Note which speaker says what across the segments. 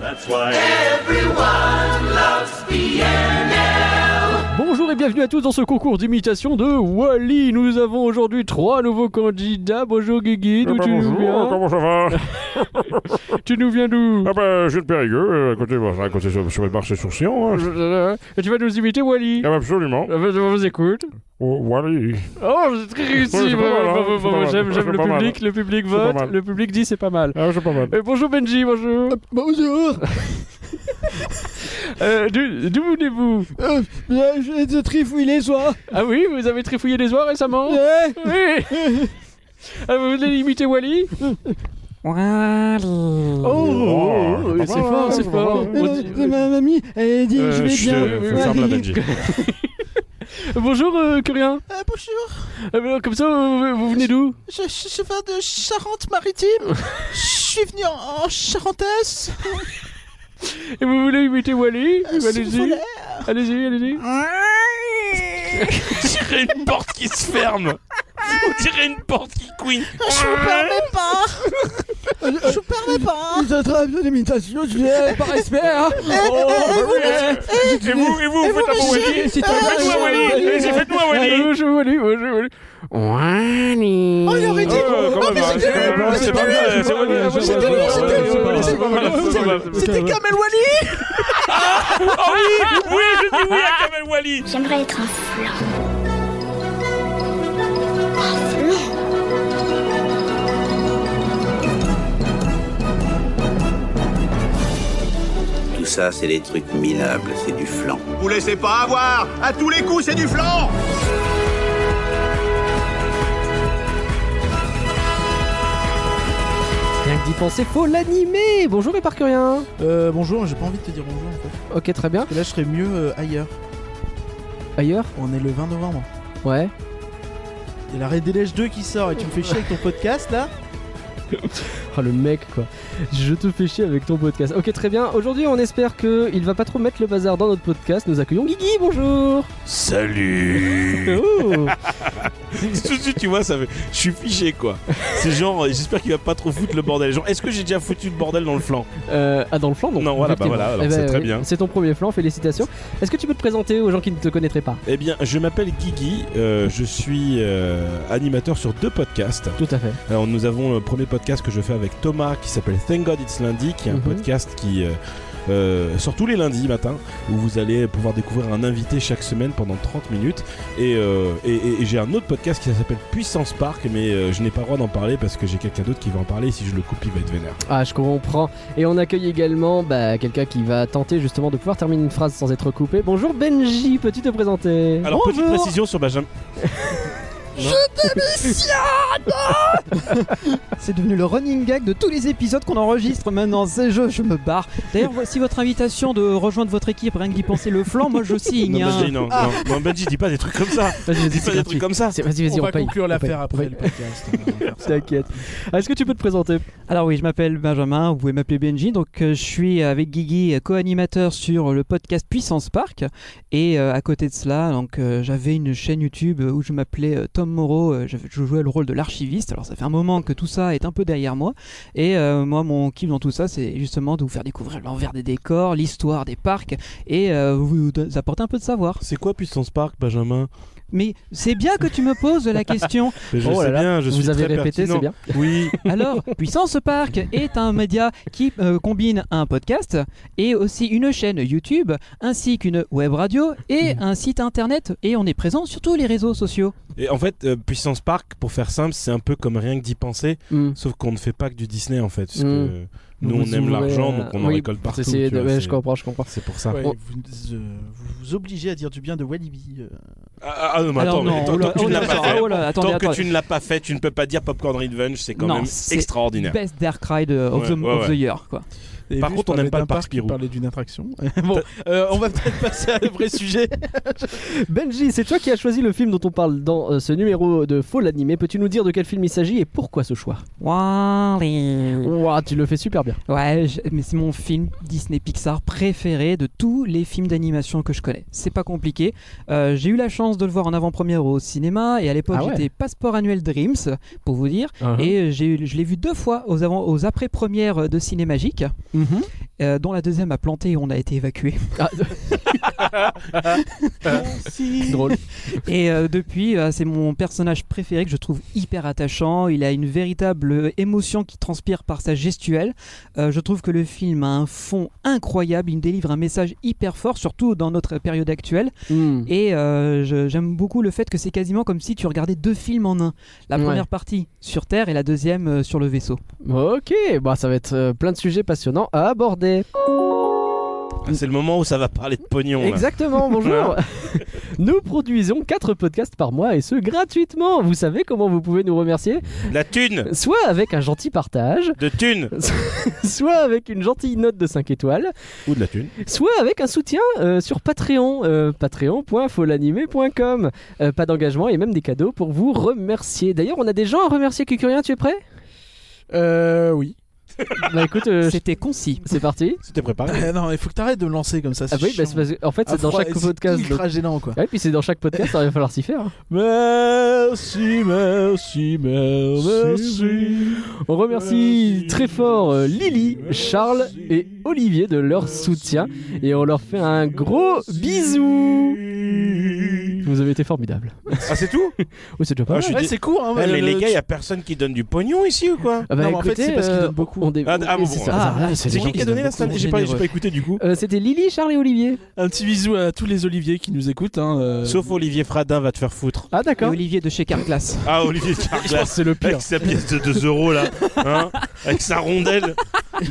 Speaker 1: That's why everyone loves BNL.
Speaker 2: Bonjour et bienvenue à tous dans ce concours d'imitation de Wally. Nous avons aujourd'hui trois nouveaux candidats. Bonjour Guigui, d'où
Speaker 3: Eh ben,
Speaker 2: tu nous
Speaker 3: bonjour,
Speaker 2: viens
Speaker 3: comment ça va
Speaker 2: Tu nous viens d'où
Speaker 3: Ah ben, j'ai de Périgueux, euh, à côté, bah, à côté sur, sur le marché sur Sion. Hein.
Speaker 2: Et tu vas nous imiter Wally
Speaker 3: Ah ben, absolument.
Speaker 4: Euh.
Speaker 2: Ah bah, On vous écoute.
Speaker 3: Oh, Wally.
Speaker 2: Oh, c'est très
Speaker 3: Ouais,
Speaker 2: réussi.
Speaker 3: c'est pas
Speaker 2: bravo,
Speaker 3: mal, hein,
Speaker 2: bravo,
Speaker 3: c'est pas
Speaker 2: bravo.
Speaker 3: mal,
Speaker 2: J'aime,
Speaker 3: c'est
Speaker 2: j'aime le
Speaker 3: pas mal.
Speaker 2: public. Le public
Speaker 3: C'est pas
Speaker 2: vote.
Speaker 3: mal.
Speaker 2: Le public dit c'est pas mal.
Speaker 3: Ah, c'est pas mal.
Speaker 2: Euh, bonjour Benji, bonjour.
Speaker 5: Bonjour
Speaker 2: Euh, D'où d'où venez-vous
Speaker 5: euh, J'ai j'ai de trifouiller soir
Speaker 2: Ah oui, vous avez trifouillé les oies récemment
Speaker 6: Hein
Speaker 5: Eh
Speaker 2: Oui Ah, Vous voulez imiter Wally
Speaker 4: Wally.
Speaker 2: Oh,
Speaker 3: Oh,
Speaker 2: oui,
Speaker 3: pas
Speaker 2: c'est
Speaker 3: mal,
Speaker 2: fort,
Speaker 3: hein,
Speaker 2: c'est
Speaker 3: pas
Speaker 2: fort.
Speaker 3: mal,
Speaker 5: Mais
Speaker 3: hein.
Speaker 2: On
Speaker 5: non,
Speaker 2: dit-
Speaker 5: c'est Ma mamie, elle dit
Speaker 3: Euh,
Speaker 5: je vais
Speaker 3: chut,
Speaker 5: bien.
Speaker 3: euh, faut
Speaker 5: Ouais,
Speaker 3: faire de la
Speaker 5: dis-
Speaker 3: Belgique.
Speaker 2: Bonjour euh, Curien.
Speaker 6: Euh, bonjour,
Speaker 2: Ah, mais, comme ça, vous, vous venez d'où
Speaker 6: je, je, je viens de Charente-Maritime. Je suis venu en, en Charentaise.
Speaker 2: Et vous voulez imiter Wally
Speaker 6: Euh, Ah, si vous
Speaker 2: Allez-y.
Speaker 6: voulez.
Speaker 2: Allez-y, allez-y.
Speaker 7: dirait une porte qui se ferme. On dirait une porte qui couine.
Speaker 6: Euh, Je vous permets pas. Euh, Je vous permets pas. Euh,
Speaker 5: Ils ont travaillé sur l'imitation, je vais par respect, hein
Speaker 7: Oh.
Speaker 3: Et vous, et vous, vous faites un bon Wally
Speaker 5: Si
Speaker 6: Ah,
Speaker 5: t'as
Speaker 3: Faites-nous un Wally Allez-y, faites-nous un
Speaker 2: Allez,
Speaker 3: Wally
Speaker 2: bonjour euh, Wally, bonjour Wally. Wally.
Speaker 6: Oh, il aurait dit.
Speaker 3: Euh, quand
Speaker 6: Oh,
Speaker 3: même,
Speaker 6: mais
Speaker 3: hein,
Speaker 6: c'était
Speaker 3: c'est quand même-
Speaker 6: lui,
Speaker 3: c'est pas
Speaker 6: c'était
Speaker 3: mal,
Speaker 6: lui,
Speaker 3: c'est pas mal,
Speaker 6: c'était
Speaker 3: c'est pas
Speaker 6: lui,
Speaker 3: mal,
Speaker 6: c'était
Speaker 3: c'est
Speaker 6: lui,
Speaker 3: pas mal,
Speaker 6: c'était
Speaker 3: c'est pas mal,
Speaker 6: lui,
Speaker 3: c'est pas mal.
Speaker 6: C'était Kamel Wally.
Speaker 7: Oh oui, oui, je dis oui à Kamel Wally.
Speaker 8: J'aimerais être un flan.
Speaker 9: Tout ça, c'est des trucs minables, c'est du flan.
Speaker 1: Vous laissez pas avoir. À tous les coups, c'est du flanc.
Speaker 4: Rien que d'y penser, faut l'animer. Bonjour et Parcurien.
Speaker 6: Euh, bonjour, j'ai pas envie de te dire bonjour en fait. Parce
Speaker 4: Ok, très bien.
Speaker 6: que là, je serais mieux euh, ailleurs.
Speaker 4: Ailleurs
Speaker 6: On est le 20 novembre.
Speaker 4: Ouais.
Speaker 6: Il y a l'arrêt des lèches 2 qui sort et tu me fais chier avec ton podcast là.
Speaker 4: Oh le mec quoi. Je te fais chier avec ton podcast. Ok, très bien. Aujourd'hui, on espère que il va pas trop mettre le bazar dans notre podcast. Nous accueillons Guigui. Bonjour.
Speaker 7: Salut.
Speaker 4: Oh.
Speaker 7: Tout de suite, tu vois, ça fait. Je suis fiché quoi. C'est genre, euh, j'espère qu'il va pas trop foutre le bordel. Genre, est-ce que j'ai déjà foutu le bordel dans le flanc
Speaker 4: Euh, ah dans le flanc donc.
Speaker 7: Non, voilà, bah
Speaker 4: Effectivement.
Speaker 7: voilà, alors
Speaker 4: Eh ben,
Speaker 7: c'est très
Speaker 4: oui,
Speaker 7: bien.
Speaker 4: C'est ton premier flanc, félicitations. Est-ce que tu peux te présenter aux gens qui ne te connaîtraient pas
Speaker 7: Eh bien, je m'appelle Guigui. euh, je suis euh, animateur sur deux podcasts.
Speaker 4: Tout à fait.
Speaker 7: Alors nous avons le premier podcast que je fais avec Thomas qui s'appelle Thank God It's Lundi, qui est un
Speaker 4: Mhm.
Speaker 7: podcast qui euh, euh, sort tous les lundis matin, où vous allez pouvoir découvrir un invité chaque semaine pendant 30 minutes. Et, euh, et- et- et j'ai un autre podcast qui s'appelle Puissance Park, mais euh, je n'ai pas le droit d'en parler parce que j'ai quelqu'un d'autre qui va en parler. Si je le coupe, il va être vénère.
Speaker 4: Ah, je comprends. Et on accueille également bah, quelqu'un qui va tenter justement de pouvoir terminer une phrase sans être coupé. Bonjour Benji, peux-tu te présenter
Speaker 7: Alors petite précision sur Benjamin.
Speaker 5: C'est devenu le running gag de tous les épisodes qu'on enregistre maintenant, c'est je, je me barre.
Speaker 10: D'ailleurs, voici votre invitation de rejoindre votre équipe, rien que d'y penser le flanc, moi je signe.
Speaker 7: Non,
Speaker 10: hein.
Speaker 7: Benji, non, non, non, Benji, dis pas des trucs comme ça.
Speaker 4: Ah. Vas-y, vas-y,
Speaker 7: Dis
Speaker 4: c'est
Speaker 7: pas des
Speaker 4: gratuit.
Speaker 7: trucs comme ça.
Speaker 4: C'est- Vas-y, vas-y, on, paye. On paye. On paye.
Speaker 6: podcast.
Speaker 4: T'inquiète. Ah, Est-ce que tu peux te présenter
Speaker 10: Alors oui, je m'appelle Benjamin, vous pouvez m'appeler Benji, donc euh, je suis avec Guigui, euh, co-animateur sur le podcast Puissance Park, et euh, à côté de cela, donc euh, j'avais une chaîne YouTube euh, où je m'appelais euh, Tom Moreau, euh, j'avais- je jouais le rôle de l'archiviste, alors ça fait un moment que tout ça est un peu derrière moi, et euh, moi mon kiff dans tout ça, c'est justement de vous faire découvrir l'envers des décors, l'histoire des parcs, et euh, vous vous apporter un peu de savoir.
Speaker 7: C'est quoi Puissance Park, Benjamin
Speaker 10: Mais c'est bien que tu me poses la question
Speaker 7: Mais Je
Speaker 4: Oh là
Speaker 7: sais
Speaker 4: là,
Speaker 7: bien, je suis
Speaker 4: Vous avez
Speaker 7: très
Speaker 4: répété, c'est
Speaker 7: pertinent.
Speaker 4: bien.
Speaker 7: Oui,
Speaker 10: Alors, Puissance Park est un média qui euh, combine un podcast et aussi une chaîne YouTube, ainsi qu'une web radio et un site internet. Et on est présent sur tous les réseaux sociaux.
Speaker 7: Et en fait, euh, Puissance Park, pour faire simple, c'est un peu comme rien que d'y penser,
Speaker 4: Hmm.
Speaker 7: sauf qu'on ne fait pas que du Disney en fait. Parce que
Speaker 4: Mm.
Speaker 7: nous,
Speaker 4: Vous
Speaker 7: on aime
Speaker 4: ouvrez,
Speaker 7: l'argent,
Speaker 4: euh,
Speaker 7: donc on en
Speaker 4: oui,
Speaker 7: récolte partout.
Speaker 4: c'est-
Speaker 7: tu vois,
Speaker 4: ouais,
Speaker 7: c'est-
Speaker 4: je comprends, je comprends.
Speaker 7: C'est pour ça.
Speaker 6: Ouais,
Speaker 4: On-
Speaker 6: vous, euh, vous vous obligez à dire du bien de Walibi. euh.
Speaker 7: Ah, ah, non, mais
Speaker 10: Alors
Speaker 7: attends, mais
Speaker 10: non,
Speaker 7: tant-
Speaker 10: oh là-
Speaker 7: tant que tu
Speaker 10: oh
Speaker 7: ne
Speaker 10: là-
Speaker 7: l'as
Speaker 4: ah,
Speaker 7: pas fait-
Speaker 10: oh là, attendez,
Speaker 7: tant que
Speaker 10: attendez.
Speaker 7: tu ne l'as pas fait, tu ne peux pas dire Popcorn Revenge, c'est quand
Speaker 10: Non,
Speaker 7: même
Speaker 10: c'est
Speaker 7: extraordinaire.
Speaker 10: Best Dark Ride euh, of,
Speaker 7: Ouais,
Speaker 10: the,
Speaker 7: ouais,
Speaker 10: of
Speaker 7: ouais.
Speaker 10: the Year, quoi.
Speaker 6: Et
Speaker 7: Par
Speaker 6: vu, je
Speaker 7: contre, on
Speaker 6: parlais
Speaker 7: n'aime pas le
Speaker 6: d'un
Speaker 7: parc
Speaker 6: parc,
Speaker 7: Spirou.
Speaker 6: On parlait d'une attraction. bon, euh, on va peut-être passer à un vrai sujet.
Speaker 4: Benji, c'est toi qui as choisi le film dont on parle dans euh, ce numéro de Faux l'animé. Peux-tu nous dire de quel film il s'agit et pourquoi ce choix
Speaker 10: Wall-E.
Speaker 4: Ouah, tu le fais super bien.
Speaker 10: Ouais, je- mais c'est mon film Disney Pixar préféré de tous les films d'animation que je connais. C'est pas compliqué. Euh, j'ai eu la chance de le voir en avant-première au cinéma et à l'époque
Speaker 4: Ah ouais. Uh-huh.
Speaker 10: j'étais passeport annuel Dreams, pour vous dire. Et euh, j'ai eu- je l'ai vu deux fois aux, avant, aux après-premières de Cinémagique.
Speaker 4: Mhm.
Speaker 10: Mhm. euh, dont la deuxième a planté et on a été évacué.
Speaker 4: Ah, Drôle.
Speaker 10: Et euh, depuis, euh, c'est mon personnage préféré que je trouve hyper attachant. Il a une véritable émotion qui transpire par sa gestuelle. Euh, je trouve que le film a un fond incroyable. Il nous délivre un message hyper fort, surtout dans notre période actuelle.
Speaker 4: Hmm.
Speaker 10: Et euh, je- j'aime beaucoup le fait que c'est quasiment comme si tu regardais deux films en un. La
Speaker 4: Ouais.
Speaker 10: première partie sur Terre et la deuxième euh, sur le vaisseau.
Speaker 4: Ok, bah ça va être euh, plein de sujets passionnants à aborder.
Speaker 7: Ah, C'est le moment où ça va parler de pognon. là.
Speaker 4: Exactement, bonjour. nous produisons 4 podcasts par mois et ce gratuitement. Vous savez comment vous pouvez nous remercier
Speaker 7: La thune
Speaker 4: Soit avec un gentil partage,
Speaker 7: De thune
Speaker 4: soit avec une gentille note de 5 étoiles,
Speaker 7: Ou de la thune.
Speaker 4: soit avec un soutien euh, sur Patreon, euh, patreon.folanimé.com. Euh, pas d'engagement et même des cadeaux pour vous remercier. D'ailleurs, on a des gens à remercier, Cucurien, tu es prêt
Speaker 6: Euh, oui.
Speaker 4: Bah écoute, euh,
Speaker 10: C'était concis.
Speaker 4: c'est parti.
Speaker 7: C'était préparé.
Speaker 6: Euh, non, il faut que t'arrêtes de me lancer comme ça.
Speaker 4: Ah
Speaker 6: c'est
Speaker 4: oui, bah,
Speaker 6: chiant.
Speaker 4: c'est parce que- en fait,
Speaker 6: Ah,
Speaker 4: c'est dans
Speaker 6: froid,
Speaker 4: chaque podcast. donc-
Speaker 6: ultra gênant quoi.
Speaker 4: Ah oui, puis c'est dans chaque podcast, alors il va falloir s'y faire. hein.
Speaker 7: Merci, merci, merci.
Speaker 4: On remercie
Speaker 7: Merci.
Speaker 4: très fort euh, Lily,
Speaker 7: Merci.
Speaker 4: Charles et Olivier de leur soutien et on leur fait un gros bisou. Vous avez été formidables.
Speaker 7: Ah, c'est tout
Speaker 4: Oui, c'est déjà pas
Speaker 7: Ah,
Speaker 4: mal.
Speaker 7: je suis
Speaker 6: Ouais,
Speaker 7: dé-
Speaker 6: c'est court. Hein,
Speaker 7: Eh, mais
Speaker 6: le-
Speaker 7: les gars,
Speaker 6: tu-
Speaker 7: y a personne qui donne du pognon ici ou quoi
Speaker 4: Ah bah,
Speaker 6: Non, mais en fait,
Speaker 4: écoutez,
Speaker 6: c'est parce qu'ils
Speaker 4: euh,
Speaker 6: donnent beaucoup.
Speaker 4: on dé-
Speaker 7: Ah, ah, bon,
Speaker 4: c'est
Speaker 7: bon.
Speaker 4: ça,
Speaker 10: Ah,
Speaker 4: ça, là, c'est
Speaker 7: C'est
Speaker 4: les gens
Speaker 7: qui qui a
Speaker 4: qui
Speaker 7: donné la
Speaker 4: donnent
Speaker 7: stat
Speaker 4: beaucoup.
Speaker 7: J'ai pas, j'ai pas écouté du coup.
Speaker 4: Euh, C'était Lily, Charles et Olivier.
Speaker 6: Un petit bisou à tous les Oliviers qui nous écoutent. Hein, euh,
Speaker 7: Sauf Olivier Fradin va te faire foutre.
Speaker 4: Ah
Speaker 10: Et
Speaker 4: d'accord.
Speaker 10: Olivier de chez Carglass.
Speaker 7: Ah, Olivier Carglass.
Speaker 6: C'est le pire.
Speaker 7: Avec sa pièce de 2 euros là, hein avec sa rondelle.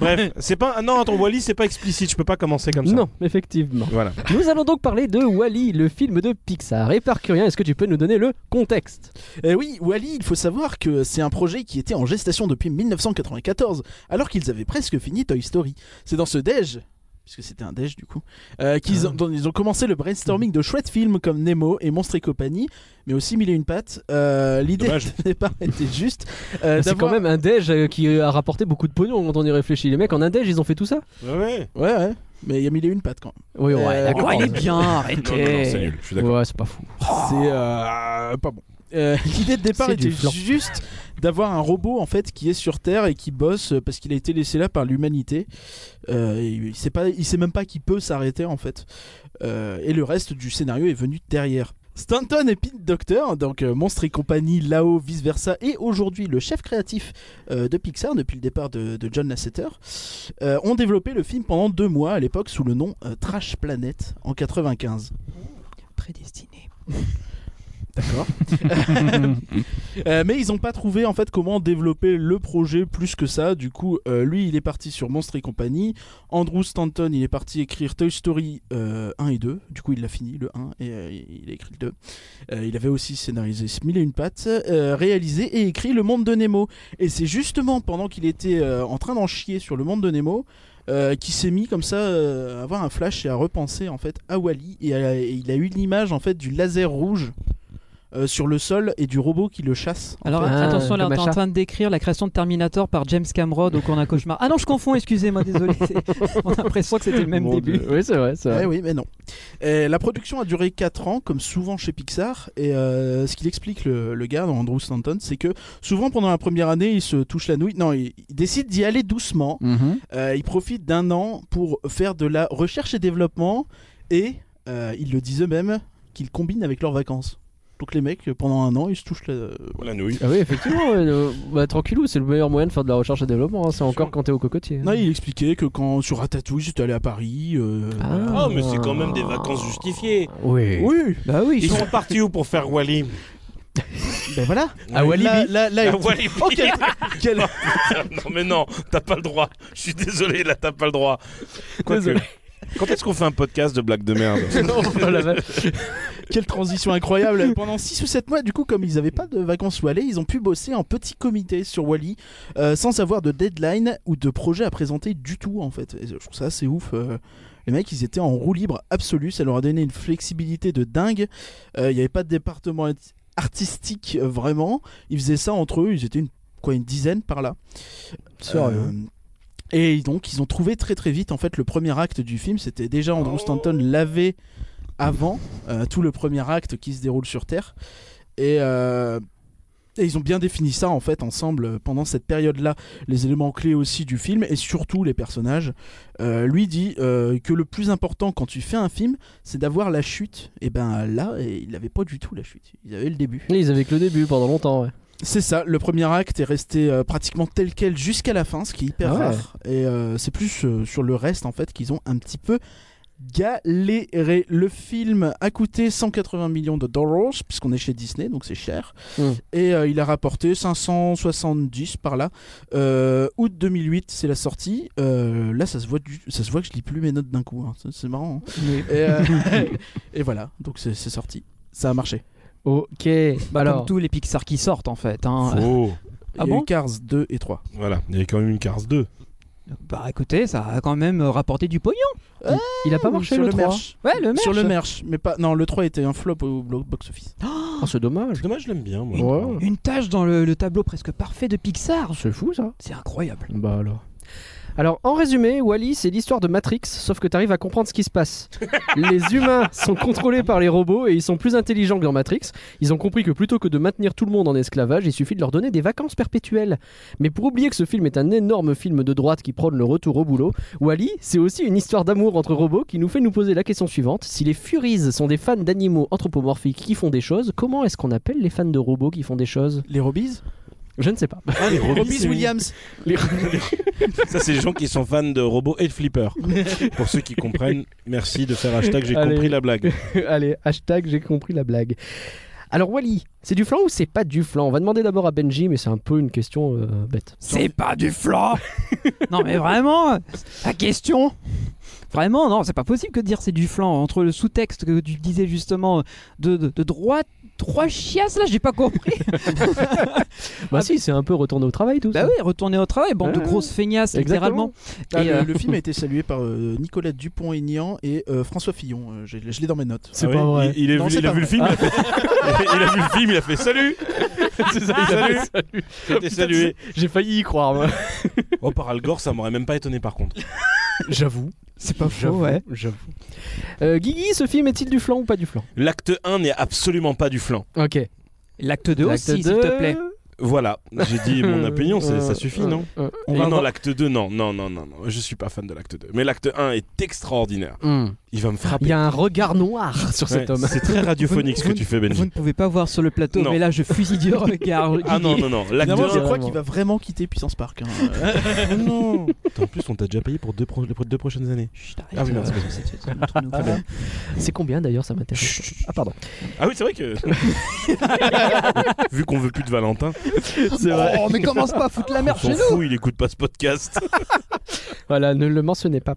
Speaker 7: Bref, c'est pas. ah Non, attends, Wally, c'est pas explicite, je peux pas commencer comme ça.
Speaker 4: Non, effectivement.
Speaker 7: Voilà.
Speaker 4: Nous allons donc parler de Wally, le film de Pixar. Et par curieux, est-ce que tu peux nous donner le contexte
Speaker 6: Eh oui, Wally, il faut savoir que c'est un projet qui était en gestation depuis 1994, alors qu'ils avaient presque fini Toy Story. C'est dans ce déj, puisque c'était un déj du coup, euh, qu'ils
Speaker 4: Ah.
Speaker 6: ont, dont ils ont commencé le brainstorming de chouettes films comme Nemo et Monstres et compagnie, mais aussi Mille et une pattes. Euh, L'idée
Speaker 7: Dommage.
Speaker 6: de départ était juste euh,
Speaker 4: C'est quand
Speaker 6: d'avoir-
Speaker 4: même un déj euh, qui a rapporté beaucoup de pognon quand on y réfléchit. Les mecs en un déj, ils ont fait tout ça
Speaker 7: Ouais, ouais.
Speaker 6: Ouais, ouais, mais il y a Mille et une pattes quand même.
Speaker 4: Oui, ouais,
Speaker 6: Euh,
Speaker 4: d'accord.
Speaker 10: Oh, il est bien,
Speaker 7: Non, non, non, c'est
Speaker 10: arrêtez.
Speaker 7: nul, je suis d'accord.
Speaker 4: Ouais, c'est pas fou.
Speaker 6: C'est euh, pas bon. Euh, L'idée de départ
Speaker 4: C'est du
Speaker 6: était
Speaker 4: flan.
Speaker 6: juste d'avoir un robot en fait qui est sur Terre et qui bosse euh, parce qu'il a été laissé là par l'humanité. Euh, il il sait pas, il sait même pas qu'il peut s'arrêter en fait. Euh, et le reste du scénario est venu derrière. Stanton et Pete Docter, donc euh, Monstre et compagnie, Lao, vice versa, et aujourd'hui le chef créatif euh, de Pixar depuis le départ de, de John Lasseter, euh, ont développé le film pendant deux mois à l'époque sous le nom euh, Trash Planet en 95.
Speaker 10: Prédestiné.
Speaker 6: Euh, mais ils n'ont pas trouvé en fait comment développer le projet plus que ça. Du coup, euh, lui, il est parti sur Monstre et compagnie. Andrew Stanton, il est parti écrire Toy Story euh, 1 et 2. Du coup, il l'a fini, le 1, et euh, il a écrit le 2. Euh, il avait aussi scénarisé Mille et une pattes, euh, réalisé et écrit Le Monde de Nemo. Et c'est justement pendant qu'il était euh, en train d'en chier sur Le Monde de Nemo. euh, qu'il s'est mis comme ça euh, à avoir un flash et à repenser en fait à Wally et, à- et il a eu l'image en fait du laser rouge euh, sur le sol et du robot qui le chasse
Speaker 10: Alors
Speaker 4: Ah,
Speaker 10: attention, là, on
Speaker 4: comme
Speaker 10: est en
Speaker 4: achat.
Speaker 10: train de décrire la création de Terminator par James Cameron, donc on a un cauchemar. Ah non, je confonds, excusez-moi, désolé. C'est- On a l'impression que c'était le même
Speaker 4: Mon
Speaker 10: début.
Speaker 4: Dieu. Oui, c'est vrai, c'est
Speaker 6: Eh
Speaker 4: vrai.
Speaker 6: oui, mais non. Et la production a duré 4 ans, comme souvent chez Pixar. Et euh, ce qu'il explique, le, le gars, Andrew Stanton, c'est que souvent pendant la première année, il se touche la nouille. Non, il, il décide d'y aller doucement. Euh, il profite d'un an pour faire de la recherche et développement. Et euh, ils le disent eux-mêmes qu'ils combinent avec leurs vacances. Donc les mecs, pendant un an, ils se touchent la.
Speaker 7: La nouille.
Speaker 4: Ah oui, effectivement, ouais, euh, bah, tranquillou, c'est le meilleur moyen de faire de la recherche et développement. hein, C'est encore
Speaker 7: sûr.
Speaker 4: quand t'es au cocotier. hein.
Speaker 6: Non, il expliquait que quand sur Ratatouille, j'étais allé à Paris. euh, voilà.
Speaker 7: Ah, mais c'est quand même des vacances justifiées.
Speaker 4: Oui.
Speaker 6: Oui,
Speaker 10: Bah oui,
Speaker 7: Ils sont partis où pour faire Wally
Speaker 6: ben voilà. Là, là, là,
Speaker 7: À
Speaker 6: il-
Speaker 7: Walibi.
Speaker 6: Oh, quel- quel-
Speaker 7: non, mais non, t'as pas le droit. Je suis désolé, là, t'as pas le droit. Quoique,
Speaker 4: Désolé.
Speaker 7: Quand est-ce qu'on fait un podcast de blagues de merde
Speaker 4: Oh la vache.
Speaker 6: Quelle transition incroyable Pendant 6 ou 7 mois, du coup, comme ils n'avaient pas de vacances Wally, ils ont pu bosser en petit comité sur Wally, euh, sans avoir de deadline ou de projet à présenter du tout, en fait. Et je trouve ça assez ouf. euh, les mecs, ils étaient en roue libre absolue, ça leur a donné une flexibilité de dingue. Euh, Il n'y avait pas de département art- artistique, euh, vraiment. Ils faisaient ça entre eux, ils étaient une, quoi, une dizaine par là. Euh, et donc ils ont trouvé très très vite en fait le premier acte du film, c'était déjà Andrew Stanton lavé avant euh, tout le premier acte qui se déroule sur Terre. Et euh, Et ils ont bien défini ça en fait ensemble euh, pendant cette période-là, les éléments clés aussi du film et surtout les personnages. Euh, lui dit euh, que le plus important quand tu fais un film, c'est d'avoir la chute. Et ben là, et il n'avait pas du tout la chute, il avait le début.
Speaker 4: Ils avaient que le début pendant longtemps, ouais.
Speaker 6: C'est ça, le premier acte est resté euh, pratiquement tel quel jusqu'à la fin, ce qui est hyper
Speaker 4: Ah ouais.
Speaker 6: rare. Et euh, c'est plus euh, sur le reste en fait qu'ils ont un petit peu galéré. Le film a coûté 180 millions de dollars, puisqu'on est chez Disney, donc c'est cher.
Speaker 4: Mm.
Speaker 6: Et euh, il a rapporté 570 par là. Euh, août 2008, c'est la sortie. Euh, là, ça se, voit du- ça se voit que je lis plus mes notes d'un coup. hein. C'est- C'est marrant. hein. Et, euh, et voilà, donc c'est c'est sorti. Ça a marché.
Speaker 4: Ok, bah
Speaker 10: Comme
Speaker 4: alors.
Speaker 10: tous les Pixar qui sortent en fait. hein.
Speaker 7: Faux.
Speaker 6: Il
Speaker 10: Ah
Speaker 6: y a eu
Speaker 10: bon
Speaker 6: Cars 2 et 3.
Speaker 7: Voilà, il y avait quand même une Cars 2.
Speaker 10: Bah écoutez, ça a quand même euh, rapporté du pognon.
Speaker 4: Il a pas marché
Speaker 6: Sur
Speaker 4: le 3
Speaker 6: merch.
Speaker 10: Ouais, le
Speaker 6: Sur le merch, mais pas. Non, le 3 était un flop au blo- box-office.
Speaker 4: Ah, c'est dommage.
Speaker 7: Dommage, je l'aime bien, moi.
Speaker 10: Une, une tâche dans le, le tableau presque parfait de Pixar.
Speaker 4: C'est fou ça.
Speaker 10: C'est incroyable.
Speaker 4: Bah alors. Alors, en résumé, Wally, c'est l'histoire de Matrix, sauf que t'arrives à comprendre ce qui se passe. les humains sont contrôlés par les robots et ils sont plus intelligents que dans Matrix. Ils ont compris que plutôt que de maintenir tout le monde en esclavage, il suffit de leur donner des vacances perpétuelles. Mais pour oublier que ce film est un énorme film de droite qui prône le retour au boulot, Wally, c'est aussi une histoire d'amour entre robots qui nous fait nous poser la question suivante. Si les Furies sont des fans d'animaux anthropomorphiques qui font des choses, comment est-ce qu'on appelle les fans de robots qui font des choses
Speaker 6: Les Robies
Speaker 4: Je ne sais pas.
Speaker 7: Ah, les robots,
Speaker 6: Robies
Speaker 7: c'est-
Speaker 6: Williams
Speaker 7: Ça, c'est les gens qui sont fans de robots et de flippers. Pour ceux qui comprennent, merci de faire hashtag, j'ai
Speaker 4: Allez.
Speaker 7: compris la blague.
Speaker 4: Allez, hashtag j'ai compris la blague. Alors Wally, c'est du flan ou c'est pas du flan On va demander d'abord à Benji, mais c'est un peu une question euh, bête.
Speaker 10: C'est pas du flan Non mais vraiment La question Vraiment, non, c'est pas possible que de dire c'est du flan. Entre le sous-texte que tu disais justement de, de, de droite, trois chiasses là, j'ai pas compris.
Speaker 4: Bah si, c'est un peu retourner au travail tout
Speaker 10: bah
Speaker 4: ça.
Speaker 10: oui, retourner au travail, bande de
Speaker 4: Ouais.
Speaker 10: grosses feignasses,
Speaker 4: Exactement.
Speaker 10: littéralement.
Speaker 6: Ah,
Speaker 10: Et,
Speaker 6: le,
Speaker 10: euh,
Speaker 6: le film a été salué par euh, Nicolas Dupont-Aignan et euh, François Fillon. Euh, j'ai- je l'ai dans mes notes.
Speaker 4: C'est
Speaker 7: Ah
Speaker 4: pas
Speaker 7: oui,
Speaker 4: vrai.
Speaker 7: Il, il a
Speaker 6: Non,
Speaker 7: vu,
Speaker 6: c'est
Speaker 7: il a
Speaker 6: pas
Speaker 7: vu le
Speaker 6: vrai.
Speaker 7: film, il a fait- il a vu le film, il a fait salut
Speaker 4: C'est ça, il a fait salut.
Speaker 7: Il a été salué.
Speaker 4: J'ai failli y croire, moi.
Speaker 7: Oh, par Al Gore, ça m'aurait même pas étonné par contre.
Speaker 4: J'avoue.
Speaker 10: C'est pas
Speaker 4: J'avoue. J'avoue. Euh, Guigui, ce film est-il du flan ou pas du flan
Speaker 7: L'acte 1 n'est absolument pas du flan.
Speaker 4: Ok.
Speaker 10: L'acte 2
Speaker 4: L'acte
Speaker 10: aussi, s'il te plaît.
Speaker 4: deux.
Speaker 7: Voilà, j'ai dit mon
Speaker 4: Euh,
Speaker 7: opinion, c'est-
Speaker 4: euh,
Speaker 7: ça suffit,
Speaker 4: euh,
Speaker 7: non
Speaker 4: euh,
Speaker 7: Et
Speaker 4: on va
Speaker 7: Non,
Speaker 4: voir.
Speaker 7: l'acte 2, non, non, non, non, non, je suis pas fan de l'acte 2. Mais l'acte 1 est extraordinaire.
Speaker 4: Hmm.
Speaker 7: Il va me
Speaker 4: Il
Speaker 7: frapper.
Speaker 4: y a un regard noir sur
Speaker 7: Ah, Ouais,
Speaker 4: cet homme.
Speaker 7: C'est très radiophonique ce que
Speaker 10: Vous-
Speaker 7: tu fais,
Speaker 10: Vous
Speaker 7: Benji.
Speaker 10: ne pouvez pas voir sur le plateau,
Speaker 7: Non.
Speaker 10: mais là je fusille du regard.
Speaker 7: Ah non,
Speaker 10: Guigui.
Speaker 7: non, non, l'acte
Speaker 6: Finalement, je
Speaker 7: 1.
Speaker 6: crois
Speaker 4: Vraiment.
Speaker 6: qu'il va vraiment quitter Puissance Park. hein. Euh,
Speaker 7: non En plus, on t'a déjà payé pour deux, pro- pour deux prochaines années.
Speaker 10: Chut, arrête,
Speaker 7: Ah oui, non,
Speaker 10: euh,
Speaker 7: c'est pas
Speaker 10: c'est- c'est- c'est entre nous.
Speaker 4: C'est combien d'ailleurs ça m'intéresse Ah pardon.
Speaker 7: Ah oui, c'est vrai que. Vu qu'on veut plus de Valentin,
Speaker 4: C'est vrai.
Speaker 10: Oh, mais commence pas à foutre la
Speaker 7: on
Speaker 10: merde chez
Speaker 7: s'en
Speaker 10: nous
Speaker 7: fout, il écoute pas ce podcast.
Speaker 4: Voilà, ne le mentionnez pas.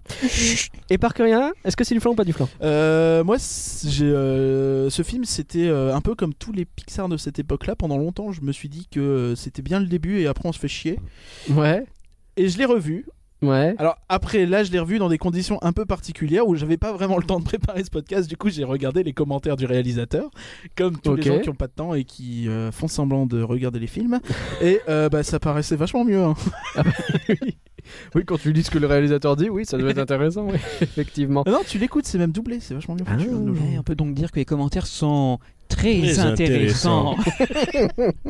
Speaker 4: Et par rien, est-ce que c'est du flan ou pas du flan
Speaker 6: euh, moi, c- j'ai, euh, ce film, c'était euh, un peu comme tous les Pixar de cette époque-là. Pendant longtemps, je me suis dit que euh, c'était bien le début et après on se fait chier.
Speaker 4: Ouais.
Speaker 6: Et je l'ai revu.
Speaker 4: Ouais.
Speaker 6: Alors après, là, je l'ai revu dans des conditions un peu particulières où j'avais pas vraiment le temps de préparer ce podcast. Du coup, j'ai regardé les commentaires du réalisateur, comme tous
Speaker 4: Ok.
Speaker 6: les gens qui ont pas de temps et qui euh, font semblant de regarder les films. et euh, bah, ça paraissait vachement mieux. hein.
Speaker 4: Oui, quand tu lis ce que le réalisateur dit, oui, ça doit être intéressant, oui. effectivement.
Speaker 6: Ah non, tu l'écoutes, c'est même doublé, c'est vachement mieux.
Speaker 4: Ah,
Speaker 6: foutu, hein, de nos jours.
Speaker 10: Ouais, on peut donc dire que les commentaires sont très,
Speaker 7: Très
Speaker 10: intéressants.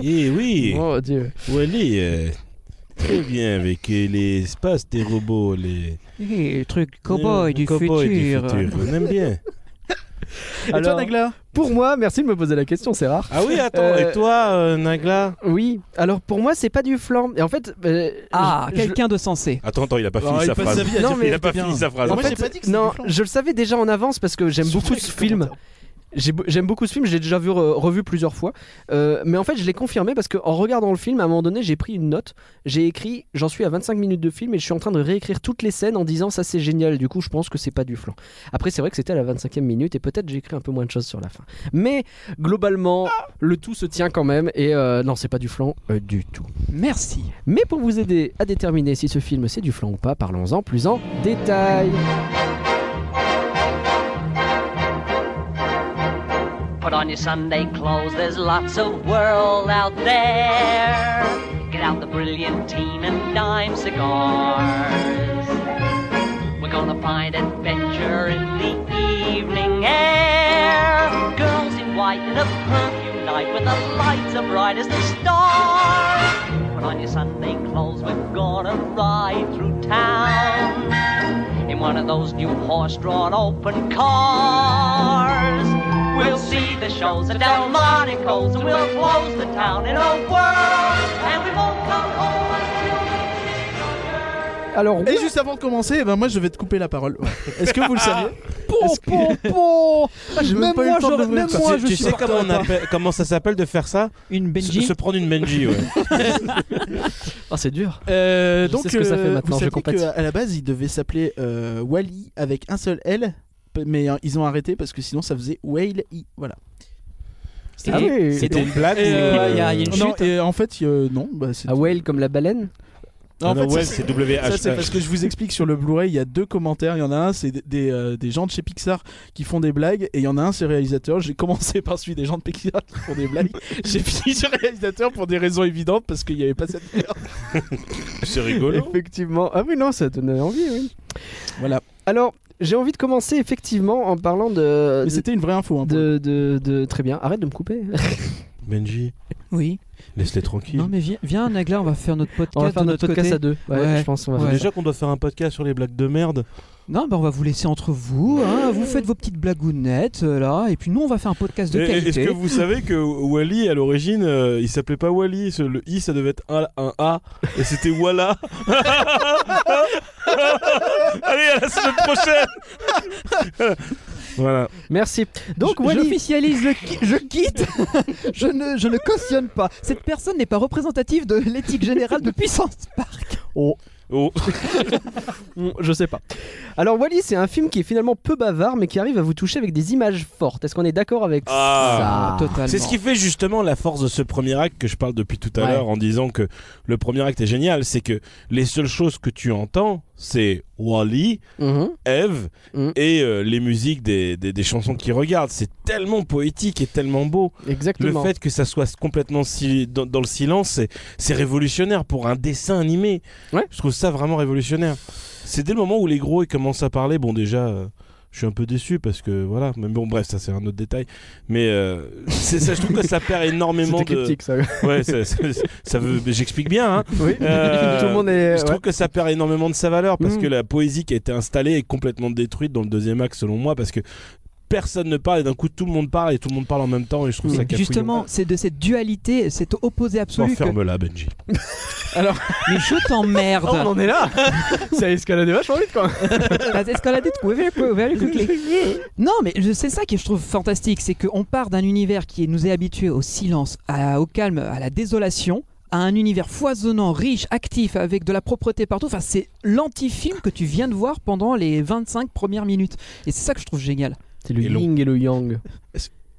Speaker 7: Eh oui
Speaker 4: Oh dieu.
Speaker 7: Wally, euh, très bien avec euh, les espaces des robots, les.
Speaker 10: Eh, truc cow-boy
Speaker 7: les
Speaker 10: du,
Speaker 7: cow-boys
Speaker 10: futur.
Speaker 7: Euh, du futur. On aime bien.
Speaker 6: Et
Speaker 4: Alors,
Speaker 6: toi, Nagla
Speaker 4: pour moi, merci de me poser la question, c'est rare.
Speaker 7: Ah oui, attends,
Speaker 4: Euh,
Speaker 7: et toi, euh, Nagla
Speaker 4: Oui, alors pour moi, c'est pas du flan. Et en fait. euh,
Speaker 10: Ah,
Speaker 4: je-
Speaker 10: quelqu'un de sensé.
Speaker 7: Attends, attends, il a pas
Speaker 6: Alors,
Speaker 7: fini
Speaker 6: il
Speaker 7: sa
Speaker 6: passe sa
Speaker 7: phrase.
Speaker 6: vie à
Speaker 4: Non,
Speaker 6: dire
Speaker 4: mais-
Speaker 6: que
Speaker 7: Il a pas
Speaker 6: c'était
Speaker 7: fini
Speaker 6: bien.
Speaker 7: sa phrase.
Speaker 4: En
Speaker 6: Moi,
Speaker 4: fait,
Speaker 6: j'ai pas dit que c'était
Speaker 4: non,
Speaker 6: du flan.
Speaker 4: je le savais déjà en avance parce que j'aime
Speaker 6: Surtout
Speaker 4: beaucoup
Speaker 6: avec
Speaker 4: ce
Speaker 6: le
Speaker 4: film.
Speaker 6: commentaire.
Speaker 4: J'ai beau- J'aime beaucoup ce film, j'ai déjà vu, re- revu plusieurs fois. Euh, mais en fait, je l'ai confirmé parce qu'en regardant le film, à un moment donné, j'ai pris une note. J'ai écrit, j'en suis à 25 minutes de film et je suis en train de réécrire toutes les scènes en disant ça c'est génial. Du coup, je pense que c'est pas du flan. Après, c'est vrai que c'était à la 25e minute et peut-être j'ai écrit un peu moins de choses sur la fin. Mais globalement, le tout se tient quand même et euh, non, c'est pas du flan euh, du tout.
Speaker 10: Merci.
Speaker 4: Mais pour vous aider à déterminer si ce film c'est du flan ou pas, parlons-en plus en détail.
Speaker 8: Put on your Sunday clothes, there's lots of world out there. Get out the brilliantine and dime cigars. We're on a fine adventure in the evening air. Girls in white in a perfume night with the lights are bright as the stars. Put on your Sunday clothes, we're gonna ride through town in one of those new horse-drawn open cars. We'll see the shows at Delmonico's and we'll close the town in a whirl. And we won't come home until
Speaker 4: Alors,
Speaker 6: Et juste avant de commencer, eh ben moi je vais te couper la parole. Ah. Est-ce que vous le saviez
Speaker 5: Pom,
Speaker 6: Est-ce que- Ah,
Speaker 5: pom, pom
Speaker 6: j'ai même
Speaker 5: Même
Speaker 6: pas eu
Speaker 5: moi,
Speaker 6: le temps de
Speaker 5: j'aurais-
Speaker 6: l'ouvrir,
Speaker 5: même
Speaker 6: ça.
Speaker 5: moi,
Speaker 7: tu
Speaker 5: je
Speaker 7: tu sais
Speaker 5: supporte
Speaker 7: comment, on
Speaker 5: pas.
Speaker 7: appelle- comment ça s'appelle de faire ça
Speaker 10: Une
Speaker 7: se,
Speaker 10: Benji.
Speaker 7: se prendre une Benji, ouais.
Speaker 4: Ah, c'est dur.
Speaker 6: Euh,
Speaker 4: Je
Speaker 6: donc,
Speaker 4: sais ce que ça fait
Speaker 6: euh,
Speaker 4: maintenant,
Speaker 6: vous
Speaker 4: je
Speaker 6: saviez
Speaker 4: compatis.
Speaker 6: que, À la base, il devait s'appeler euh, Wally avec un seul L, p- mais euh, ils ont arrêté parce que sinon ça faisait Whale I. Voilà.
Speaker 10: Et-
Speaker 4: Ah oui.
Speaker 7: C'était une blague
Speaker 6: Et, euh,
Speaker 7: ou,
Speaker 10: il y a- il y a une
Speaker 6: Non,
Speaker 10: chute.
Speaker 6: et en fait, euh, non, bah, c'est.
Speaker 4: À whale comme la baleine
Speaker 6: Non, en
Speaker 7: Non,
Speaker 6: fait,
Speaker 7: Ah bah ouais,
Speaker 6: ça,
Speaker 7: c'est
Speaker 6: Ça, c'est
Speaker 7: WH.
Speaker 6: parce que je vous explique sur le Blu-ray, il y a deux commentaires. Il y en a un, c'est des, des, euh, des gens de chez Pixar qui font des blagues, et il y en a un, c'est réalisateur. J'ai commencé par celui des gens de Pixar qui font des blagues. J'ai fini sur réalisateur pour des raisons évidentes parce qu'il n'y avait pas cette merde.
Speaker 7: C'est rigolo.
Speaker 4: Effectivement. Ah oui, non, ça donnait envie, oui.
Speaker 6: Voilà.
Speaker 4: Alors, j'ai envie de commencer effectivement en parlant de.
Speaker 6: Mais
Speaker 4: de-
Speaker 6: c'était une vraie info. hein, pour
Speaker 4: de, de, de- Très bien, arrête de me couper.
Speaker 7: Benji,
Speaker 10: Oui.
Speaker 7: laisse-les tranquilles.
Speaker 10: Non mais viens, viens Nagla, on va faire notre podcast.
Speaker 4: On va faire
Speaker 10: de
Speaker 4: notre podcast
Speaker 10: côté.
Speaker 4: à deux. Ouais,
Speaker 10: Ouais.
Speaker 4: je pense. On va
Speaker 10: Ouais.
Speaker 4: faire
Speaker 7: Déjà qu'on doit faire un podcast sur les blagues de merde.
Speaker 10: Non, bah on va vous laisser entre vous. hein. Vous faites vos petites blagounettes euh, là, et puis nous on va faire un podcast de
Speaker 7: Et- et- Euh, Est-ce
Speaker 10: qualité.
Speaker 7: que vous savez que Wally, à l'origine, euh, il s'appelait pas Wally, ce- le I ça devait être un, un A, et c'était Walla. Allez, à la semaine prochaine Voilà.
Speaker 4: ça. Merci. Donc,
Speaker 10: Je-
Speaker 4: Wally.
Speaker 10: j'officialise, je, qui- je quitte. je ne, je ne cautionne pas. Cette personne n'est pas représentative de l'éthique générale de puissance.
Speaker 7: Oh.
Speaker 4: Mm, Je sais pas. Alors, Wally, c'est un film qui est finalement peu bavard, mais qui arrive à vous toucher avec des images fortes. Est-ce qu'on est d'accord avec
Speaker 7: Ah.
Speaker 4: ça
Speaker 10: totalement.
Speaker 7: C'est ce qui fait justement la force de ce premier acte que je parle depuis tout à
Speaker 4: Ouais.
Speaker 7: l'heure en disant que le premier acte est génial, c'est que les seules choses que tu entends, c'est Wally,
Speaker 4: Mhm.
Speaker 7: Eve
Speaker 4: Mm.
Speaker 7: et euh, les musiques des, des- des chansons qu'ils regardent. C'est tellement poétique et tellement beau.
Speaker 4: Exactement.
Speaker 7: Le fait que ça soit complètement si- dans, dans le silence, c'est- c'est révolutionnaire pour un dessin animé.
Speaker 4: Ouais.
Speaker 7: Je trouve ça vraiment révolutionnaire. C'est dès le moment où les gros ils commencent à parler. Bon, déjà, euh, je suis un peu déçu parce que voilà. Mais bon, bref, ça c'est un autre détail. Mais euh, c'est ça, je trouve que ça perd énormément
Speaker 4: C'était
Speaker 7: de.
Speaker 4: cryptique, ça.
Speaker 7: Ouais, ça, ça- ça veut. J'explique bien. Hein.
Speaker 4: oui.
Speaker 7: Euh,
Speaker 4: Tout le monde est.
Speaker 7: Je
Speaker 4: ouais.
Speaker 7: trouve que ça perd énormément de sa valeur parce
Speaker 4: Mm.
Speaker 7: que la poésie qui a été installée est complètement détruite dans le deuxième acte selon moi parce que personne ne parle et d'un coup tout le monde parle et tout le monde parle en même temps et je
Speaker 4: Mm.
Speaker 7: trouve ça cafouillon.
Speaker 10: Justement, c'est de cette dualité, cet opposé absolu. Que...
Speaker 7: Enferme-la Benji.
Speaker 10: Mais je t'emmerde.
Speaker 4: Ah, on en est là Ça a escaladé vachement vite, quoi.
Speaker 10: Has escaladed very quick- very quickly. Non, mais je- c'est ça que je trouve fantastique, c'est qu'on part d'un univers qui nous est habitué au silence, à- au calme, à la désolation, à un univers foisonnant, riche, actif, avec de la propreté partout. Enfin, c'est l'anti-film que tu viens de voir pendant les 25 premières minutes. Et c'est ça que je trouve génial.
Speaker 4: C'est le
Speaker 7: Et long.
Speaker 4: yin et le yang.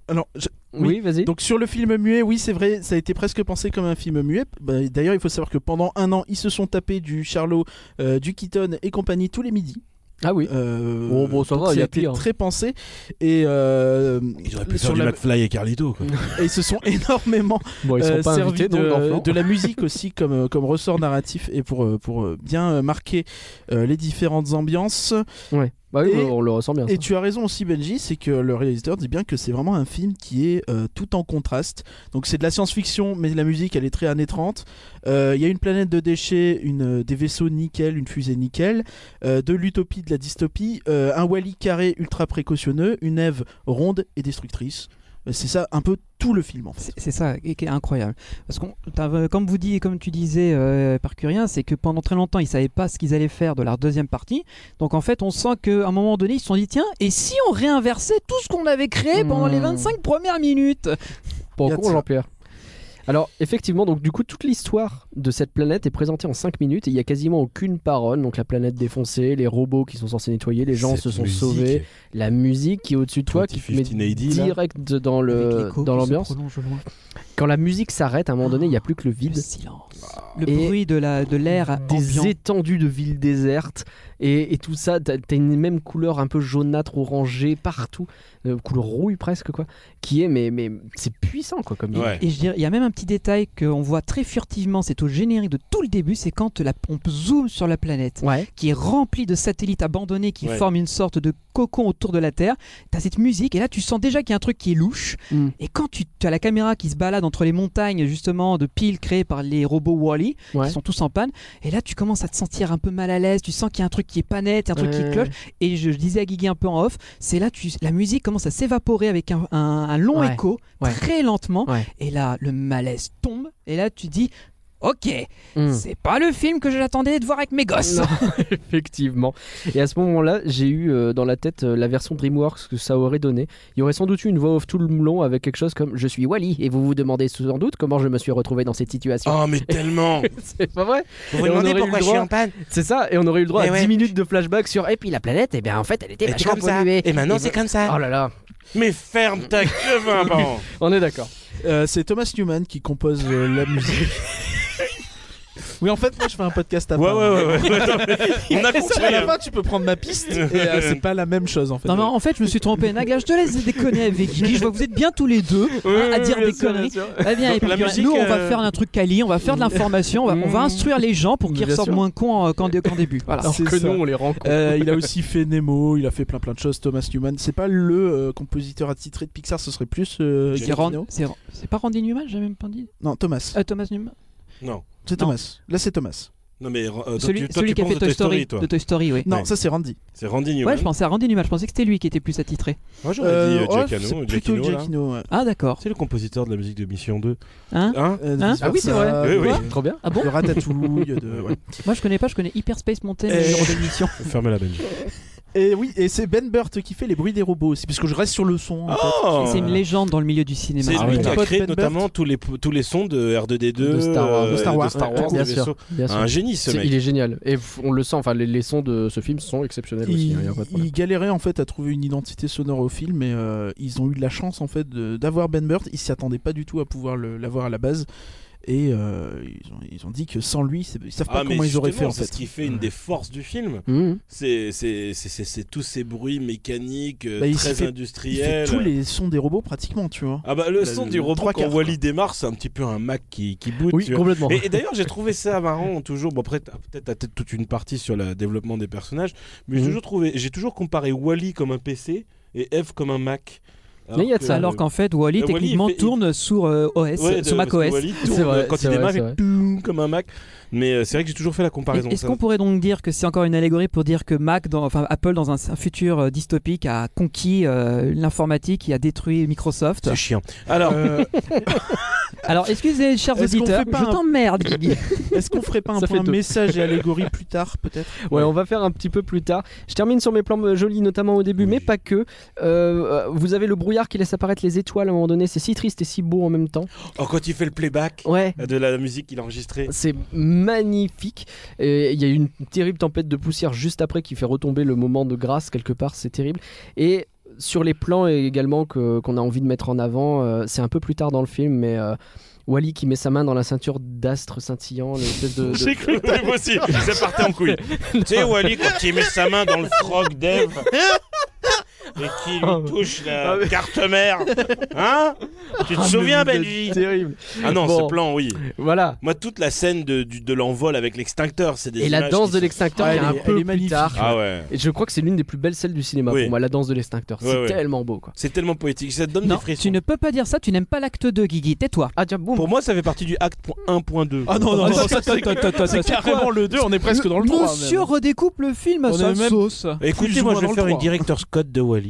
Speaker 6: Alors, je-
Speaker 4: Oui,
Speaker 6: Oui,
Speaker 4: vas-y.
Speaker 6: donc sur le film muet, oui, c'est vrai, ça a été presque pensé comme un film muet. Bah, D'ailleurs, il faut savoir que pendant un an, ils se sont tapés du Charlot, euh, du Keaton et compagnie tous les midis.
Speaker 4: Ah oui.
Speaker 6: Euh,
Speaker 4: Oh, bon, ça
Speaker 6: donc
Speaker 4: va, il y a
Speaker 6: été
Speaker 4: pire.
Speaker 6: très pensé et, euh,
Speaker 7: Ils auraient pu
Speaker 6: sur
Speaker 7: faire du
Speaker 6: la-
Speaker 7: McFly et Carlito. quoi.
Speaker 6: et ils se sont énormément
Speaker 4: Bon, ils sont
Speaker 6: euh,
Speaker 4: pas
Speaker 6: servi
Speaker 4: invités, donc
Speaker 6: de,
Speaker 4: d'enfants.
Speaker 6: de la musique aussi comme, euh, comme ressort narratif et pour, euh, pour euh, bien euh, marquer euh, les différentes ambiances.
Speaker 4: Ouais. Bah oui,
Speaker 6: Et-
Speaker 4: on le ressent bien. ça.
Speaker 6: Et tu as raison aussi Benji, c'est que le réalisateur dit bien que c'est vraiment un film qui est euh, tout en contraste. Donc c'est de la science-fiction, mais la musique elle est très années 30. Euh, Il y a une planète de déchets, une, euh, des vaisseaux nickel, une fusée nickel, euh, de l'utopie, de la dystopie, euh, un Wally carré ultra précautionneux, une Eve ronde et destructrice. Euh, C'est ça un peu tout le film en fait.
Speaker 10: C'est c'est ça qui qui est incroyable. Parce qu'on, t'as- euh, comme vous dis, comme tu disais, euh, Parcurien, c'est que pendant très longtemps, ils savaient pas ce qu'ils allaient faire de leur deuxième partie. Donc en fait, on sent qu'à un moment donné, ils se sont dit, tiens, et si on réinversait tout ce qu'on avait créé pendant les
Speaker 4: Hmm.
Speaker 10: 25 premières minutes
Speaker 4: Pas au
Speaker 6: Bien
Speaker 4: courant,
Speaker 6: sûr.
Speaker 4: Jean-Pierre. Alors, effectivement, donc du coup, toute l'histoire de cette planète est présentée en 5 minutes et il n'y a quasiment aucune parole. Donc, la planète défoncée, les robots qui sont censés nettoyer, les gens
Speaker 7: Cette
Speaker 4: se sont
Speaker 7: musique,
Speaker 4: sauvés, la musique qui est au-dessus de toi, qui te met
Speaker 7: 20, 15, 80, là.
Speaker 4: direct dans le
Speaker 10: Avec l'écho
Speaker 4: dans
Speaker 10: qui se
Speaker 4: l'ambiance.
Speaker 10: prolonge au loin.
Speaker 4: Quand la musique s'arrête, à un moment donné, il n'y a plus que le vide.
Speaker 10: Le
Speaker 4: Et
Speaker 10: bruit de la de l'air
Speaker 4: des
Speaker 10: ambiant.
Speaker 4: étendues de villes désertes et, et tout ça. T'as t'as une même couleur un peu jaunâtre, orangée partout, euh, couleur rouille presque quoi, qui est mais mais c'est puissant quoi comme.
Speaker 7: Ouais.
Speaker 10: Et je dirais, il y a même un petit détail qu'on voit très furtivement, c'est au générique de tout le début, c'est quand la, on zoome sur la planète,
Speaker 4: Ouais.
Speaker 10: qui est remplie de satellites abandonnés qui
Speaker 7: Ouais.
Speaker 10: forment une sorte de cocon autour de la Terre. T'as cette musique, et là tu sens déjà qu'il y a un truc qui est louche.
Speaker 4: Mm.
Speaker 10: Et quand tu as la caméra qui se balade entre les montagnes, justement, de piles créées par les robots Wally,
Speaker 4: Ouais.
Speaker 10: qui sont tous en panne, et là tu commences à te sentir un peu mal à l'aise, tu sens qu'il y a un truc qui est pas net, un truc qui
Speaker 4: Ouais.
Speaker 10: cloche. Et je, je disais à Guigui un peu en off, c'est là tu, la musique commence à s'évaporer avec un, un- un long
Speaker 4: Ouais.
Speaker 10: écho,
Speaker 4: Ouais.
Speaker 10: très lentement.
Speaker 4: Ouais.
Speaker 10: Et là, le malaise tombe. Et là, tu dis, ok,
Speaker 4: Mm.
Speaker 10: c'est pas le film que j'attendais de voir avec mes gosses.
Speaker 4: Non, Ah, effectivement. Et à ce moment-là, j'ai eu euh, dans la tête euh, la version DreamWorks que ça aurait donné. Il y aurait sans doute eu une voix off tout le long avec quelque chose comme Je suis Wally et vous vous demandez sans doute comment je me suis retrouvé dans cette situation.
Speaker 7: Oh, mais tellement
Speaker 4: C'est pas vrai
Speaker 1: Vous
Speaker 4: Et on aurait eu le droit-
Speaker 1: panne
Speaker 4: C'est ça, et on aurait eu le droit
Speaker 1: Mais
Speaker 4: à
Speaker 1: Eh ouais.
Speaker 4: 10 minutes de flashback sur Et puis la planète, et bien en fait, elle était
Speaker 1: Elle était
Speaker 4: vachement polluée. vous-
Speaker 1: comme ça.
Speaker 7: Ah.
Speaker 4: Oh là là,
Speaker 7: Mais ferme ta gueule, Vincent
Speaker 4: on est d'accord.
Speaker 6: Euh, c'est Thomas Newman qui compose euh, la musique. Oui, en fait, moi je fais un podcast à
Speaker 7: Ouais,
Speaker 6: part.
Speaker 7: ouais, ouais, ouais. On a
Speaker 6: À
Speaker 7: compris.
Speaker 6: la
Speaker 7: hein.
Speaker 6: fin, tu peux prendre ma piste et euh, c'est pas la même chose en fait.
Speaker 10: Non, mais en fait, je me suis trompé. Nagla, je te laisse déconner avec Guigui. Je vois que vous êtes bien tous les deux hein, à dire des conneries. Eh bien, et puis,
Speaker 7: la musique,
Speaker 10: nous, on va
Speaker 7: euh, Mm.
Speaker 10: faire un truc quali, on va faire de l'information, on va, on va instruire les gens pour qu'ils
Speaker 4: Bien
Speaker 10: ressortent
Speaker 4: sûr.
Speaker 10: moins cons euh, qu'en dé- qu'en début. Voilà.
Speaker 6: Alors C'est que ça. nous,
Speaker 4: on les rencontre.
Speaker 6: Euh, il a aussi fait Nemo, il a fait plein plein de choses. Thomas Newman, c'est pas le euh, compositeur attitré de Pixar, ce serait plus euh,
Speaker 10: C'est
Speaker 6: Giacchino.
Speaker 10: Rand- c'est- c'est pas Randy Newman, j'ai même pas dit.
Speaker 6: Non, Thomas.
Speaker 10: Euh, Thomas Newman.
Speaker 7: Non.
Speaker 6: C'est
Speaker 10: non.
Speaker 6: Thomas. Là, c'est Thomas.
Speaker 7: Non, mais euh, toi,
Speaker 10: celui
Speaker 7: tu, toi,
Speaker 10: celui
Speaker 7: tu
Speaker 10: qui a
Speaker 7: penses
Speaker 10: fait
Speaker 7: de Toy Story, toi.
Speaker 10: De Toy Story, oui.
Speaker 6: Non,
Speaker 7: Ouais.
Speaker 6: ça c'est Randy.
Speaker 7: C'est Randy Newman.
Speaker 10: Ouais, je pensais à Randy Newman. Je pensais que c'était lui qui était plus attitré.
Speaker 7: Moi, j'aurais
Speaker 6: Euh,
Speaker 7: dit
Speaker 6: ouais,
Speaker 7: euh,
Speaker 6: c'est
Speaker 7: Giacchino.
Speaker 6: plutôt
Speaker 7: Giacchino, là.
Speaker 6: Giacchino, ouais.
Speaker 10: Ah, d'accord.
Speaker 7: C'est le compositeur de la musique de Mission 2.
Speaker 10: Hein
Speaker 7: Hein
Speaker 6: Euh,
Speaker 10: Hein
Speaker 6: de
Speaker 4: Ah oui, c'est vrai.
Speaker 6: Versailles,
Speaker 7: Oui, oui.
Speaker 6: de-
Speaker 4: Trop bien.
Speaker 10: Ah bon
Speaker 6: De Ratatouille, de... ouais.
Speaker 10: Moi, je connais pas. Je connais Hyperspace Mountain,
Speaker 7: Eh.
Speaker 6: Euh,
Speaker 10: le numéro d'émission.
Speaker 7: Fermez la Benji.
Speaker 6: Et oui, et c'est Ben Burt qui fait les bruits des robots aussi, parce que je reste sur le son. en fait.
Speaker 7: Oh
Speaker 10: C'est une légende dans le milieu du cinéma.
Speaker 7: C'est
Speaker 4: Ah
Speaker 7: lui
Speaker 4: ouais.
Speaker 7: qui a
Speaker 6: Pote
Speaker 7: créé
Speaker 6: Ben Burt.
Speaker 7: notamment tous les, tous les sons de R2D2,
Speaker 4: De Star Wars.
Speaker 7: euh,
Speaker 4: De Star Wars,
Speaker 7: Star
Speaker 4: ouais,
Speaker 7: Wars,
Speaker 4: bien
Speaker 7: des
Speaker 4: sûr.
Speaker 7: vaisseaux.
Speaker 4: Bien sûr.
Speaker 7: Un génie ce
Speaker 4: C'est-
Speaker 7: mec.
Speaker 4: il est génial. Et f- on le sent, enfin, les, les sons de ce film sont exceptionnels aussi.
Speaker 6: Il,
Speaker 4: hein, y a pas de problème.
Speaker 6: il galérait en fait à trouver une identité sonore au film, mais euh, ils ont eu de la chance en fait de- d'avoir Ben Burt. Ils s'y attendaient pas du tout à pouvoir le- l'avoir à la base, et euh, ils, ont, ils ont dit que sans lui, c'est- ils savent pas
Speaker 7: Ah, mais
Speaker 6: comment ils auraient fait
Speaker 7: justement,
Speaker 6: en
Speaker 7: c'est
Speaker 6: fait.
Speaker 7: ce qui fait une des forces du film.
Speaker 4: Mhm.
Speaker 7: C'est c'est- c'est- c'est- c'est tous ces bruits mécaniques euh,
Speaker 6: Bah, il
Speaker 7: très
Speaker 6: fait- Il fait
Speaker 7: industriels.
Speaker 6: tous les sons des robots pratiquement, tu vois.
Speaker 7: Ah bah le
Speaker 6: le-
Speaker 7: son
Speaker 6: le-
Speaker 7: du
Speaker 6: le
Speaker 7: robot
Speaker 6: trois
Speaker 7: quand
Speaker 6: quarts,
Speaker 7: Wally démarre, c'est un petit peu un Mac qui, qui boot.
Speaker 4: Oui,
Speaker 7: tu vois.
Speaker 4: complètement.
Speaker 7: Et, et d'ailleurs, j'ai trouvé ça marrant toujours. Bon, après, t'as peut-être t'as peut-être toute une partie sur le développement des personnages, mais j'ai
Speaker 4: Mhm.
Speaker 7: toujours trouvé, j'ai toujours comparé Wally comme un PC et Eve comme un Mac.
Speaker 4: Mais il y a de
Speaker 7: que-
Speaker 4: ça.
Speaker 10: Alors qu'en fait, Wally
Speaker 7: Euh, Wally,
Speaker 10: techniquement
Speaker 7: il fait-
Speaker 10: tourne sur euh, OS,
Speaker 7: Ouais, de-
Speaker 10: sur Mac
Speaker 7: parce
Speaker 10: OS.
Speaker 7: que Wally tourne,
Speaker 4: C'est vrai,
Speaker 7: quand
Speaker 4: c'est
Speaker 7: il démarre,
Speaker 4: vrai,
Speaker 7: il fait toum comme un Mac. Mais euh, c'est vrai que j'ai toujours fait la comparaison.
Speaker 10: Est-ce
Speaker 7: ça.
Speaker 10: qu'on pourrait donc dire que c'est encore une allégorie pour dire que Mac, dans, enfin Apple, dans un, un futur euh, dystopique, a conquis euh, l'informatique et a détruit Microsoft
Speaker 7: C'est chiant. Alors,
Speaker 6: Euh,
Speaker 10: Alors, excusez, chers
Speaker 6: Est-ce qu'on
Speaker 10: auditeurs,
Speaker 6: fait pas
Speaker 10: je
Speaker 6: un-
Speaker 10: t'emmerde, Guigui.
Speaker 6: Est-ce qu'on ferait pas un
Speaker 4: Ah, Ça fait
Speaker 6: point
Speaker 4: deux.
Speaker 6: message et allégorie plus tard peut-être
Speaker 4: Ouais, on va faire un petit peu plus tard. Je termine sur mes plans euh, jolis, notamment au début, mais pas que. Euh, euh, vous avez le brouillard qui laisse apparaître les étoiles à un moment donné. C'est si triste et si beau en même temps.
Speaker 7: oh, quand il fait le playback
Speaker 4: Ouais.
Speaker 7: de la musique qu'il a enregistrée.
Speaker 4: C'est magnifique. Et Il y a une terrible tempête de poussière juste après qui fait retomber le moment de grâce quelque part. C'est terrible. Et sur les plans également que- qu'on a envie de mettre en avant, euh, c'est un peu plus tard dans le film, mais euh, Wally qui met sa main dans la ceinture d'astre scintillant, l'espèce de, de-
Speaker 7: J'ai cru que t'allais aussi. Ça partait en couille. tu sais, Wally, quand il met sa main dans le frog d'Eve et qu'il lui touche la carte mère. Hein Tu te
Speaker 4: Ah, mais
Speaker 7: souviens,
Speaker 4: vous êtes
Speaker 7: Benji
Speaker 4: Terrible.
Speaker 7: Ah non,
Speaker 4: Bon.
Speaker 7: ce plan, oui.
Speaker 4: Voilà.
Speaker 7: Moi, toute la scène de, du- de l'envol avec l'extincteur, c'est des
Speaker 4: Et la
Speaker 7: images
Speaker 4: danse
Speaker 7: qui
Speaker 4: de
Speaker 7: sont-
Speaker 4: l'extincteur,
Speaker 6: Ah,
Speaker 4: il y a
Speaker 6: elle
Speaker 4: un
Speaker 6: est-
Speaker 4: peu
Speaker 6: elle est
Speaker 4: plus
Speaker 6: magnifique.
Speaker 4: tard.
Speaker 7: Ah ouais.
Speaker 4: Et je crois que c'est l'une des plus belles scènes du cinéma
Speaker 7: Oui.
Speaker 4: pour moi, la danse de l'extincteur.
Speaker 7: Ouais,
Speaker 4: c'est
Speaker 7: ouais.
Speaker 4: tellement beau quoi.
Speaker 7: C'est tellement poétique. Ça te donne
Speaker 10: non,
Speaker 7: des frissons.
Speaker 10: tu ne peux pas dire ça, tu n'aimes pas l'acte 2, Guigui, tais-toi.
Speaker 4: Ah tiens, boum
Speaker 7: Pour moi, ça fait partie du acte point 1.2.
Speaker 6: Ah non non, non,
Speaker 10: Attends,
Speaker 6: ça,
Speaker 10: attends,
Speaker 6: c'est-
Speaker 10: attends, attends,
Speaker 6: c'est
Speaker 10: attends,
Speaker 6: carrément le 2, on est presque dans le 3
Speaker 10: Monsieur redécoupe le film à
Speaker 6: On
Speaker 10: sa
Speaker 6: est même-
Speaker 10: sauce.
Speaker 7: Écoutez, moi, je vais faire une
Speaker 6: directe
Speaker 7: director's cut de Wally.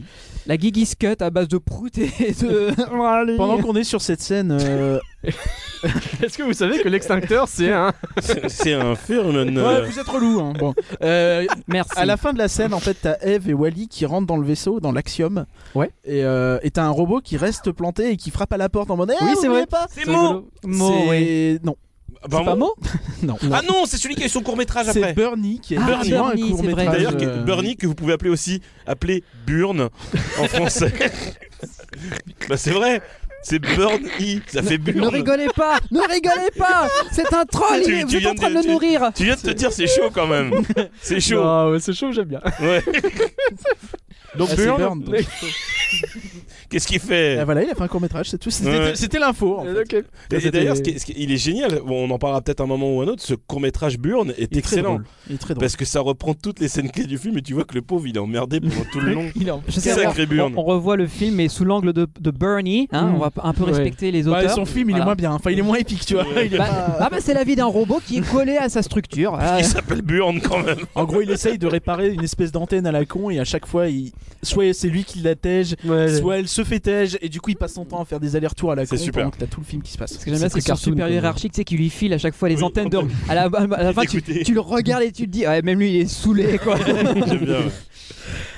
Speaker 10: La Guigui Scut à base de prout et de.
Speaker 6: Pendant qu'on est sur cette scène, euh,
Speaker 4: Est-ce que vous savez que l'extincteur c'est un.
Speaker 7: C'est c'est un phénomène.
Speaker 6: ouais,
Speaker 7: euh,
Speaker 6: vous êtes relou. Hein. Bon. Euh,
Speaker 10: Merci.
Speaker 6: à la fin de la scène, en fait, t'as Eve et Wally qui rentrent dans le vaisseau, dans l'axiome.
Speaker 4: Ouais.
Speaker 6: Et euh, et t'as un robot qui reste planté et qui frappe à la porte en mode. Eh,
Speaker 4: Oui,
Speaker 6: vous
Speaker 4: c'est vrai.
Speaker 6: voulez Pas
Speaker 7: C'est Mo
Speaker 4: rigolo.
Speaker 10: Mo, ouais.
Speaker 6: C'est- Non.
Speaker 7: Bah,
Speaker 6: C'est pas
Speaker 7: Mo
Speaker 6: Mo Non.
Speaker 7: Ah non, c'est celui qui a eu son court-métrage
Speaker 6: C'est
Speaker 7: après.
Speaker 6: Bernie qui est
Speaker 10: Ah,
Speaker 6: Bernie,
Speaker 10: Bernie,
Speaker 6: un
Speaker 10: c'est vrai.
Speaker 6: court-métrage,
Speaker 7: D'ailleurs,
Speaker 6: euh,
Speaker 7: qui est Bernie, que vous pouvez appeler aussi appeler Burn en français. bah, c'est vrai. C'est Burn E, ça fait
Speaker 11: Ne
Speaker 7: burn.
Speaker 11: rigolez pas Ne rigolez pas C'est un troll
Speaker 7: Tu-
Speaker 11: il est-
Speaker 7: tu
Speaker 11: Vous êtes
Speaker 7: viens
Speaker 11: en train de
Speaker 7: de-
Speaker 11: le nourrir
Speaker 7: Tu viens de te dire, c'est chaud quand même. C'est chaud.
Speaker 10: Ah,
Speaker 6: Ah,
Speaker 4: Non, ouais, c'est chaud, j'aime bien.
Speaker 7: Ouais.
Speaker 6: Donc
Speaker 4: Ah, c'est
Speaker 6: Burn.
Speaker 4: Burn, donc.
Speaker 7: Qu'est-ce qu'il fait
Speaker 6: Ah, voilà, il a fait un court métrage, c'est tout. C'était
Speaker 7: Ouais.
Speaker 6: c'était l'info. en fait.
Speaker 4: Ok.
Speaker 6: ben,
Speaker 7: Et- Et
Speaker 4: C'était-
Speaker 7: d'ailleurs, ce qui est- ce qui est- il est génial, bon, on en parlera peut-être un moment ou un autre, ce court-métrage Burn est
Speaker 6: Il est très
Speaker 7: excellent.
Speaker 6: drôle. Il est très drôle.
Speaker 7: Parce que ça reprend toutes les scènes clés du film et tu vois que le pauvre il est emmerdé pendant tout le long.
Speaker 6: Il est en-
Speaker 10: Je sais,
Speaker 7: Sacré
Speaker 10: on-
Speaker 7: burn.
Speaker 10: on, on revoit le film, mais sous l'angle de, de Bernie. hein,
Speaker 4: Mm.
Speaker 10: On va un peu
Speaker 4: Ouais.
Speaker 10: respecter les
Speaker 6: Bah,
Speaker 10: auteurs.
Speaker 6: son film, il est
Speaker 10: Voilà.
Speaker 6: moins bien. Enfin, il est moins épique, tu vois. Il est
Speaker 10: Bah,
Speaker 6: pas-
Speaker 10: ah bah c'est la vie d'un robot qui est collé à sa structure. Ah,
Speaker 7: Il s'appelle Burn quand même.
Speaker 6: En gros, il essaye de réparer une espèce d'antenne à la con et à chaque fois, il... soit c'est lui qui la tège,
Speaker 4: Ouais.
Speaker 6: soit elle se fait tège et du coup, il passe son temps à faire des allers-retours à la con.
Speaker 7: C'est super.
Speaker 6: pendant que T'as tout le film qui se passe.
Speaker 10: Ce que j'aime bien,
Speaker 4: C'est
Speaker 10: c'est
Speaker 4: très
Speaker 10: son
Speaker 4: cartoon,
Speaker 10: supérieur
Speaker 4: quoi.
Speaker 10: hiérarchique, c'est qui lui file à chaque fois les
Speaker 7: Oui.
Speaker 10: antennes de. À la, à la fin, tu,
Speaker 7: Dégoûté.
Speaker 10: tu le regardes et tu te dis, ouais, même lui, il est saoulé quoi.
Speaker 7: J'aime bien. ouais.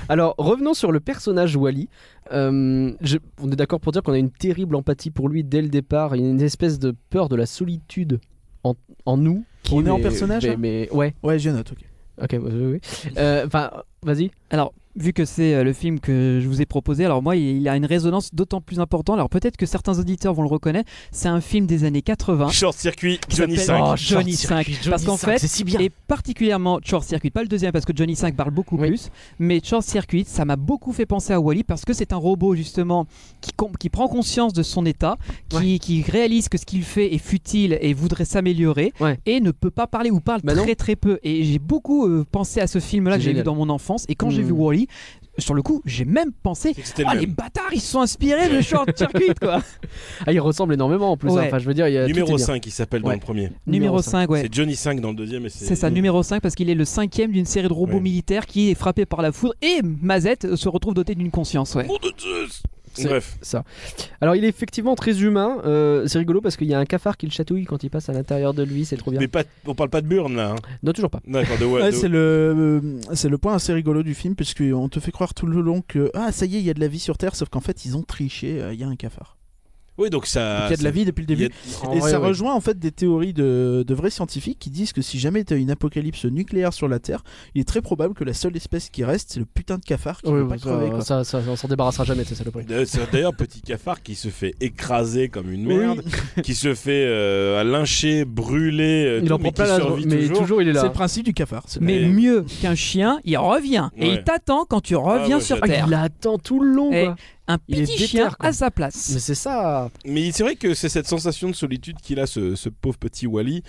Speaker 4: Alors, revenons sur le personnage Wally. Euh, je- on est d'accord pour dire qu'on a une terrible empathie pour lui dès le départ. Il y a une espèce de peur de la solitude en, en nous. qui
Speaker 6: On est en
Speaker 4: mais-
Speaker 6: personnage, hein
Speaker 4: mais-
Speaker 6: là
Speaker 4: mais, ouais.
Speaker 6: Ouais, je note, ok.
Speaker 4: Ok, oui, oui, oui. Euh, Enfin, vas-y.
Speaker 10: Alors, vu que c'est euh, le film que je vous ai proposé, alors moi, il il a une résonance d'autant plus importante. Alors peut-être que certains auditeurs vont le reconnaître. C'est un film des années 80.
Speaker 7: Short circuit,
Speaker 10: qui
Speaker 7: Johnny 5.
Speaker 10: s'appelle Johnny 5. Parce qu'en fait,
Speaker 4: c'est si bien.
Speaker 10: et particulièrement Short Circuit, pas le deuxième parce que Johnny 5 parle beaucoup
Speaker 4: Oui.
Speaker 10: plus, mais Short Circuit, ça m'a beaucoup fait penser à Wally parce que c'est un robot justement qui, com- qui prend conscience de son état, qui, qui réalise que ce qu'il fait est futile et voudrait s'améliorer
Speaker 4: Ouais.
Speaker 10: et ne peut pas parler ou parle
Speaker 4: Bah non.
Speaker 10: très très peu. Et j'ai beaucoup euh, pensé à ce film-là
Speaker 4: C'est
Speaker 10: que j'ai vu
Speaker 4: génial.
Speaker 10: dans mon enfance et quand j'ai
Speaker 4: Mm.
Speaker 10: vu Wally, sur le coup, j'ai même pensé.
Speaker 7: C'était
Speaker 10: Oh,
Speaker 6: Ah,
Speaker 7: le
Speaker 10: les
Speaker 7: même.
Speaker 10: bâtards, ils se sont inspirés de Short Circuit quoi!
Speaker 4: Ah, il ressemble énormément en plus. hein.
Speaker 10: Ouais.
Speaker 4: Enfin, je veux dire, il y a, tout est
Speaker 7: Numéro
Speaker 4: bien.
Speaker 7: 5, il s'appelle dans
Speaker 4: Ouais.
Speaker 7: le premier.
Speaker 10: Numéro
Speaker 4: Numéro
Speaker 10: 5, ouais.
Speaker 7: C'est Johnny 5 dans le deuxième. et
Speaker 10: C'est ça, numéro 5, parce qu'il est le cinquième d'une série de robots
Speaker 7: Ouais.
Speaker 10: militaires qui est frappé par la foudre et Mazette euh, se retrouve doté d'une conscience, ouais.
Speaker 7: Nom de Zeus
Speaker 4: C'est-
Speaker 7: Bref,
Speaker 4: Alors, il est effectivement très humain. Euh, c'est rigolo parce qu'il y a un cafard qui le chatouille quand il passe à l'intérieur de lui. C'est trop bien.
Speaker 7: mais pas, on parle pas de Burn là. hein.
Speaker 4: Non, toujours pas.
Speaker 7: D'accord, de
Speaker 6: Ouais,
Speaker 7: Wally.
Speaker 6: c'est le euh, c'est le point assez rigolo du film puisque on te fait croire tout le long que ah ça y est il y a de la vie sur Terre sauf qu'en fait ils ont triché euh, il y a un cafard
Speaker 7: Oui, donc ça.
Speaker 6: il y a de la vie depuis le
Speaker 7: Ah, il y
Speaker 6: début
Speaker 7: a-
Speaker 6: et
Speaker 4: Ouais,
Speaker 6: ça
Speaker 4: ouais.
Speaker 6: rejoint en fait des théories de, de vrais scientifiques qui disent que si jamais t'as une apocalypse nucléaire sur la Terre il est très probable que la seule espèce qui reste c'est le putain de cafard qui
Speaker 4: Ouais,
Speaker 6: veut pas
Speaker 4: ouais,
Speaker 6: crever quoi.
Speaker 4: ça, ça- ça- on s'en débarrassera jamais de ces saloperies.
Speaker 7: D'ailleurs, c'est D'ailleurs, petit cafard qui se fait écraser comme une merde, qui se fait euh, lyncher, brûler, euh,
Speaker 4: Il
Speaker 7: tout,
Speaker 4: en prend
Speaker 7: mais qui
Speaker 4: plein la
Speaker 7: survit
Speaker 4: mais
Speaker 7: toujours.
Speaker 4: toujours il est
Speaker 6: c'est
Speaker 4: là. hein.
Speaker 6: le principe du cafard c'est-
Speaker 10: Mais
Speaker 7: Ouais.
Speaker 10: mieux qu'un chien, il revient et
Speaker 7: Ouais. Ah,
Speaker 10: il t'attend quand tu reviens
Speaker 7: ouais,
Speaker 10: sur
Speaker 7: j'adore.
Speaker 10: Terre.
Speaker 4: Ah, Il attend tout le long.
Speaker 10: Et
Speaker 4: quoi.
Speaker 10: un
Speaker 4: Il est
Speaker 10: petit
Speaker 4: déter,
Speaker 10: chien
Speaker 4: quoi.
Speaker 10: à sa
Speaker 4: Mais
Speaker 10: place.
Speaker 4: c'est ça.
Speaker 7: Mais c'est vrai que c'est cette sensation de solitude qu'il a, ce, ce pauvre petit Wally.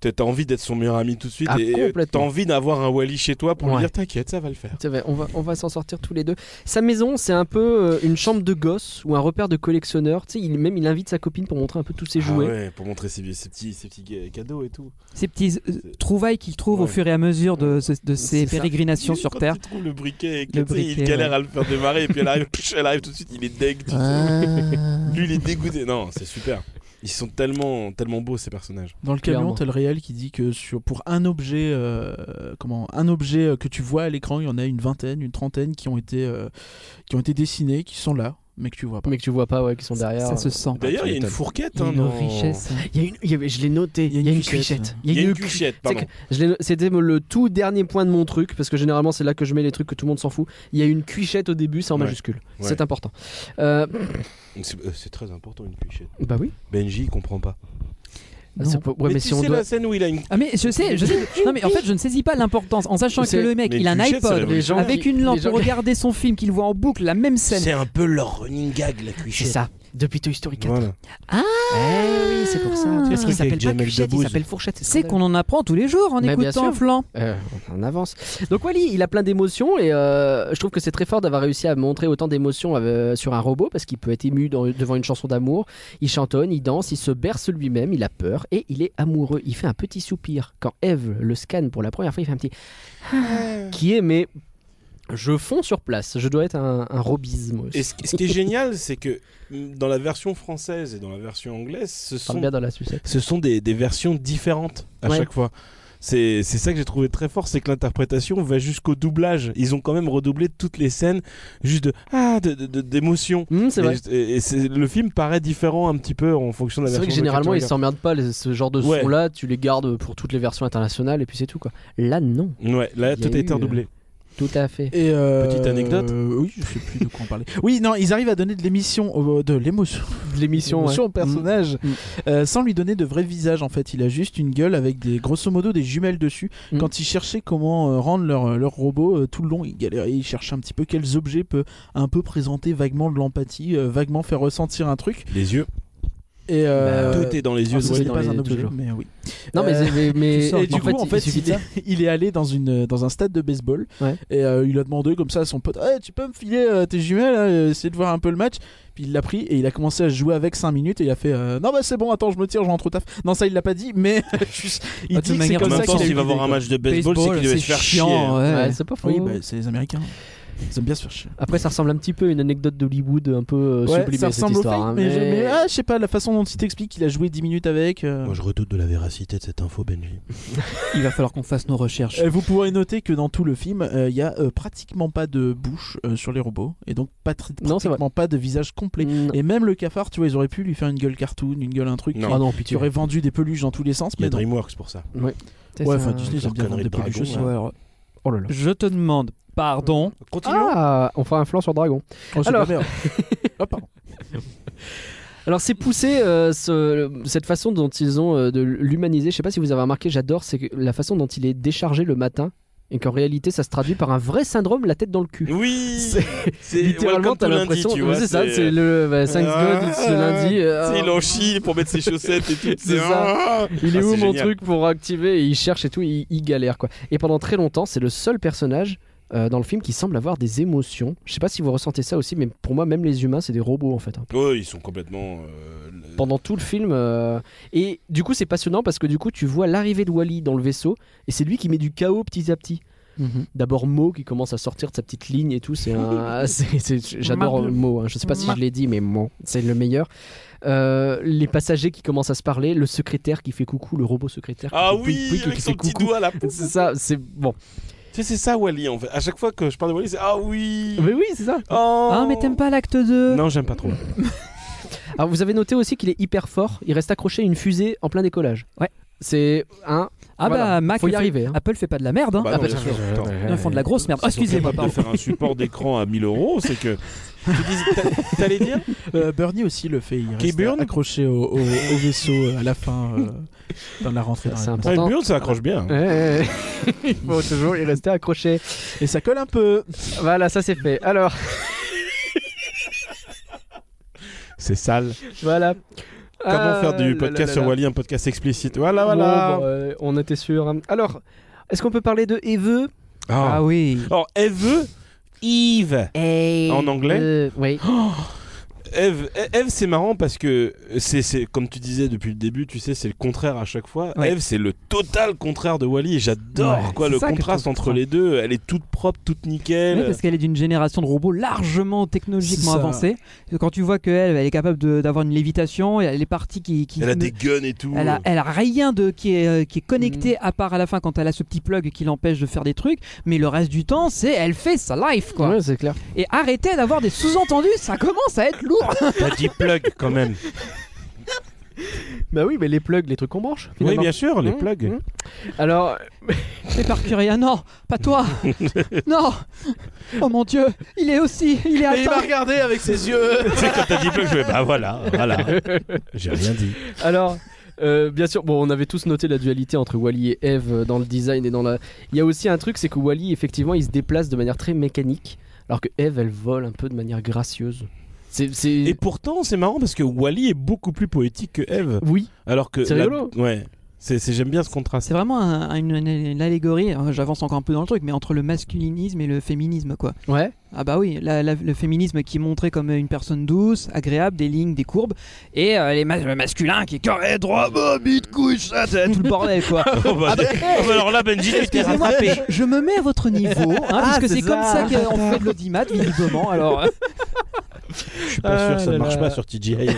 Speaker 7: T'as t'as envie d'être son meilleur ami tout de suite
Speaker 4: Ah,
Speaker 7: et euh, t'as
Speaker 4: complètement.
Speaker 7: envie d'avoir un Wally chez toi pour
Speaker 4: Ouais.
Speaker 7: lui dire t'inquiète, ça va le faire.
Speaker 4: C'est vrai, on va, on va s'en sortir tous les deux. Sa maison, c'est un peu euh, une chambre de gosse ou un repère de collectionneur. Tu sais, il, même il invite sa copine pour montrer un peu tous ses jouets.
Speaker 7: Ah ouais, pour montrer ses, ses petits, ses petits ga- cadeaux et tout.
Speaker 10: Ces petits euh,
Speaker 7: C'est-
Speaker 10: trouvailles qu'il trouve au
Speaker 7: Ouais.
Speaker 10: fur et à mesure de, ce- de ses
Speaker 4: C'est ça.
Speaker 10: pérégrinations sur
Speaker 7: Quand
Speaker 10: Terre.
Speaker 7: Il trouve le briquet et que,
Speaker 10: Le
Speaker 7: tu sais,
Speaker 10: briquet,
Speaker 7: il galère
Speaker 10: ouais.
Speaker 7: à le faire démarrer et puis elle arrive, elle arrive tout de suite, il est deg. tu sais.
Speaker 4: Euh,
Speaker 7: Lui, il est dégoûté. Non, c'est super. Ils sont tellement, tellement beaux ces personnages.
Speaker 6: Dans le camion,
Speaker 4: Clairement.
Speaker 6: t'as le réel qui dit que sur, pour un objet, euh, comment, un objet euh, que tu vois à l'écran, il y en a une vingtaine, une trentaine qui ont été, euh, qui ont été dessinés, qui sont là, mais que tu vois pas.
Speaker 4: Mais que tu vois pas, ouais, qui sont derrière.
Speaker 10: Ça se sent.
Speaker 7: hein. D'ailleurs,
Speaker 4: tu
Speaker 7: il y a une
Speaker 4: m'étonnes.
Speaker 7: fourquette.
Speaker 10: Bah, Il y a
Speaker 7: hein,
Speaker 10: une
Speaker 7: dans-
Speaker 10: richesse.
Speaker 4: Il y a une- il y avait- je l'ai noté. Il y a une
Speaker 6: cuchette.
Speaker 4: cuchette.
Speaker 7: hein. Il y a une
Speaker 4: cu-
Speaker 7: cuchette,
Speaker 4: C'est
Speaker 7: pardon.
Speaker 4: que je l'ai- C'était le tout dernier point de mon truc, parce que généralement c'est là que je mets les trucs que tout le monde s'en fout. Il y a une cuichette au début, c'est en
Speaker 7: Ouais.
Speaker 4: majuscule.
Speaker 7: Ouais.
Speaker 4: C'est important. Euh,
Speaker 7: Donc C'est euh, c'est très important une cuchette.
Speaker 4: bah oui.
Speaker 7: Benji, il comprend pas.
Speaker 10: Non.
Speaker 4: Ah, C'est pour- ouais, mais,
Speaker 7: tu
Speaker 4: si on
Speaker 7: sais
Speaker 4: doit.
Speaker 7: la scène où il a une.
Speaker 10: Ah mais je sais, je sais. Non mais en fait, je ne saisis pas l'importance en sachant que
Speaker 4: C'est-
Speaker 10: le mec,
Speaker 7: Mais
Speaker 10: il a un
Speaker 7: une cuchette, ça
Speaker 10: iPod
Speaker 7: révolutionne. gens
Speaker 10: avec une lampe
Speaker 4: les gens-
Speaker 10: pour regarder son film qu'il voit en boucle, la même scène.
Speaker 7: C'est un peu leur running gag la
Speaker 4: C'est
Speaker 7: cuchette.
Speaker 4: ça. Depuis Toy Story 4.
Speaker 7: Voilà.
Speaker 4: Eh oui, c'est pour ça.
Speaker 10: C'est
Speaker 4: Parce
Speaker 10: ce
Speaker 4: qu'il
Speaker 7: Ah. truc
Speaker 4: s'appelle
Speaker 7: avec
Speaker 4: pas
Speaker 7: Jamel
Speaker 4: cuchette, il
Speaker 7: Debbouze.
Speaker 4: s'appelle fourchette.
Speaker 10: C'est
Speaker 4: scandaleux.
Speaker 10: qu'on Bah, en apprend tous les jours en
Speaker 4: Mais bien
Speaker 10: écoutant
Speaker 4: sûr.
Speaker 10: Flan.
Speaker 4: Euh, on avance. Donc Wally, il a plein d'émotions et euh, je trouve que c'est très fort d'avoir réussi à montrer autant d'émotions euh, sur un robot parce qu'il peut être ému dans- devant une chanson d'amour. Il chantonne, il danse, il se berce lui-même, il a peur et il est amoureux. Il fait un petit soupir quand Eve le scanne pour la première fois. Il fait un petit
Speaker 7: Ah.
Speaker 4: qui est mais je fonds sur place. Je dois être un, un robisme.
Speaker 7: Et ce, ce qui est génial, c'est que mm, dans la version française et dans la version anglaise, ce sont,
Speaker 4: bien dans la sucette.
Speaker 7: ce sont des, des versions différentes à
Speaker 4: Ouais.
Speaker 7: chaque fois. C'est c'est ça que j'ai trouvé très fort, c'est que l'interprétation va jusqu'au doublage. Ils ont quand même redoublé toutes les scènes juste de ah de- de- de- d'émotion.
Speaker 4: Hum, c'est
Speaker 7: Et-
Speaker 4: vrai.
Speaker 7: Et, et c'est- le film paraît différent un petit peu en fonction de la
Speaker 4: C'est
Speaker 7: version.
Speaker 4: vrai que généralement ils
Speaker 7: anglaise.
Speaker 4: s'emmerdent pas les- ce genre de
Speaker 7: Ouais.
Speaker 4: son là, tu les gardes pour toutes les versions internationales et puis c'est tout quoi. Là non.
Speaker 7: Ouais, là
Speaker 4: Il y a
Speaker 7: tout a été
Speaker 4: eu, euh,
Speaker 7: redoublé.
Speaker 4: Tout à fait.
Speaker 6: Et euh,
Speaker 4: Petite anecdote
Speaker 6: euh, Oui, je sais plus de quoi on parlait. Oui, non, ils arrivent à donner de l'émission, au- de l'émotion,
Speaker 4: de l'émission
Speaker 6: au
Speaker 4: ouais.
Speaker 6: personnage,
Speaker 4: Mm. Mm.
Speaker 6: euh, sans lui donner de vrai visage. En fait, il a juste une gueule avec des, grosso modo, des jumelles dessus.
Speaker 4: Mm.
Speaker 6: Quand ils cherchaient comment euh, rendre leur, leur robot euh, tout le long, ils galéraient, ils cherchaient un petit peu quels objets peut un peu présenter vaguement de l'empathie, euh, vaguement faire ressentir un truc.
Speaker 7: Les yeux.
Speaker 6: Et euh,
Speaker 7: Bah, tout est dans
Speaker 4: ah,
Speaker 7: les yeux,
Speaker 6: alors,
Speaker 7: tout
Speaker 6: Ce
Speaker 7: est
Speaker 6: n'est
Speaker 7: dans
Speaker 6: pas
Speaker 7: les-
Speaker 6: un objet,
Speaker 7: toujours.
Speaker 6: mais oui.
Speaker 4: Non, mais
Speaker 6: Euh,
Speaker 4: c'est- mais- mais-
Speaker 6: tout sort.
Speaker 4: mais
Speaker 6: et du
Speaker 4: en
Speaker 6: coup,
Speaker 4: fait,
Speaker 6: en
Speaker 4: il
Speaker 6: fait,
Speaker 4: suffit
Speaker 6: il,
Speaker 4: de-
Speaker 6: il est allé dans une dans un stade de baseball et euh, il a demandé comme ça à son pote, Eh, tu peux me filer euh, tes jumelles, là, euh, essayer de voir un peu le match. Puis il l'a pris et il a commencé à jouer avec 5 minutes et il a fait, euh, non bah c'est bon, attends, je me tire, je rentre au taf. Non ça il l'a pas dit, mais juste, il
Speaker 7: Ah, de
Speaker 6: dit que c'est
Speaker 7: manière,
Speaker 6: comme
Speaker 7: en
Speaker 6: ça
Speaker 7: même temps,
Speaker 6: qu'il a
Speaker 7: s'il
Speaker 6: eu
Speaker 7: va
Speaker 6: l'idée,
Speaker 7: voir un
Speaker 6: quoi.
Speaker 7: match de baseball, c'est qu'il devait se faire chier. hein.
Speaker 4: Ouais, c'est pas faux.
Speaker 6: Oui, bah, c'est les Américains. Ils aiment bien se faire chier.
Speaker 4: Après, ça ressemble un petit peu à une anecdote d'Hollywood un peu euh,
Speaker 6: Ouais,
Speaker 4: sublimée
Speaker 6: ça
Speaker 4: cette
Speaker 6: ressemble au
Speaker 4: histoire.
Speaker 6: fake,
Speaker 4: hein,
Speaker 6: mais, je,
Speaker 4: mais-
Speaker 6: mais, ah, je sais pas, la façon dont il t'explique qu'il a joué 10 minutes avec. euh,
Speaker 7: Moi, je redoute de la véracité de cette info, Benji.
Speaker 10: Il va falloir qu'on fasse nos recherches.
Speaker 6: Euh, vous pourrez noter que dans tout le film, euh, il y a euh, pratiquement pas de bouche euh, sur les robots et donc pas tr- pratiquement pas de visage complet. Et même le cafard, tu vois, ils auraient pu lui faire une gueule cartoon, une gueule un truc.
Speaker 7: Non.
Speaker 6: qui,
Speaker 7: Ah non,
Speaker 6: qui
Speaker 7: pitié.
Speaker 6: aurait vendu des peluches dans tous les sens.
Speaker 7: Il y a
Speaker 6: mais non.
Speaker 7: DreamWorks pour ça.
Speaker 4: Ouais.
Speaker 6: Ouais, enfin Disney, ils aiment bien vendre des peluches aussi.
Speaker 4: Oh là là.
Speaker 10: Je te demande, pardon.
Speaker 4: Ah, on fera un flanc sur Dragon.
Speaker 6: Oh, c'est
Speaker 4: Alors,
Speaker 6: pas merde. Oh, pardon.
Speaker 4: Alors c'est poussé euh, ce- cette façon dont ils ont euh, de l'humaniser. Je sais pas si vous avez remarqué, j'adore c'est que la façon dont il est déchargé le matin et qu'en réalité ça se traduit par un vrai syndrome la tête dans le cul.
Speaker 7: Oui C'est
Speaker 4: Littéralement,
Speaker 7: Welcome to
Speaker 4: t'as
Speaker 7: lundi,
Speaker 4: l'impression.
Speaker 7: tu
Speaker 4: Ouais,
Speaker 7: vois,
Speaker 4: C'est ça, c'est le bah, Thanks God, c'est lundi. euh,
Speaker 7: Tu sais, Il en chie pour mettre ses chaussettes et tout.
Speaker 4: C'est ça.
Speaker 7: Ah,
Speaker 4: Il est
Speaker 7: c'est
Speaker 4: où mon
Speaker 7: génial.
Speaker 4: truc pour activer Et Il cherche et tout, il, il galère quoi. Et pendant très longtemps, c'est le seul personnage euh, dans le film qui semble avoir des émotions. Je sais pas si vous ressentez ça aussi, mais pour moi, même les humains, c'est des robots en fait. hein.
Speaker 7: Ouais, ils sont complètement. euh, le-
Speaker 4: Pendant tout le film. euh, Et du coup, c'est passionnant parce que du coup, tu vois l'arrivée de Wally dans le vaisseau et c'est lui qui met du chaos petit à petit.
Speaker 10: Mhm.
Speaker 4: D'abord Mo qui commence à sortir de sa petite ligne et tout, c'est un... c'est- c'est- j'adore
Speaker 10: Ma-
Speaker 4: Mo, hein. je sais pas si
Speaker 10: Ma-
Speaker 4: je l'ai dit mais Mo, c'est le meilleur. Euh, les passagers qui commencent à se parler, le secrétaire qui fait coucou, le robot secrétaire. qui
Speaker 7: Ah
Speaker 4: fait pouic,
Speaker 7: oui,
Speaker 4: pouic et
Speaker 7: avec
Speaker 4: qui
Speaker 7: son
Speaker 4: fait
Speaker 7: petit
Speaker 4: coucou.
Speaker 7: doigt là.
Speaker 4: C'est ça, c'est bon.
Speaker 7: Tu sais, c'est ça Wally en fait. À chaque fois que je parle de Wally, c'est Ah oui
Speaker 4: Mais oui, c'est ça.
Speaker 7: Oh
Speaker 10: Ah, mais t'aimes pas l'acte 2
Speaker 7: Non, j'aime pas Hein trop.
Speaker 4: Alors vous avez noté aussi qu'il est hyper fort, il reste accroché à une fusée en plein décollage.
Speaker 10: Ouais.
Speaker 4: C'est un.
Speaker 10: Ah bah, Mac
Speaker 4: Faut y
Speaker 10: fait-
Speaker 4: arriver. hein.
Speaker 10: Apple fait pas de la merde, hein.
Speaker 7: Bah
Speaker 4: Ah,
Speaker 7: non,
Speaker 4: bah,
Speaker 7: bien sûr. Attends.
Speaker 10: Ils font de la grosse merde. Oh, excusez-moi,
Speaker 7: de
Speaker 10: pardon.
Speaker 7: faire un support d'écran à 1000 euros, c'est que. Tu dis- t'a- T'allais dire
Speaker 6: Euh, Bernie aussi le fait. Il reste
Speaker 7: Keyburn
Speaker 6: accroché au, au- au vaisseau euh, à la fin, euh, dans la rentrée. dans la-
Speaker 4: C'est
Speaker 7: Ouais,
Speaker 4: important.
Speaker 7: Burn, Ah, ça accroche bien.
Speaker 4: Ouais, ouais, ouais. il faut toujours y rester accroché.
Speaker 6: Et ça colle un peu.
Speaker 4: Voilà, ça c'est fait. Alors,
Speaker 7: C'est sale.
Speaker 4: voilà.
Speaker 7: Comment faire du
Speaker 4: Ah, là, là,
Speaker 7: podcast
Speaker 4: là,
Speaker 7: sur
Speaker 4: là.
Speaker 7: Wally, un podcast explicite Voilà, voilà.
Speaker 4: Bon, bah, euh, on était sûr. Alors, est-ce qu'on peut parler de Eveux
Speaker 10: Ah oui.
Speaker 7: Alors, Eve, Eve en anglais.
Speaker 6: Euh,
Speaker 4: Oui.
Speaker 7: Eve, E-, Eve c'est marrant parce que c'est, c'est comme tu disais depuis le début, tu sais, c'est le contraire à chaque fois.
Speaker 10: Ouais.
Speaker 7: Eve, c'est le total contraire de Wally. et J'adore
Speaker 10: Ouais,
Speaker 7: quoi
Speaker 10: c'est
Speaker 7: le
Speaker 10: ça que je
Speaker 7: contraste
Speaker 10: trouve
Speaker 7: entre
Speaker 10: ça.
Speaker 7: les deux. Elle est toute propre, toute nickel.
Speaker 10: Oui, parce qu'elle est d'une génération de robots largement technologiquement
Speaker 6: C'est ça.
Speaker 10: avancée. Quand tu vois qu'elle, elle est capable de- d'avoir une lévitation, et elle est partie qui. qui
Speaker 7: elle a des guns et tout.
Speaker 10: Elle a, elle a rien de qui est, euh, qui est connecté à part à la fin quand elle a ce petit plug qui l'empêche de faire des trucs, mais le reste du temps c'est elle fait sa life quoi.
Speaker 4: c'est clair.
Speaker 10: Et arrêtez d'avoir des sous-entendus, ça commence à être lourd.
Speaker 7: T'as dit plug quand même.
Speaker 4: Bah oui, mais les plugs, les trucs qu'on branche.
Speaker 7: oui,
Speaker 4: finalement.
Speaker 7: bien sûr, les
Speaker 4: Mmh,
Speaker 7: plugs.
Speaker 4: mmh. Alors,
Speaker 10: Mais par Curia, non, pas toi. non. Oh mon dieu, il est aussi, il est
Speaker 6: Et il m'a
Speaker 10: atteint.
Speaker 6: regardé avec ses yeux.
Speaker 7: Tu sais, quand t'as dit plug, je fais bah voilà, voilà. J'ai rien dit.
Speaker 4: alors. euh, bien sûr, bon, on avait tous noté la dualité entre Wally et Eve euh, dans le design et dans la. Il y a aussi un truc, c'est que Wally, effectivement, il se déplace de manière très mécanique, alors que Eve, elle vole un peu de manière gracieuse. C'est. c'est-
Speaker 7: Et pourtant, c'est marrant parce que Wally est beaucoup plus poétique que Eve.
Speaker 4: Oui.
Speaker 7: Alors que
Speaker 4: C'est
Speaker 7: la-
Speaker 4: rigolo.
Speaker 7: Ouais. C'est, c'est- j'aime bien ce contraste.
Speaker 10: C'est vraiment un- une, une- une allégorie, euh, j'avance encore un peu dans le truc, mais entre le masculinisme et le féminisme, quoi.
Speaker 4: Ouais.
Speaker 10: Ah bah oui, la- la- le féminisme qui est montré comme une personne douce, agréable, des lignes, des courbes, et euh, les ma- le masculin qui est carré, droit, bas, bite, couche, ça, ça, tout le bordel, quoi.
Speaker 7: Oh, bah, oh, bah, alors là, Benji, tu t'es
Speaker 10: Excusez-moi,
Speaker 7: rattrapé.
Speaker 10: je, je me mets à votre niveau, hein, parce que
Speaker 4: c'est
Speaker 10: c'est comme ça
Speaker 4: ça.
Speaker 10: qu'on fait de l'audimat, visiblement, alors...
Speaker 7: Je suis pas
Speaker 4: Ah
Speaker 7: sûr,
Speaker 4: là
Speaker 7: ça ne marche
Speaker 4: là.
Speaker 7: pas sur TGI.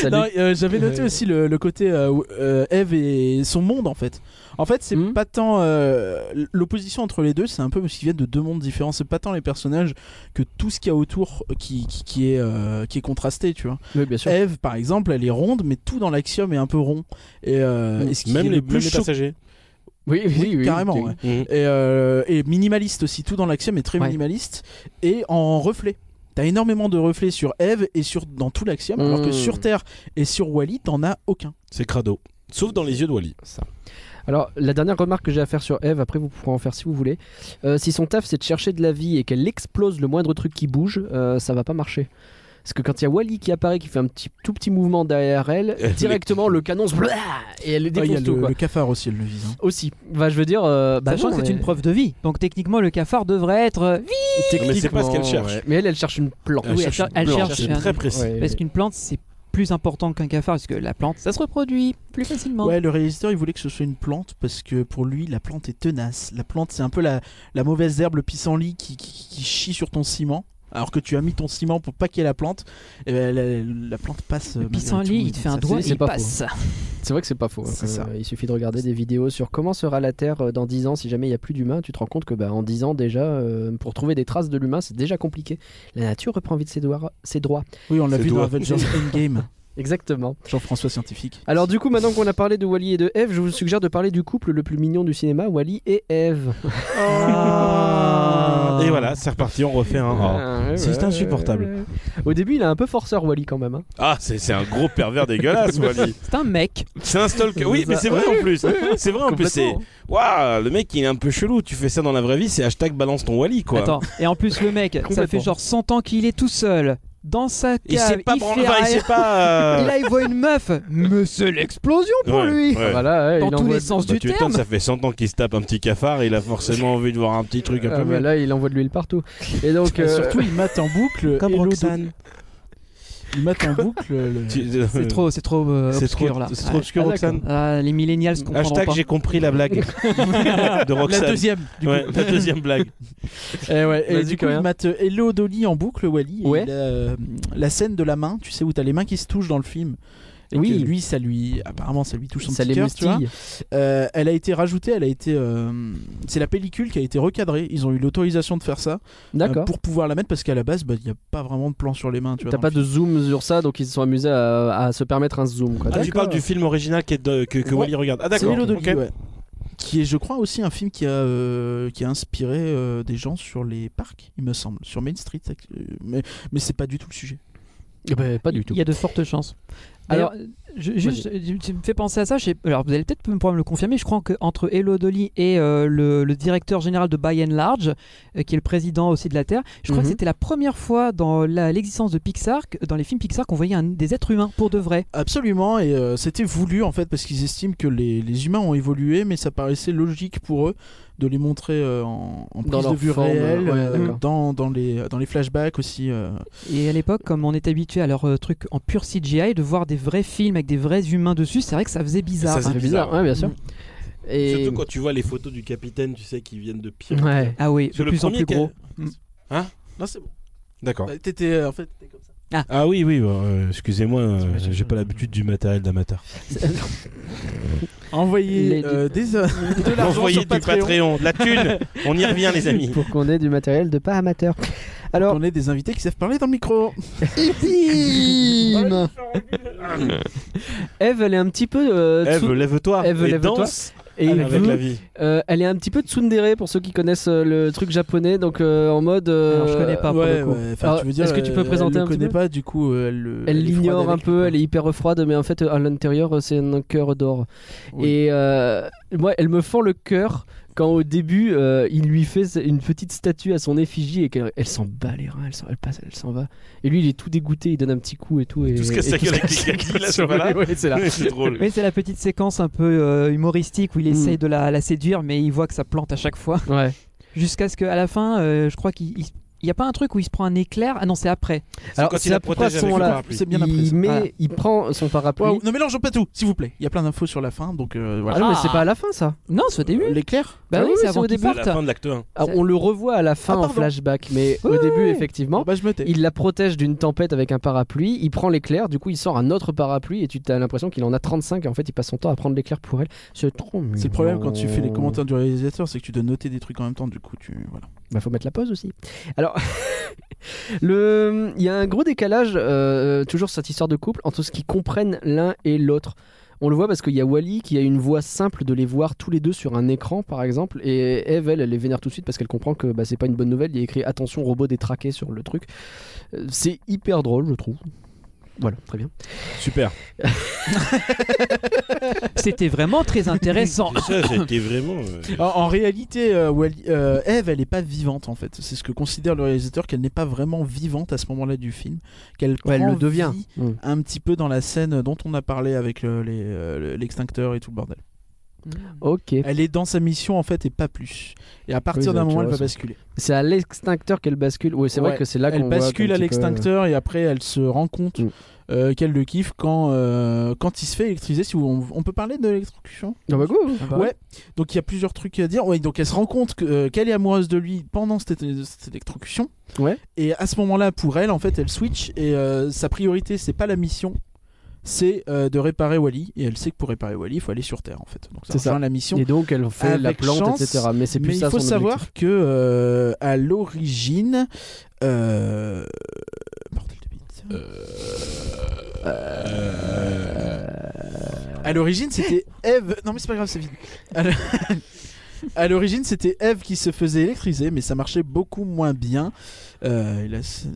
Speaker 4: Salut.
Speaker 6: Non, euh, j'avais noté aussi le, le côté euh, où, euh, Eve et son monde en fait. En fait, c'est
Speaker 4: Mhm.
Speaker 6: pas tant euh, l'opposition entre les deux, c'est un peu parce qu'ils viennent de deux mondes différents. C'est pas tant les personnages que tout ce qu'il y a autour qui, qui, qui est, euh, qui est contrasté, tu vois.
Speaker 4: Oui, bien sûr.
Speaker 6: Eve, par exemple, elle est ronde, mais tout dans l'axiome est un peu rond. Et, euh, et ce qui
Speaker 7: Hmm. Même
Speaker 6: est
Speaker 7: les,
Speaker 6: le
Speaker 7: même
Speaker 6: plus
Speaker 7: les
Speaker 6: choquant-
Speaker 7: passagers.
Speaker 4: Oui, oui, oui,
Speaker 6: carrément.
Speaker 4: oui.
Speaker 6: ouais. Et, euh, et minimaliste aussi, tout dans l'axiome est très
Speaker 4: Ouais.
Speaker 6: minimaliste et en reflet. T'as énormément de reflets sur Eve et sur dans tout l'axiome, alors que
Speaker 4: Mm.
Speaker 10: Mhm.
Speaker 6: sur Terre et sur Wally, t'en as aucun.
Speaker 7: C'est crado. Sauf dans les yeux de Wally.
Speaker 4: Alors, la dernière remarque que j'ai à faire sur Eve, après vous pourrez en faire si vous voulez. Euh, si son taf c'est de chercher de la vie et qu'elle explose le moindre truc qui bouge, euh, ça va pas marcher. Parce que quand il y a Wally qui apparaît, qui fait un petit, tout petit mouvement derrière elle,
Speaker 6: Elle
Speaker 4: directement le canon se blah, et elle
Speaker 6: Ah,
Speaker 4: défonce
Speaker 6: Il y a
Speaker 4: tout.
Speaker 6: le,
Speaker 4: quoi.
Speaker 6: le cafard aussi, elle le vise. hein.
Speaker 4: Aussi, bah, je veux dire, euh, bah,
Speaker 10: Sachant
Speaker 4: non,
Speaker 10: que c'est
Speaker 4: mais-
Speaker 10: une preuve de vie. Donc techniquement, le cafard devrait être euh, vie.
Speaker 4: Techniquement, ouais. Mais elle, elle cherche une plante.
Speaker 7: Ah,
Speaker 10: Oui, elle cher- elle cherche un- Parce qu'une plante, c'est plus important qu'un cafard, parce que la plante, ça se reproduit plus facilement.
Speaker 6: Ouais, le réalisateur il voulait que ce soit une plante parce que pour lui la plante est tenace. La plante c'est un peu la, la mauvaise herbe, le pissenlit qui, qui, qui chie sur ton ciment. Alors que tu as mis ton ciment pour pas qu'il y ait la plante, et ben, la, la plante passe. Le
Speaker 10: pissenlit, il te fait un doigt, il passe.
Speaker 4: C'est vrai que c'est pas faux.
Speaker 6: C'est
Speaker 4: Euh,
Speaker 6: ça.
Speaker 4: Il suffit de regarder des vidéos sur comment sera la Terre euh, dans 10 ans si jamais il n'y a plus d'humains. Tu te rends compte que bah, en 10 ans déjà, euh, pour trouver des traces de l'humain, c'est déjà compliqué. La nature reprend vite ses, doigts- ses droits.
Speaker 6: Oui, on l'a
Speaker 4: Ses
Speaker 6: vu dans
Speaker 4: doigts.
Speaker 6: Avengers Endgame.
Speaker 4: Exactement.
Speaker 6: Jean-François scientifique.
Speaker 4: Alors du coup, maintenant qu'on a parlé de Wally et de Eve, je vous suggère de parler du couple le plus mignon du cinéma, Wally et Eve.
Speaker 10: Ah.
Speaker 7: Et voilà, c'est reparti, on refait un.
Speaker 4: Ah, ouais,
Speaker 7: c'est
Speaker 4: ouais,
Speaker 7: insupportable.
Speaker 4: ouais, ouais. Au début, il a un peu forceur Wally quand même. hein.
Speaker 7: Ah, c'est c'est un gros pervers dégueulasse, Wally.
Speaker 10: C'est un mec.
Speaker 7: C'est un stalker. Oui, mais c'est vrai en plus. C'est vrai en plus. C'est. Waouh, le mec, il est un peu chelou. Tu fais ça dans la vraie vie, c'est hashtag balance ton Wally, quoi.
Speaker 10: Attends, et en plus le mec, ça fait
Speaker 7: Complètement.
Speaker 10: genre 100 ans qu'il est tout seul. Dans sa cave,
Speaker 7: Il sait pas branler,
Speaker 10: fait
Speaker 7: enfin, il
Speaker 10: rien.
Speaker 7: sait pas, euh,
Speaker 10: Là, il voit une meuf, mais c'est l'explosion pour
Speaker 7: Ouais,
Speaker 10: lui.
Speaker 7: ouais.
Speaker 10: Dans tous les sens
Speaker 7: Bah,
Speaker 10: du
Speaker 7: tu
Speaker 10: terme.
Speaker 7: m'étonnes, ça fait 100 ans qu'il se tape un petit cafard, il a forcément envie de voir un petit truc un
Speaker 4: Ah,
Speaker 7: peu
Speaker 4: bah
Speaker 7: mieux.
Speaker 4: là, il envoie de l'huile partout. Et donc,
Speaker 6: Et
Speaker 4: euh,
Speaker 6: surtout, il mate en boucle.
Speaker 7: Comme
Speaker 6: Hello
Speaker 7: Roxane.
Speaker 6: Doc- Il mate en boucle. euh, le-
Speaker 7: Tu-
Speaker 10: C'est trop, c'est trop euh,
Speaker 7: C'est
Speaker 10: obscur
Speaker 7: trop-
Speaker 10: là.
Speaker 7: c'est trop obscur,
Speaker 10: Ah,
Speaker 7: Roxane.
Speaker 10: d'accord. Ah, les millennials comprennent
Speaker 7: Hashtag
Speaker 10: pas.
Speaker 7: j'ai compris la blague de Roxane.
Speaker 6: La deuxième, du coup.
Speaker 7: Ouais, la deuxième blague.
Speaker 4: eh ouais, et
Speaker 6: Et
Speaker 4: du
Speaker 6: du
Speaker 4: coup,
Speaker 6: coup, il mate Hello Dolly en boucle, Wally. et
Speaker 4: Ouais.
Speaker 6: il a, euh, la scène de la main, tu sais, où t'as les mains qui se touchent dans le film. Et
Speaker 4: Oui.
Speaker 6: que lui, ça lui. Apparemment, ça lui touche son
Speaker 4: Ça
Speaker 6: petit
Speaker 4: les
Speaker 6: cœur, tu vois.
Speaker 4: moustille.
Speaker 6: Euh, elle a été rajoutée, elle a été. euh, c'est la pellicule qui a été recadrée. Ils ont eu l'autorisation de faire ça.
Speaker 4: D'accord.
Speaker 6: euh, pour pouvoir la mettre, parce qu'à la base, bah, il n'y a pas vraiment de plan sur les mains, tu vois.
Speaker 4: T'as
Speaker 6: dans
Speaker 4: pas
Speaker 6: le
Speaker 4: de zoom sur ça, donc ils se sont amusés à, à se permettre un zoom. Quoi.
Speaker 7: Ah, tu
Speaker 4: D'accord.
Speaker 7: parles du film original qui est de- que, que
Speaker 6: Ouais.
Speaker 7: Wally regarde. Ah,
Speaker 6: C'est
Speaker 7: d'accord.
Speaker 6: Hello
Speaker 7: ok.
Speaker 6: Dolly, ouais. Qui est, je crois, aussi un film qui a, euh, qui a inspiré euh, des gens sur les parcs, il me semble, sur Main Street. euh, Mais, mais c'est pas du tout le sujet.
Speaker 4: Eh ben, pas du tout.
Speaker 10: Il y a de fortes chances.
Speaker 4: Alors,
Speaker 10: Alors, je, juste, tu- tu me fais penser à ça. je sais- Alors, vous allez peut-être pouvoir me le confirmer. Je crois qu'entre Hello Dolly et euh, le, le directeur général de By and Large, euh, qui est le président aussi de la Terre, je crois que
Speaker 4: Mhm.
Speaker 10: c'était la première fois dans la- l'existence de Pixar, que- dans les films Pixar, qu'on voyait un- des êtres humains pour de vrai.
Speaker 6: Absolument, et euh, c'était voulu en fait parce qu'ils estiment que les, les humains ont évolué, mais ça paraissait logique pour eux de les montrer euh, en, en
Speaker 4: Dans
Speaker 6: prise
Speaker 4: leur
Speaker 6: de vue
Speaker 4: forme,
Speaker 6: réelle,
Speaker 4: ouais,
Speaker 6: euh,
Speaker 4: d'accord.
Speaker 6: dans, dans les, dans les flashbacks aussi. euh.
Speaker 10: Et à l'époque, comme on est habitué à leur euh, truc en pur CGI, de voir des vrais films avec des vrais humains dessus, c'est vrai que ça faisait bizarre.
Speaker 7: Ça,
Speaker 10: hein.
Speaker 4: c'est bizarre, ouais, bien sûr.
Speaker 10: Mm.
Speaker 4: Et
Speaker 7: Surtout quand tu vois les photos du capitaine, tu sais, qui viennent de pire.
Speaker 4: Ouais.
Speaker 10: Ah oui,
Speaker 7: Parce
Speaker 10: de
Speaker 7: que le
Speaker 10: plus en
Speaker 7: premier
Speaker 10: plus gros.
Speaker 7: qui- Hein Non, c'est bon. D'accord.
Speaker 6: Bah, T'étais euh, en fait. t'étais comme ça.
Speaker 7: Ah oui, oui, bah, euh, excusez-moi, euh, j'ai pas l'habitude du matériel d'amateur.
Speaker 6: Envoyer
Speaker 4: Les-
Speaker 6: euh, des, euh, de l'argent
Speaker 7: Envoyez
Speaker 6: sur
Speaker 7: du Patreon, de la thune On y revient, les amis
Speaker 4: pour qu'on ait du matériel de pas amateur. Alors,
Speaker 6: On est des invités qui savent parler dans le micro.
Speaker 4: Eve, elle est un petit peu. euh,
Speaker 7: Eve,
Speaker 4: tsu-
Speaker 7: lève-toi
Speaker 4: Eve,
Speaker 7: et
Speaker 4: lève-toi.
Speaker 7: danse
Speaker 4: et
Speaker 7: avec
Speaker 4: vous,
Speaker 7: la vie.
Speaker 4: euh, elle est un petit peu tsundere pour ceux qui connaissent euh, le truc japonais, donc euh, en mode. euh,
Speaker 10: Alors, je connais pas pour
Speaker 6: Ouais,
Speaker 10: le coup.
Speaker 6: ouais, enfin,
Speaker 4: Alors,
Speaker 6: tu veux dire,
Speaker 4: est-ce que tu peux
Speaker 6: euh,
Speaker 4: présenter
Speaker 6: elle
Speaker 4: un
Speaker 6: le
Speaker 4: petit
Speaker 6: connaît
Speaker 4: peu
Speaker 6: pas, du coup, euh, elle le-
Speaker 4: Elle
Speaker 6: est froide
Speaker 4: l'ignore un
Speaker 6: avec,
Speaker 4: peu,
Speaker 6: quoi.
Speaker 4: elle est hyper froide, mais en fait, à l'intérieur, euh, c'est un cœur d'or.
Speaker 6: Oui.
Speaker 4: Et euh, moi, elle me fend le cœur quand au début, euh, il lui fait une petite statue à son effigie et qu'elle elle s'en bat les reins, elle s'en, elle passe, elle s'en va. Et lui, il est tout dégoûté, il donne un petit coup et tout. Et,
Speaker 7: Tout ce que
Speaker 4: et
Speaker 7: ça gueule
Speaker 4: se
Speaker 7: avec
Speaker 4: casse
Speaker 7: les
Speaker 4: la
Speaker 7: gars,
Speaker 4: gueule.
Speaker 7: là, ce voilà.
Speaker 4: Ouais, c'est là.
Speaker 7: c'est drôle.
Speaker 10: Oui, c'est la petite séquence un peu euh, humoristique où il
Speaker 4: Mm.
Speaker 10: essaye de la, la séduire, mais il voit que ça plante à chaque fois.
Speaker 4: Ouais.
Speaker 10: Jusqu'à ce qu'à la fin, euh, je crois qu'il n'y a pas un truc où il se prend un éclair. Ah non, c'est après.
Speaker 4: Alors,
Speaker 7: quand
Speaker 4: c'est
Speaker 7: il la
Speaker 4: à peu près à
Speaker 7: protège
Speaker 4: ce
Speaker 7: avec le
Speaker 4: moment-là.
Speaker 7: parapluie.
Speaker 6: C'est bien après.
Speaker 4: Il,
Speaker 6: ça.
Speaker 4: met,
Speaker 10: Voilà.
Speaker 4: il prend son parapluie.
Speaker 6: Waouh, Ne mélangeons pas tout, s'il vous plaît. Il y a plein d'infos sur la fin, donc euh,
Speaker 4: Ah
Speaker 6: voilà.
Speaker 4: non, mais
Speaker 10: Ah.
Speaker 4: c'est pas à la fin ça.
Speaker 10: Non, c'est au début.
Speaker 6: L'éclair
Speaker 10: Bah
Speaker 4: Ah
Speaker 10: oui,
Speaker 4: oui,
Speaker 10: c'est
Speaker 4: c'est
Speaker 10: avant
Speaker 4: au
Speaker 10: qu'il
Speaker 4: début.
Speaker 7: À
Speaker 10: parte.
Speaker 7: la fin de l'acte 1.
Speaker 4: Alors, Ah, on le revoit à la fin
Speaker 6: Ah,
Speaker 4: en
Speaker 6: pardon.
Speaker 4: flashback, mais au début, effectivement,
Speaker 6: Bah, je me tais.
Speaker 4: il la protège d'une tempête avec un parapluie, il prend l'éclair, du coup il sort un autre parapluie et tu as l'impression qu'il en a 35 et en fait il passe son temps à prendre l'éclair pour elle. C'est trop
Speaker 6: C'est le problème quand tu fais les commentaires du réalisateur, c'est que tu dois noter des trucs en même temps, du coup, tu. Voilà.
Speaker 4: Bah faut mettre la pause aussi. Alors, le, il y a un gros décalage, euh, toujours sur cette histoire de couple, entre ce qu'ils comprennent l'un et l'autre. On le voit parce qu'il y a Wally qui a une voix simple de les voir tous les deux sur un écran, par exemple. Et Eve, elle, elle les vénère tout de suite parce qu'elle comprend que bah, c'est pas une bonne nouvelle. Il y a écrit attention, robot détraqué sur le truc. Euh, C'est hyper drôle, je trouve. Voilà, très bien.
Speaker 7: Super.
Speaker 10: C'était vraiment très intéressant.
Speaker 7: Ça, c'était vraiment. euh,
Speaker 6: En, en réalité, euh, Wall-E- euh, Eve, elle n'est pas vivante en fait. C'est ce que considère le réalisateur qu'elle n'est pas vraiment vivante à ce moment-là du film. Qu'elle
Speaker 4: Ouais, elle
Speaker 6: prend
Speaker 4: le devient.
Speaker 6: vie
Speaker 4: Mm.
Speaker 6: un petit peu dans la scène dont on a parlé avec le- les, euh, l'extincteur et tout le bordel.
Speaker 10: Mm.
Speaker 4: Ok.
Speaker 6: Elle est dans sa mission en fait et pas plus. Et à
Speaker 4: Oui,
Speaker 6: partir
Speaker 4: bah,
Speaker 6: d'un
Speaker 4: tu
Speaker 6: moment, elle
Speaker 4: vois,
Speaker 6: va
Speaker 4: ça.
Speaker 6: basculer.
Speaker 4: C'est à l'extincteur qu'elle bascule. Oui, c'est
Speaker 6: Ouais.
Speaker 4: vrai que c'est là qu'on
Speaker 6: Elle
Speaker 4: voit
Speaker 6: bascule
Speaker 4: qu'un
Speaker 6: à
Speaker 4: petit peu- euh,
Speaker 6: l'extincteur et après elle se rend compte
Speaker 4: Mm.
Speaker 6: euh, qu'elle le kiffe quand, euh, quand il se fait électriser. Si on, on peut parler de l'électrocution
Speaker 4: Ah bah, go.
Speaker 6: Ouais, donc il y a plusieurs trucs à dire. Ouais, donc elle se rend compte que, euh, qu'elle est amoureuse de lui pendant cette, euh, cette électrocution.
Speaker 4: Ouais.
Speaker 6: Et à ce moment-là, pour elle, en fait, elle switch et euh, sa priorité, c'est pas la mission, c'est euh, de réparer Wally. Et elle sait que pour réparer Wally, il faut aller sur Terre, en fait. Donc ça
Speaker 4: C'est ça.
Speaker 6: rejoint la mission.
Speaker 4: Et donc elle fait la
Speaker 6: Avec
Speaker 4: plante,
Speaker 6: chance,
Speaker 4: etc. Mais c'est plus
Speaker 6: Mais
Speaker 4: ça
Speaker 6: il faut
Speaker 4: son
Speaker 6: savoir
Speaker 4: objectif.
Speaker 6: que euh, à l'origine, euh, bordel de bite. Euh, À l'origine, c'était Eve. Non, mais c'est pas grave, c'est vite. À l'- À l'origine, c'était Eve qui se faisait électriser, mais ça marchait beaucoup moins bien. Euh, et là, c'est-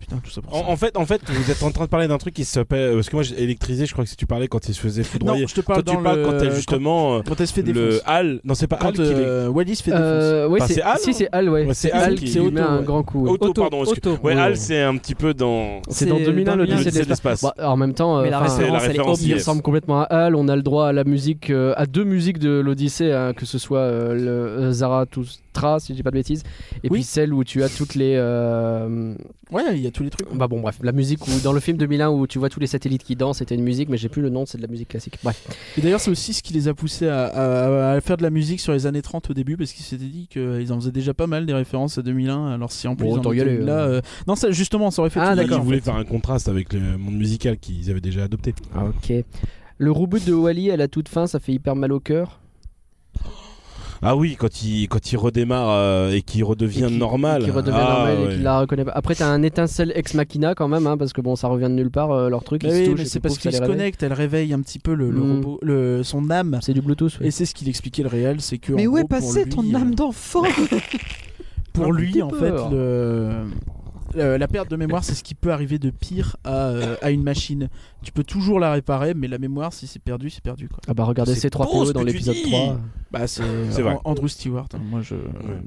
Speaker 6: Putain, tout ça pour
Speaker 7: En,
Speaker 6: ça.
Speaker 7: en fait, en fait, vous êtes en train de parler d'un truc qui s'appelle euh, parce que moi j'ai électrisé. Je crois que si tu parlais quand il se faisait foudroyer.
Speaker 6: Non, je te parle
Speaker 7: Toi, tu
Speaker 6: dans
Speaker 7: parles
Speaker 6: le-
Speaker 7: quand elle justement euh,
Speaker 6: Quand elle se fait défoncer.
Speaker 7: le Hal. Non, c'est pas Hal
Speaker 6: Quand
Speaker 7: qui l'est.
Speaker 6: euh, Wally se fait défoncer.
Speaker 4: Euh, ouais,
Speaker 7: Enfin,
Speaker 4: c'est
Speaker 7: c'est Al,
Speaker 4: Si,
Speaker 7: non
Speaker 4: c'est Al, ouais.
Speaker 7: Ouais, c'est
Speaker 4: Al,
Speaker 7: Al
Speaker 4: qui,
Speaker 7: qui-
Speaker 4: lui
Speaker 6: Auto,
Speaker 4: met un
Speaker 6: ouais.
Speaker 4: grand coup. ouais.
Speaker 7: Auto,
Speaker 10: Auto,
Speaker 7: pardon. excuse-
Speaker 10: auto.
Speaker 7: Ouais,
Speaker 4: Ouais, ouais.
Speaker 7: Hal, c'est un petit peu dans.
Speaker 4: C'est dans 2001 l'Odyssée
Speaker 7: l'Odyssée
Speaker 4: de
Speaker 7: de l'espace.
Speaker 4: Bah, en même temps, euh,
Speaker 10: Mais la
Speaker 4: enfin,
Speaker 7: c'est la
Speaker 10: référence, elle est
Speaker 7: référence,
Speaker 4: il
Speaker 10: obvious.
Speaker 7: yes.
Speaker 4: ressemble complètement à Hal. On a le droit à la musique, euh, à deux musiques de l'Odyssée, hein, que ce soit euh, le euh, Zarathustra, si je dis pas de bêtises, et
Speaker 6: Oui.
Speaker 4: puis celle où tu as toutes les. euh,
Speaker 6: Ouais, il y a tous les trucs.
Speaker 4: Bah bon, bref, la musique où dans le film 2001 où tu vois tous les satellites qui dansent, c'était une musique, mais j'ai plus le nom, c'est de la musique classique. Bref.
Speaker 6: Et d'ailleurs, c'est aussi ce qui les a poussés à, à- à faire de la musique sur les années 30 au début, parce qu'ils s'étaient dit qu'ils en faisaient déjà pas mal des références à 2001. Alors, si en plus,
Speaker 4: Bon,
Speaker 6: ils en
Speaker 4: autant y
Speaker 6: mettaient
Speaker 4: aller,
Speaker 6: une là.
Speaker 4: euh.
Speaker 6: euh, Non, ça, justement, ça aurait fait.
Speaker 4: Ah,
Speaker 6: tout
Speaker 7: Ils
Speaker 4: d'accord,
Speaker 7: voulaient faire un contraste avec le monde musical qu'ils avaient déjà adopté.
Speaker 10: Ah,
Speaker 4: Ok. Le reboot de Wally à la toute fin, ça fait hyper mal au cœur.
Speaker 7: Ah oui, quand il quand il redémarre euh, et qu'il redevient
Speaker 4: Et qui-
Speaker 7: normal.
Speaker 4: Qui redevient
Speaker 7: Ah,
Speaker 4: normal et
Speaker 7: ouais.
Speaker 4: qui la reconnaît pas. Après, t'as un étincelle ex machina quand même, hein, parce que bon, ça revient de nulle part, euh, leur truc.
Speaker 6: Bah
Speaker 4: ils se
Speaker 6: oui,
Speaker 4: touchent
Speaker 6: mais
Speaker 4: et
Speaker 6: c'est
Speaker 4: puis
Speaker 6: parce
Speaker 4: pouf, ça
Speaker 6: qu'ils
Speaker 4: les
Speaker 6: se
Speaker 4: réveille.
Speaker 6: connectent, elle réveille un petit peu le, le
Speaker 4: Mm.
Speaker 6: robot, le, son âme.
Speaker 4: C'est du Bluetooth. ouais.
Speaker 6: Et c'est ce qu'il expliquait le réel, c'est que.
Speaker 10: Mais
Speaker 6: en
Speaker 10: où est
Speaker 6: gros, pour
Speaker 10: passée
Speaker 6: lui,
Speaker 10: ton
Speaker 6: euh,
Speaker 10: âme d'enfant
Speaker 6: Pour
Speaker 4: Un
Speaker 6: lui,
Speaker 4: petit
Speaker 6: en
Speaker 4: peu.
Speaker 6: fait, le- le- la perte de mémoire, c'est ce qui peut arriver de pire à, euh, à une machine. Tu peux toujours la réparer, mais la mémoire, si c'est perdu, c'est perdu. Quoi.
Speaker 4: Ah bah regardez
Speaker 7: C'est
Speaker 4: ces trois
Speaker 7: beau ce
Speaker 4: PO dans
Speaker 7: que tu
Speaker 4: l'épisode
Speaker 7: dis.
Speaker 4: 3.
Speaker 6: Bah, c'est
Speaker 7: C'est vrai.
Speaker 6: An- Andrew Stewart. hein. Moi, je,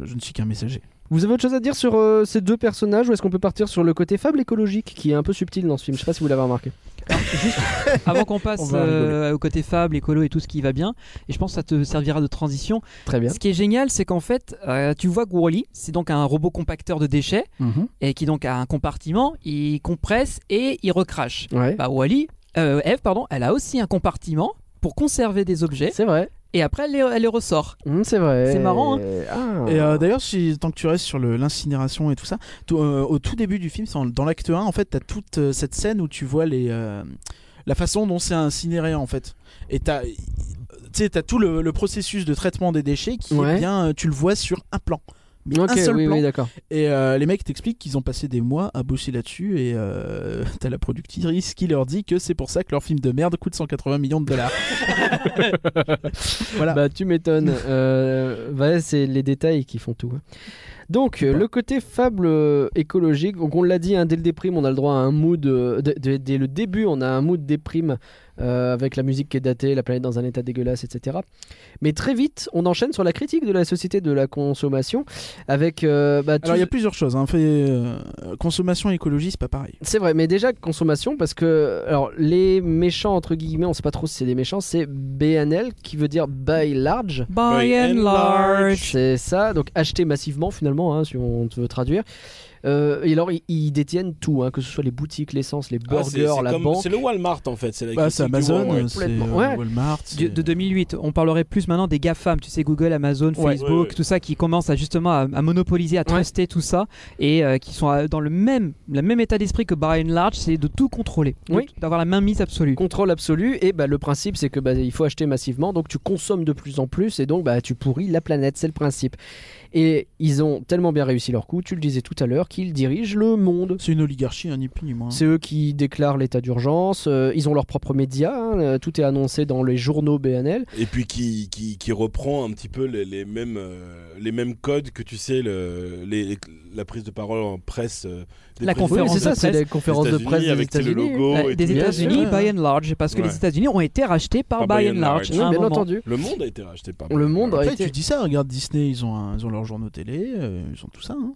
Speaker 6: je ne suis qu'un messager.
Speaker 4: Vous avez autre chose à dire sur euh, ces deux personnages ou est-ce qu'on peut partir sur le côté fable écologique qui est un peu subtil dans ce film Je sais pas si vous l'avez remarqué.
Speaker 10: Avant qu'on passe
Speaker 6: On va rigoler.
Speaker 10: euh, au côté fable, écolo et tout ce qui va bien, et je pense que ça te servira de transition.
Speaker 4: Très bien.
Speaker 10: Ce qui est génial, c'est qu'en fait, euh, tu vois que Wally, c'est donc un robot compacteur de déchets,
Speaker 4: Mhm.
Speaker 10: et qui donc a un compartiment, il compresse et il recrache.
Speaker 4: Ouais.
Speaker 10: Bah, Wally, euh, Eve, pardon, elle a aussi un compartiment pour conserver des objets,
Speaker 4: C'est vrai.
Speaker 10: et après elle les, elle les ressort.
Speaker 4: Hum, c'est vrai.
Speaker 10: C'est marrant, hein.
Speaker 4: Ah.
Speaker 6: Et euh, d'ailleurs, si- tant que tu restes sur le- l'incinération et tout ça, tout- euh, au tout début du film, c'est en- dans l'acte 1, en fait, t'as toute euh, cette scène où tu vois les, euh, la façon dont c'est incinéré, en fait. Et t'as. Tu sais, t'as tout le, le processus de traitement des déchets qui
Speaker 4: Ouais.
Speaker 6: est bien, euh, tu le vois sur un plan. Mais
Speaker 4: Ok,
Speaker 6: un seul
Speaker 4: oui,
Speaker 6: plan.
Speaker 4: oui, d'accord.
Speaker 6: Et euh, les mecs t'expliquent qu'ils ont passé des mois à bosser là-dessus. Et euh, t'as la productrice qui leur dit que c'est pour ça que leur film de merde coûte 180 millions de dollars. voilà.
Speaker 4: Bah tu m'étonnes. Euh, ouais, c'est les détails qui font tout. hein. Donc euh, le côté fable euh, écologique, donc on l'a dit hein, dès le déprime, on a le droit à un mood euh, dès- dès- dès le début, on a un mood déprime euh, avec la musique qui est datée, la planète dans un état dégueulasse, etc. Mais très vite, on enchaîne sur la critique de la société de la consommation avec. euh, bah, tout-
Speaker 6: Alors il y a plusieurs choses. Hein. Fait, euh, consommation et écologie, c'est pas pareil.
Speaker 4: C'est vrai, mais déjà consommation, parce que alors les méchants entre guillemets, on sait pas trop si c'est des méchants, c'est BNL qui veut dire by large.
Speaker 10: By
Speaker 7: and
Speaker 10: and large.
Speaker 4: C'est ça, donc acheter massivement finalement, hein, si on veut traduire. Euh, et alors ils, ils détiennent tout, hein, que ce soit les boutiques, l'essence, les
Speaker 7: Ah, c'est-
Speaker 4: burgers,
Speaker 7: c'est
Speaker 4: la
Speaker 7: comme-
Speaker 4: banque.
Speaker 7: C'est le Walmart en fait. C'est la
Speaker 6: Bah, c'est
Speaker 7: critique du
Speaker 6: Amazon,
Speaker 7: Walmart.
Speaker 6: c'est
Speaker 4: complètement.
Speaker 6: euh,
Speaker 4: Ouais.
Speaker 6: Walmart. c'est-
Speaker 10: Du- de 2008. On parlerait plus maintenant des GAFAM, tu sais, Google, Amazon,
Speaker 6: Ouais.
Speaker 10: Facebook,
Speaker 7: Ouais, ouais.
Speaker 10: tout ça qui commence à justement à, à monopoliser, à truster tout ça et euh, qui sont à- dans le même, le même état d'esprit que By and Large, c'est de tout contrôler, de
Speaker 4: Oui.
Speaker 10: tout- d'avoir la main mise absolue.
Speaker 4: Contrôle absolu, et bah, le principe c'est que bah, il faut acheter massivement, donc tu consommes de plus en plus, et donc bah, tu pourris la planète, c'est le principe. Et ils ont tellement bien réussi leur coup, tu le disais tout à l'heure, qu'ils dirigent le monde.
Speaker 6: C'est une oligarchie, hein, ni plus ni moins.
Speaker 4: C'est eux qui déclarent l'état d'urgence, euh, ils ont leurs propres médias, hein, euh, tout est annoncé dans les journaux BNL.
Speaker 7: Et puis qui, qui, qui reprend un petit peu les, les mêmes, euh, les mêmes codes que tu sais, le, les- la prise de parole en presse. euh, des
Speaker 10: La
Speaker 7: présidents
Speaker 10: conférence
Speaker 7: des
Speaker 10: de presse.
Speaker 4: c'est les
Speaker 7: États-Unis
Speaker 4: conférences de
Speaker 7: avec,
Speaker 4: presse
Speaker 7: tu sais,
Speaker 4: des
Speaker 7: le
Speaker 4: États-Unis,
Speaker 7: logo
Speaker 10: Euh,
Speaker 7: Oh, et
Speaker 10: des
Speaker 7: tout.
Speaker 10: États-Unis,
Speaker 4: sûr.
Speaker 10: by and large, parce que
Speaker 7: Ouais.
Speaker 10: les États-Unis ont été rachetés par, by and large.
Speaker 4: Oui,
Speaker 10: à un
Speaker 4: bien
Speaker 10: moment.
Speaker 4: entendu.
Speaker 7: Le monde a été racheté par.
Speaker 4: Le monde a
Speaker 6: Après,
Speaker 4: été.
Speaker 6: tu dis ça, regarde Disney, ils ont, un- ils ont leurs journaux télé, euh, ils ont tout ça. hein.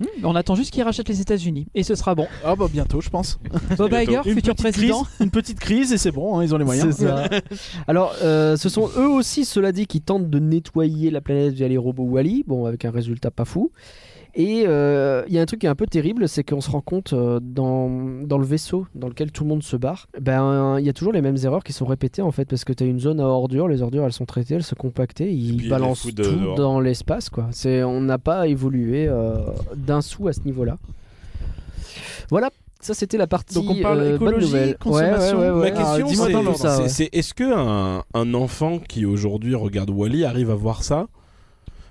Speaker 10: Hmm, On attend juste qu'ils rachètent les États-Unis et ce sera bon.
Speaker 6: Ah bah bientôt, je pense.
Speaker 10: Bob Iger,
Speaker 6: Une
Speaker 10: futur
Speaker 6: petite crise,
Speaker 10: président.
Speaker 6: une petite crise et c'est bon, hein, ils ont les moyens.
Speaker 4: C'est ça. Alors, euh, ce sont eux aussi, cela dit, qui tentent de nettoyer la planète via les robots Wally, bon, avec un résultat pas fou. Et euh, il y a un truc qui est un peu terrible, c'est qu'on se rend compte euh, dans, dans le vaisseau dans lequel tout le monde se barre, ben il y a toujours les mêmes erreurs qui sont répétées en fait, parce que tu as une zone à ordures, les ordures elles sont traitées, elles sont compactées,
Speaker 7: puis, ils
Speaker 4: ils
Speaker 7: les
Speaker 4: balancent
Speaker 7: foutent
Speaker 4: tout
Speaker 7: de- dehors.
Speaker 4: dans l'espace quoi. C'est on n'a pas évolué euh, d'un sou à ce niveau-là. Voilà, ça c'était la partie
Speaker 6: Donc, on parle
Speaker 4: euh, bonne
Speaker 6: écologie,
Speaker 4: nouvelle. Ouais,
Speaker 6: consommation.
Speaker 4: ouais, ouais,
Speaker 7: Ma
Speaker 4: ouais. Ah,
Speaker 7: question,
Speaker 4: dis-moi
Speaker 7: c'est-
Speaker 4: dans tout ça,
Speaker 7: c'est
Speaker 4: ouais.
Speaker 7: c'est- est-ce que un, un enfant qui aujourd'hui regarde Wally arrive à voir ça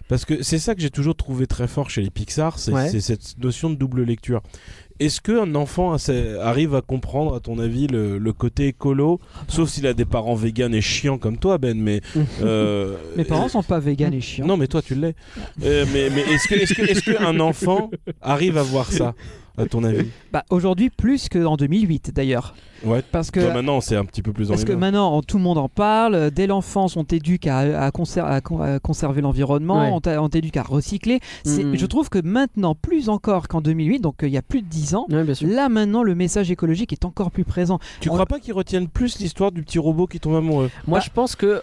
Speaker 7: Parce que c'est ça que j'ai toujours trouvé très fort chez les Pixar, c'est
Speaker 4: Ouais.
Speaker 7: c'est cette notion de double lecture. Est-ce qu'un enfant a- c'est- arrive à comprendre, à ton avis, le, le côté écolo
Speaker 4: Ah,
Speaker 7: Sauf
Speaker 4: bah.
Speaker 7: s'il a des parents véganes et chiants comme toi, Ben, mais. euh,
Speaker 10: Mes parents sont pas véganes et chiants.
Speaker 7: Non, mais toi, tu l'es. Euh, mais mais est-ce que- est-ce que- est-ce qu'un enfant arrive à voir ça, à ton avis
Speaker 10: Bah, aujourd'hui plus qu'en 2008 d'ailleurs.
Speaker 7: Ouais.
Speaker 10: Parce que
Speaker 7: Toi, maintenant, c'est un petit peu plus en
Speaker 10: Parce que
Speaker 7: humain.
Speaker 10: maintenant, en- tout le monde en parle. euh, Dès l'enfance, on t'éduque à, à conser- à con- à conserver l'environnement,
Speaker 4: Ouais.
Speaker 10: on t'a- on t'éduque à recycler. C'est-
Speaker 4: Mhm.
Speaker 10: Je trouve que maintenant, plus encore qu'en 2008, donc euh, il y a plus de 10 ans,
Speaker 4: Ouais, bien sûr.
Speaker 10: là maintenant, le message écologique est encore plus présent.
Speaker 7: Tu
Speaker 10: On-
Speaker 7: crois pas qu'ils retiennent plus l'histoire du petit robot qui tombe amoureux
Speaker 4: Moi,
Speaker 10: Bah-
Speaker 4: je pense que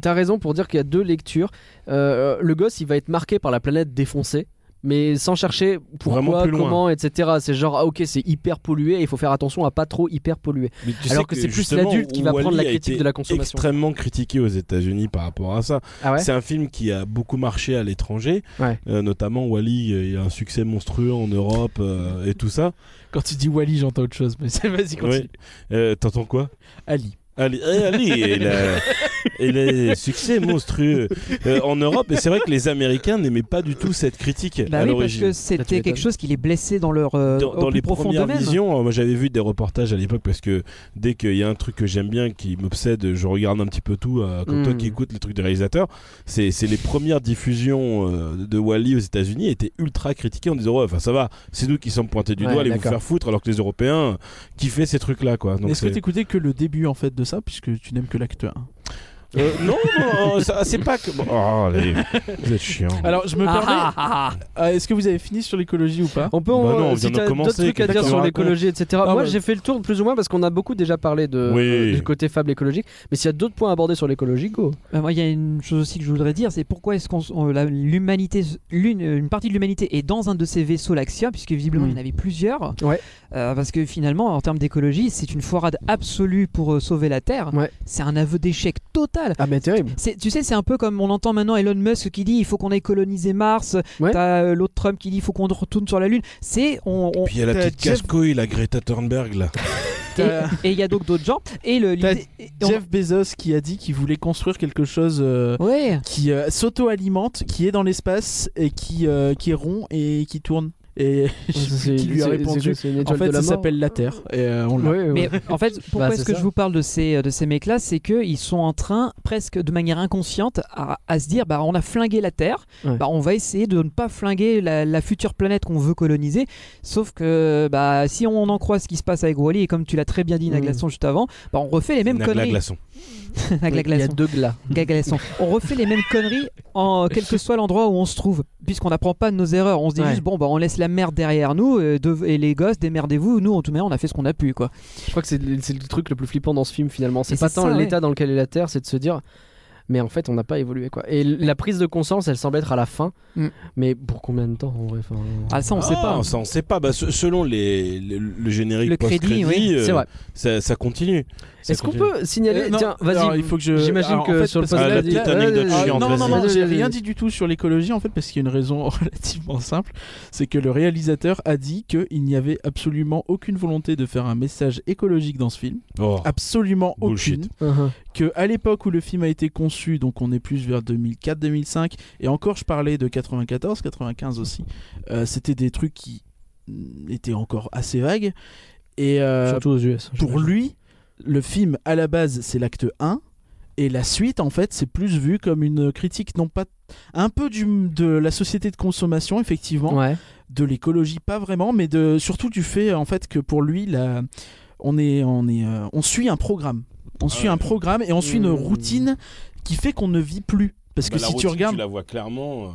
Speaker 4: t'as raison pour dire qu'il y a deux lectures. Euh, le gosse, il va être marqué par la planète défoncée. Mais sans chercher
Speaker 7: Vraiment
Speaker 4: pourquoi,
Speaker 7: plus loin.
Speaker 4: comment, etc. C'est genre, ah ok, c'est hyper pollué, et il faut faire attention à pas trop hyper polluer.
Speaker 7: Mais tu
Speaker 4: Alors que c'est plus
Speaker 7: justement,
Speaker 4: l'adulte qui va
Speaker 7: Wall-E
Speaker 4: prendre la
Speaker 7: a
Speaker 4: critique
Speaker 7: été
Speaker 4: de la consommation.
Speaker 7: Extrêmement critiqué aux États-Unis par rapport à ça.
Speaker 4: Ah ouais
Speaker 7: C'est un film qui a beaucoup marché à l'étranger,
Speaker 4: Ouais.
Speaker 7: Euh, notamment Wally. euh, Il y a un succès monstrueux en Europe euh, et tout ça.
Speaker 6: Quand tu dis Wally, j'entends autre chose, mais c'est- vas-y, continue.
Speaker 7: Ouais. Euh, T'entends quoi
Speaker 6: Ali.
Speaker 7: Ali, eh, Ali, il a, il a un succès monstrueux euh, en Europe. Et c'est vrai que les Américains n'aimaient pas du tout cette critique
Speaker 10: Bah
Speaker 7: à
Speaker 10: oui, parce
Speaker 7: l'origine.
Speaker 10: que
Speaker 4: Là, tu
Speaker 10: c'était
Speaker 4: m'étonnes.
Speaker 10: quelque chose qui les blessait dans leur euh,
Speaker 7: dans,
Speaker 10: au
Speaker 7: dans
Speaker 10: plus
Speaker 7: les
Speaker 10: profond
Speaker 7: premières
Speaker 10: d'eux-mêmes.
Speaker 7: visions, euh, moi j'avais vu des reportages à l'époque parce que dès qu'il y a un truc que j'aime bien qui m'obsède, je regarde un petit peu tout, euh, comme
Speaker 4: Mm.
Speaker 7: toi qui écoutes les trucs des réalisateurs. C'est c'est les premières diffusions euh, de Wally aux États-Unis étaient ultra critiquées en disant ouais, enfin ça va, c'est nous qui sommes pointés du
Speaker 4: Ouais,
Speaker 7: doigt, allez vous
Speaker 4: d'accord.
Speaker 7: faire foutre, alors que les Européens euh, kiffaient ces trucs là quoi. Donc,
Speaker 6: Est-ce que
Speaker 7: c'est-
Speaker 6: t'écoutais que le début en fait de ça, puisque tu n'aimes que hein l'acte 1
Speaker 7: Euh, non, non, ça- c'est pas que. bon, oh, allez, vous êtes chiant.
Speaker 6: Alors, je me
Speaker 10: Ah,
Speaker 6: permets.
Speaker 10: ah, ah, ah.
Speaker 6: Ah, Est-ce que vous avez fini sur l'écologie ou pas
Speaker 4: On peut
Speaker 7: Bah
Speaker 4: en-
Speaker 7: non, on
Speaker 4: si
Speaker 7: vient de
Speaker 4: t'as
Speaker 7: commencer,
Speaker 4: d'autres trucs à
Speaker 7: qu'est-ce
Speaker 4: dire
Speaker 7: que tu
Speaker 4: sur
Speaker 7: racontes
Speaker 4: l'écologie, etc.
Speaker 6: Ah,
Speaker 4: Moi,
Speaker 6: bah-
Speaker 4: j'ai fait le tour plus ou moins parce qu'on a beaucoup déjà parlé de, euh,
Speaker 7: Oui.
Speaker 4: du côté fable écologique. Mais s'il y a d'autres points abordés sur l'écologie, go.
Speaker 10: Bah, moi, il y a une chose aussi que je voudrais dire, c'est pourquoi est-ce qu'on on- la- l'humanité, l'une, euh, une partie de l'humanité est dans un de ces vaisseaux l'Axia, puisque visiblement
Speaker 4: Mm.
Speaker 10: il y en avait plusieurs.
Speaker 4: Ouais.
Speaker 10: Euh, parce que finalement, en termes d'écologie, c'est une forade absolue pour euh, sauver la Terre.
Speaker 4: Ouais.
Speaker 10: C'est un aveu d'échec total.
Speaker 4: Ah, mais terrible.
Speaker 10: C'est- Tu sais, c'est un peu comme on entend maintenant Elon Musk qui dit il faut qu'on aille coloniser Mars.
Speaker 4: Ouais.
Speaker 10: T'as euh, l'autre Trump qui dit il faut qu'on retourne sur la Lune. C'est on, on-
Speaker 7: Puis il y a la
Speaker 6: T'as
Speaker 7: petite
Speaker 6: Jeff-
Speaker 7: casse-couille, la Greta Thunberg là.
Speaker 6: T'as-
Speaker 10: et et il y a donc d'autres gens. Et le
Speaker 6: T'as
Speaker 10: l'idée- et on-
Speaker 6: Jeff Bezos qui a dit qu'il voulait construire quelque chose euh,
Speaker 10: Ouais.
Speaker 6: qui euh, s'auto-alimente, qui est dans l'espace et qui, euh, qui est rond et qui tourne. Et je sais plus qui lui a
Speaker 4: C'est-
Speaker 6: répondu
Speaker 4: c'est- c'est une
Speaker 6: En
Speaker 4: étoile
Speaker 6: fait,
Speaker 4: de la
Speaker 6: ça
Speaker 4: mort.
Speaker 6: s'appelle la Terre. Et euh, on l'a.
Speaker 4: Ouais, ouais.
Speaker 10: Mais en fait, pourquoi
Speaker 4: Bah,
Speaker 10: est-ce
Speaker 4: c'est
Speaker 10: que
Speaker 4: ça.
Speaker 10: je vous parle de ces, euh, de ces mecs-là C'est qu'ils sont en train, presque de manière inconsciente, à, à se dire bah, on a flingué la Terre,
Speaker 4: Ouais.
Speaker 10: bah, on va essayer de ne pas flinguer la, la future planète qu'on veut coloniser. Sauf que bah, si on en croit ce qui se passe avec Wally, et comme tu l'as très bien dit,
Speaker 4: Mm.
Speaker 10: Naglaçon, juste avant, bah, on refait les mêmes
Speaker 7: Nagla
Speaker 10: conneries.
Speaker 7: glaçon.
Speaker 10: Nagla
Speaker 4: il y a
Speaker 10: Glaçon.
Speaker 4: deux glas.
Speaker 10: Gagalaçon. On refait les mêmes conneries en quel que soit l'endroit où on se trouve, puisqu'on n'apprend pas de nos erreurs. On se dit
Speaker 4: Ouais.
Speaker 10: juste bon bah on laisse la merde derrière nous euh, de- et les gosses démerdez-vous. Nous en tout cas on a fait ce qu'on a pu quoi.
Speaker 4: Je crois que c'est le c'est le truc le plus flippant dans ce film finalement. C'est
Speaker 10: Et
Speaker 4: pas
Speaker 10: c'est
Speaker 4: tant
Speaker 10: ça, ouais.
Speaker 4: l'état dans lequel est la Terre, c'est de se dire. Mais en fait, on n'a pas évolué quoi. Et l- la prise de conscience, elle semble être à la fin.
Speaker 10: Mm.
Speaker 4: Mais pour combien de temps en vrai enfin, euh,
Speaker 10: Ah ça on sait
Speaker 7: Ah,
Speaker 10: pas.
Speaker 7: Ça, on sait pas. Bah, se- selon les, le, le générique
Speaker 10: Le crédit,
Speaker 7: post-crédit,
Speaker 10: oui.
Speaker 7: euh,
Speaker 4: C'est vrai.
Speaker 7: Ça, ça continue. Ça
Speaker 4: Est-ce qu'on
Speaker 7: continue.
Speaker 4: peut signaler
Speaker 6: Euh, non,
Speaker 4: Tiens,
Speaker 6: alors,
Speaker 4: vas-y.
Speaker 6: il faut que je.
Speaker 4: J'imagine
Speaker 6: alors, en
Speaker 4: que
Speaker 6: fait,
Speaker 4: sur le
Speaker 6: parce que
Speaker 4: post-
Speaker 7: Ah, la petite
Speaker 4: Ah,
Speaker 7: anecdote
Speaker 4: euh,
Speaker 6: Ah,
Speaker 7: chiante,
Speaker 6: non, non,
Speaker 7: vas-y.
Speaker 6: non, j'ai rien
Speaker 4: Euh,
Speaker 6: dit du tout sur l'écologie en fait parce qu'il y a une raison relativement simple, c'est que le réalisateur a dit qu'il n'y avait absolument aucune volonté de faire un message écologique dans ce film,
Speaker 7: Oh.
Speaker 6: absolument
Speaker 7: Bullshit.
Speaker 6: aucune,
Speaker 4: Uh-huh.
Speaker 6: que à l'époque où le film a été conçu conçu, donc on est plus vers 2004-2005. Et encore, je parlais de 94-95 aussi. Euh, C'était des trucs qui mm, étaient encore assez vagues. Et euh,
Speaker 4: Surtout aux hein, US,
Speaker 6: Pour lui, le film à la base, c'est l'acte 1. Et la suite, en fait, c'est plus vu comme une critique, non pas un peu du, de la société de consommation, effectivement, de l'écologie, pas vraiment, mais de, surtout du fait, en fait, que pour lui, la, on, est, on, est, euh, on suit un programme.
Speaker 7: Ah
Speaker 6: On suit un programme et on suit une routine qui fait qu'on ne vit plus. Parce
Speaker 7: Mmh. Bah,
Speaker 6: que
Speaker 7: la
Speaker 6: si tu
Speaker 7: routine,
Speaker 6: regardes.
Speaker 7: tu la vois clairement. euh,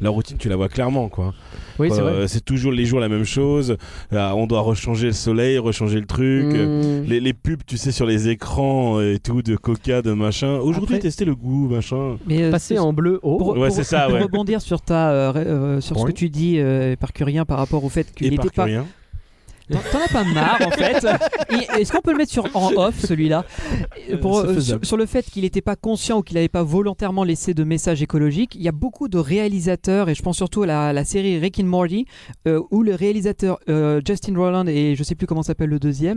Speaker 7: La routine, tu la vois clairement, quoi.
Speaker 6: Oui, c'est
Speaker 7: Euh,
Speaker 6: vrai.
Speaker 7: C'est toujours les jours la même chose. Là, on doit rechanger le soleil, rechanger le truc.
Speaker 6: Mm.
Speaker 4: Mmh. Hmm.
Speaker 7: Euh, Les, les pubs, tu sais, sur les écrans euh, et tout, de coca, de machin. Aujourd'hui, testez le goût, machin.
Speaker 10: euh, c'est- Pour,
Speaker 7: ouais,
Speaker 10: pour-
Speaker 7: c'est ça,
Speaker 10: pour
Speaker 7: ouais.
Speaker 10: rebondir sur, ta, euh, ré- euh, sur ce que
Speaker 7: Oui.
Speaker 10: tu dis, euh, Parcurien, par rapport au fait qu'il
Speaker 7: Et
Speaker 10: n'était pas.
Speaker 7: Parcurien.
Speaker 10: T'en t'en as pas marre en fait. Il- Est-ce qu'on peut le mettre sur en off celui-là Euh, pour,
Speaker 6: C'est
Speaker 10: euh, sur,
Speaker 6: faisable.
Speaker 10: sur le fait qu'il n'était pas conscient ou qu'il n'avait pas volontairement laissé de message écologique, il y a beaucoup de réalisateurs et je pense surtout à la, la série Rick and Morty euh, où le réalisateur euh, Justin Roland et je sais plus comment s'appelle le deuxième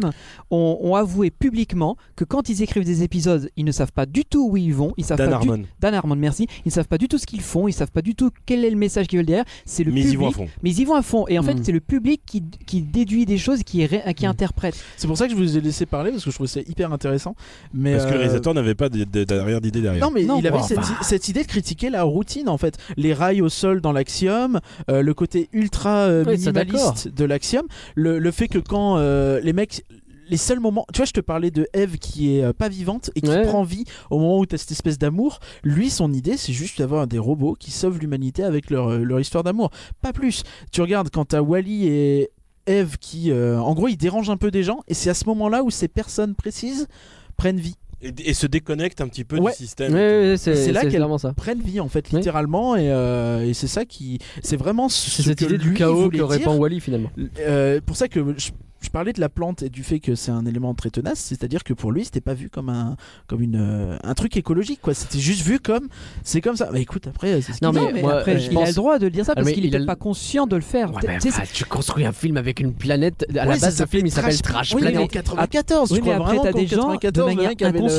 Speaker 10: ont, ont avoué publiquement que quand ils écrivent des épisodes, ils ne savent pas du tout où ils vont, ils savent
Speaker 7: Dan
Speaker 10: pas du-
Speaker 7: Harmon.
Speaker 10: Dan Harmon, merci. Ils ne savent pas du tout ce qu'ils font, ils ne savent pas du tout quel est le message qu'ils veulent derrière. C'est le
Speaker 7: Mais ils y
Speaker 10: public.
Speaker 7: vont à fond.
Speaker 10: Mais ils y vont à fond. Et en fait,
Speaker 6: Mm.
Speaker 10: c'est le public qui, qui déduit des choses, qui, ré- qui interprète.
Speaker 6: C'est pour ça que je vous ai laissé parler, parce que je trouvais ça hyper intéressant. Mais
Speaker 7: Parce que le
Speaker 6: euh,
Speaker 7: réalisateur n'avait pas de- de- derrière d'idée derrière.
Speaker 6: Non, mais il avait
Speaker 7: Enfin,
Speaker 6: cette, cette idée de critiquer la routine en fait. Les rails au sol dans l'axiome, euh, le côté ultra euh,
Speaker 4: Oui, ça,
Speaker 6: minimaliste de l'axiome, le, le fait que quand euh, les mecs. Les seuls moments. Tu vois, je te parlais de Eve qui est euh, pas vivante et qui prend vie au moment où t'as cette espèce d'amour. Lui, son idée, c'est juste d'avoir des robots qui sauvent l'humanité avec leur, euh, leur histoire d'amour. Pas plus. Tu regardes quand t'as Wally et Eve qui. euh, en gros, ils dérangent un peu des gens et c'est à ce moment-là où ces personnes précises prennent vie.
Speaker 7: Et, et se déconnecte un petit peu
Speaker 6: Ouais.
Speaker 7: du système.
Speaker 6: c'est là qu'elles prennent vie en fait littéralement et, euh, et c'est ça qui c'est vraiment
Speaker 4: C'est cette idée du chaos que répand Wally finalement.
Speaker 6: Euh, pour ça que je, je parlais de la plante et du fait que c'est un élément très tenace c'est-à-dire que pour lui c'était pas vu comme un comme une euh, un truc écologique quoi c'était juste vu comme c'est comme ça bah écoute après c'est ce
Speaker 10: Non,
Speaker 6: qu'il
Speaker 10: mais, euh,
Speaker 6: dit.
Speaker 10: après, il Ah, a le droit de dire ça parce qu'il
Speaker 4: il a
Speaker 10: n'était
Speaker 4: le-
Speaker 10: pas conscient de le faire.
Speaker 4: Ouais, mais
Speaker 10: Tu sais,
Speaker 4: enfin, tu construis un film avec une planète. À la
Speaker 10: Ouais, ça
Speaker 4: base, ce
Speaker 10: s'appelait
Speaker 4: film il s'appelle
Speaker 10: Trash-
Speaker 4: Trash
Speaker 10: oui, mais
Speaker 4: Planet.
Speaker 10: en 94,
Speaker 4: Ah,
Speaker 10: je crois vraiment qu'en 94, le mec avait le-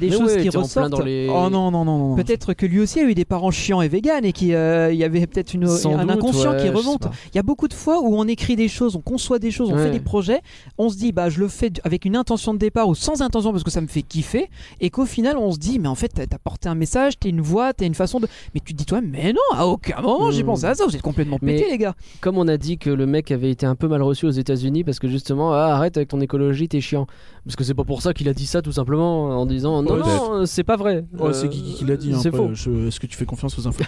Speaker 10: Mais ouais, t'es en plein dans les- Oh non,
Speaker 6: non, non.
Speaker 10: Peut-être que lui aussi a eu des parents chiants et véganes et qu'il euh, il y avait peut-être une,
Speaker 4: Sans
Speaker 10: un
Speaker 4: doute,
Speaker 10: inconscient
Speaker 4: ouais,
Speaker 10: qui
Speaker 4: je sais
Speaker 10: remonte.
Speaker 4: pas.
Speaker 10: Il y a beaucoup de fois où on écrit des choses, on conçoit des choses, on
Speaker 4: Ouais.
Speaker 10: fait des projets, on se dit bah je le fais avec une intention de départ ou sans intention parce que ça me fait kiffer et qu'au final on se dit mais en fait t'as t'as porté un message, t'es une voix, t'es une façon de. Mais tu te dis toi mais non à aucun moment j'ai
Speaker 4: Hmm.
Speaker 10: pensé à ça, vous êtes complètement pété les gars.
Speaker 4: Comme on a dit que le mec avait été un peu mal reçu aux États-Unis parce que justement, ah, arrête avec ton écologie, t'es chiant. Parce que c'est pas pour ça qu'il a dit ça tout simplement en disant non,
Speaker 6: Ouais,
Speaker 4: non, euh, c'est pas vrai.
Speaker 6: Oh,
Speaker 4: Euh,
Speaker 6: c'est qui qui l'a dit hein,
Speaker 4: C'est
Speaker 6: après,
Speaker 4: faux.
Speaker 6: je- Est-ce que tu fais confiance aux infos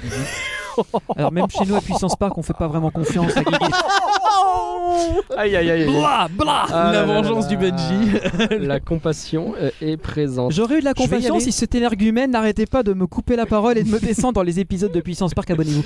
Speaker 10: Alors même chez nous à Puissance Park on fait pas vraiment confiance. à Guigui.
Speaker 4: Aïe aïe aïe. aïe.
Speaker 10: Blah, blah.
Speaker 4: Ah,
Speaker 10: La
Speaker 4: là, là,
Speaker 10: vengeance
Speaker 4: là,
Speaker 10: du
Speaker 4: là. La compassion euh, est présente.
Speaker 10: J'aurais eu de la
Speaker 4: Je vais y
Speaker 10: compassion
Speaker 4: aller.
Speaker 10: si cet énergumène n'arrêtait pas de me couper la parole et de me descendre dans les épisodes de Puissance Park, abonnez-vous.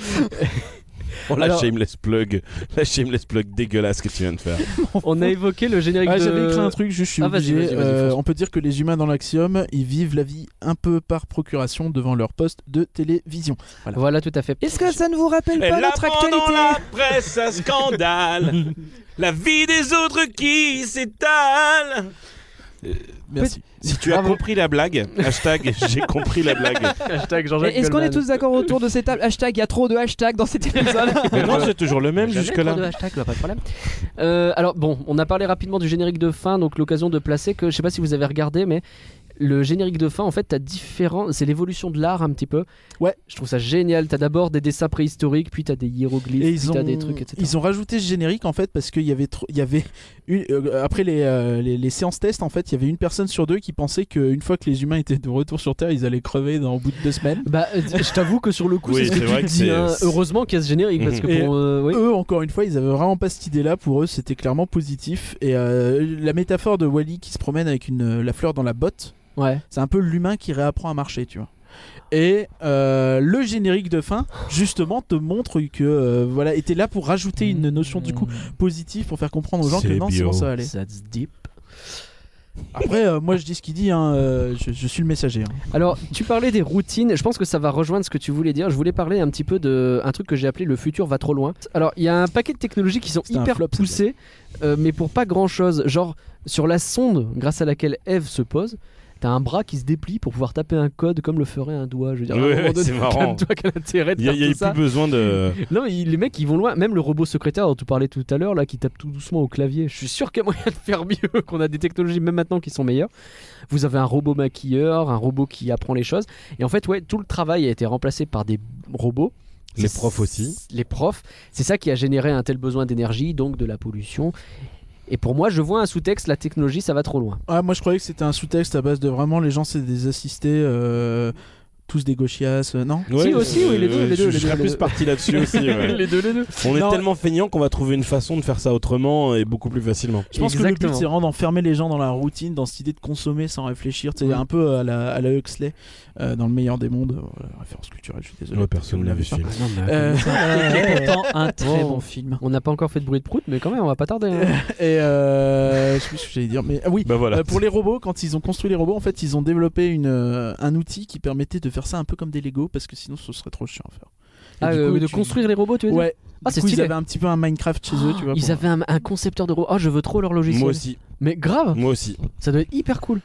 Speaker 7: Oh, la
Speaker 10: Alors-
Speaker 7: shameless plug. La shameless plug dégueulasse que tu viens de faire.
Speaker 4: On a évoqué le générique
Speaker 6: Ah,
Speaker 4: de.
Speaker 6: J'avais écrit un truc, juste je suis
Speaker 4: Ah, vas-y,
Speaker 6: obligé.
Speaker 4: vas-y, vas-y,
Speaker 6: Euh,
Speaker 4: fonce.
Speaker 6: on peut dire que les humains dans l'axiome, ils vivent la vie un peu par procuration devant leur poste de télévision. Voilà,
Speaker 4: tout à fait.
Speaker 10: Est-ce que ça ne vous rappelle pas notre actualité
Speaker 7: presse, un scandale. la vie des autres qui s'étale. Euh,
Speaker 6: Merci.
Speaker 7: Si tu as compris la blague, hashtag j'ai compris la blague.
Speaker 4: Hashtag
Speaker 10: Est-ce qu'on est tous d'accord autour de cette table Hashtag, il y a trop de hashtags dans cet épisode.
Speaker 7: Mais non, c'est toujours le même
Speaker 4: Jamais
Speaker 7: jusque-là.
Speaker 4: trop de hashtags, bah, pas de problème. Euh, alors bon, on a parlé rapidement du générique de fin, donc l'occasion de placer que je sais pas si vous avez regardé, mais le générique de fin, en fait, t'as différents, c'est l'évolution de l'art un petit peu.
Speaker 6: Ouais.
Speaker 4: Je trouve ça génial. T'as d'abord des dessins préhistoriques, puis t'as des hiéroglyphes,
Speaker 6: Et
Speaker 4: puis
Speaker 6: ils ont,
Speaker 4: t'as des trucs, etc.
Speaker 6: ils ont rajouté ce générique en fait parce qu'il y avait, trop- il y avait une- euh, après les, euh, les, les séances tests en fait, il y avait une personne sur deux qui pensait qu'une fois que les humains étaient de retour sur Terre, ils allaient crever dans, au bout de deux semaines.
Speaker 4: Bah, euh, je t'avoue que sur le coup,
Speaker 6: Oui,
Speaker 4: c'est ce
Speaker 6: c'est
Speaker 4: que
Speaker 6: vrai
Speaker 4: tu
Speaker 6: que
Speaker 4: te dis.
Speaker 6: c'est-
Speaker 4: hein.
Speaker 6: c'est-
Speaker 4: Heureusement qu'il y a ce générique parce que
Speaker 6: Et
Speaker 4: pour euh, oui.
Speaker 6: eux, encore une fois, ils avaient vraiment pas cette idée-là. Pour eux, c'était clairement positif. Et euh, la métaphore de Wally qui se promène avec une, la fleur dans la botte,
Speaker 4: Ouais.
Speaker 6: c'est un peu l'humain qui réapprend à marcher, tu vois. Et euh, le générique de fin, justement, te montre que euh, voilà, était là pour rajouter une notion du coup positive pour faire comprendre aux gens que
Speaker 4: Mmh. C'est
Speaker 6: non, c'est bon,
Speaker 4: bio.
Speaker 6: ça allait.
Speaker 4: That's deep.
Speaker 6: Après, euh, moi, je dis ce qu'il dit. hein, euh, je, je suis le messager. hein.
Speaker 4: Alors, tu parlais des routines. Je pense que ça va rejoindre ce que tu voulais dire. Je voulais parler un petit peu de un truc que j'ai appelé le futur va trop loin. Alors, il y a un paquet de technologies qui sont
Speaker 6: un
Speaker 4: hyper
Speaker 6: flop,
Speaker 4: poussées, euh, mais pour pas grand chose. Genre sur la sonde grâce à laquelle Eve se pose. t'as un bras qui se déplie pour pouvoir taper un code comme le ferait un doigt. Je veux dire, à un
Speaker 7: Ouais,
Speaker 4: moment
Speaker 7: ouais,
Speaker 4: donné,
Speaker 7: c'est marrant.
Speaker 4: calme-toi, quel intérêt de
Speaker 7: Il y a-
Speaker 4: faire
Speaker 7: il y a
Speaker 4: tout
Speaker 7: eu
Speaker 4: ça
Speaker 7: plus besoin de-
Speaker 4: Non, mais il- les mecs, ils vont loin. Même le robot secrétaire dont tu parlais tout à l'heure, là, qui tape tout doucement au clavier. Je suis sûr qu'il y a moyen de faire mieux, qu'on a des technologies même maintenant qui sont meilleures. Vous avez un robot maquilleur, un robot qui apprend les choses. Et en fait, ouais, tout le travail a été remplacé par des robots.
Speaker 7: Les profs aussi.
Speaker 4: Les profs. C'est ça qui a généré un tel besoin d'énergie, donc de la pollution. Et pour moi, je vois un sous-texte, la technologie, ça va trop loin.
Speaker 6: Ah, moi je croyais que c'était un sous-texte à base de vraiment les gens c'est des assistés euh, tous des gauchias, euh, non
Speaker 7: Ouais, euh, ouais, je- Je serais plus parti là-dessus aussi. ouais. On est
Speaker 6: Non,
Speaker 7: tellement feignant qu'on va trouver une façon de faire ça autrement et beaucoup plus facilement.
Speaker 6: Je pense que le but c'est vraiment d'enfermer les gens dans la routine, dans cette idée de consommer sans réfléchir, c'est
Speaker 4: Mmh.
Speaker 6: un peu à la, à la Huxley, euh, dans le meilleur des mondes, Voilà, référence culturelle, je suis désolé.
Speaker 7: Ouais, personne
Speaker 6: Vous
Speaker 7: n'a
Speaker 6: l'avez
Speaker 7: vu ce
Speaker 6: pas.
Speaker 7: film. Ah Non,
Speaker 4: mais
Speaker 6: Euh,
Speaker 4: film. Oh. On n'a pas encore fait de bruit de prout, mais quand même, on va pas tarder. hein.
Speaker 6: Et euh, je sais plus ce que j'allais dire, mais ah oui.
Speaker 7: Bah, voilà.
Speaker 6: Euh, pour les robots, quand ils ont construit les robots, en fait, ils ont développé une, euh, un outil qui permettait de faire ça un peu comme des Lego, parce que sinon, ce serait trop chiant à faire. Et
Speaker 4: Ah,
Speaker 6: du
Speaker 4: euh,
Speaker 6: coup,
Speaker 4: de
Speaker 6: tu-
Speaker 4: construire les robots, tu veux dire
Speaker 6: Ouais.
Speaker 4: Ah,
Speaker 6: Du
Speaker 4: c'est
Speaker 6: coup, ils
Speaker 4: stylé.
Speaker 6: avaient un petit peu un Minecraft chez eux, tu vois.
Speaker 4: Ils
Speaker 6: pour-
Speaker 4: avaient un, un concepteur de robot. Oh, je veux trop leur logiciel.
Speaker 6: Moi aussi.
Speaker 4: Mais grave.
Speaker 7: Moi aussi.
Speaker 4: Ça doit être hyper cool.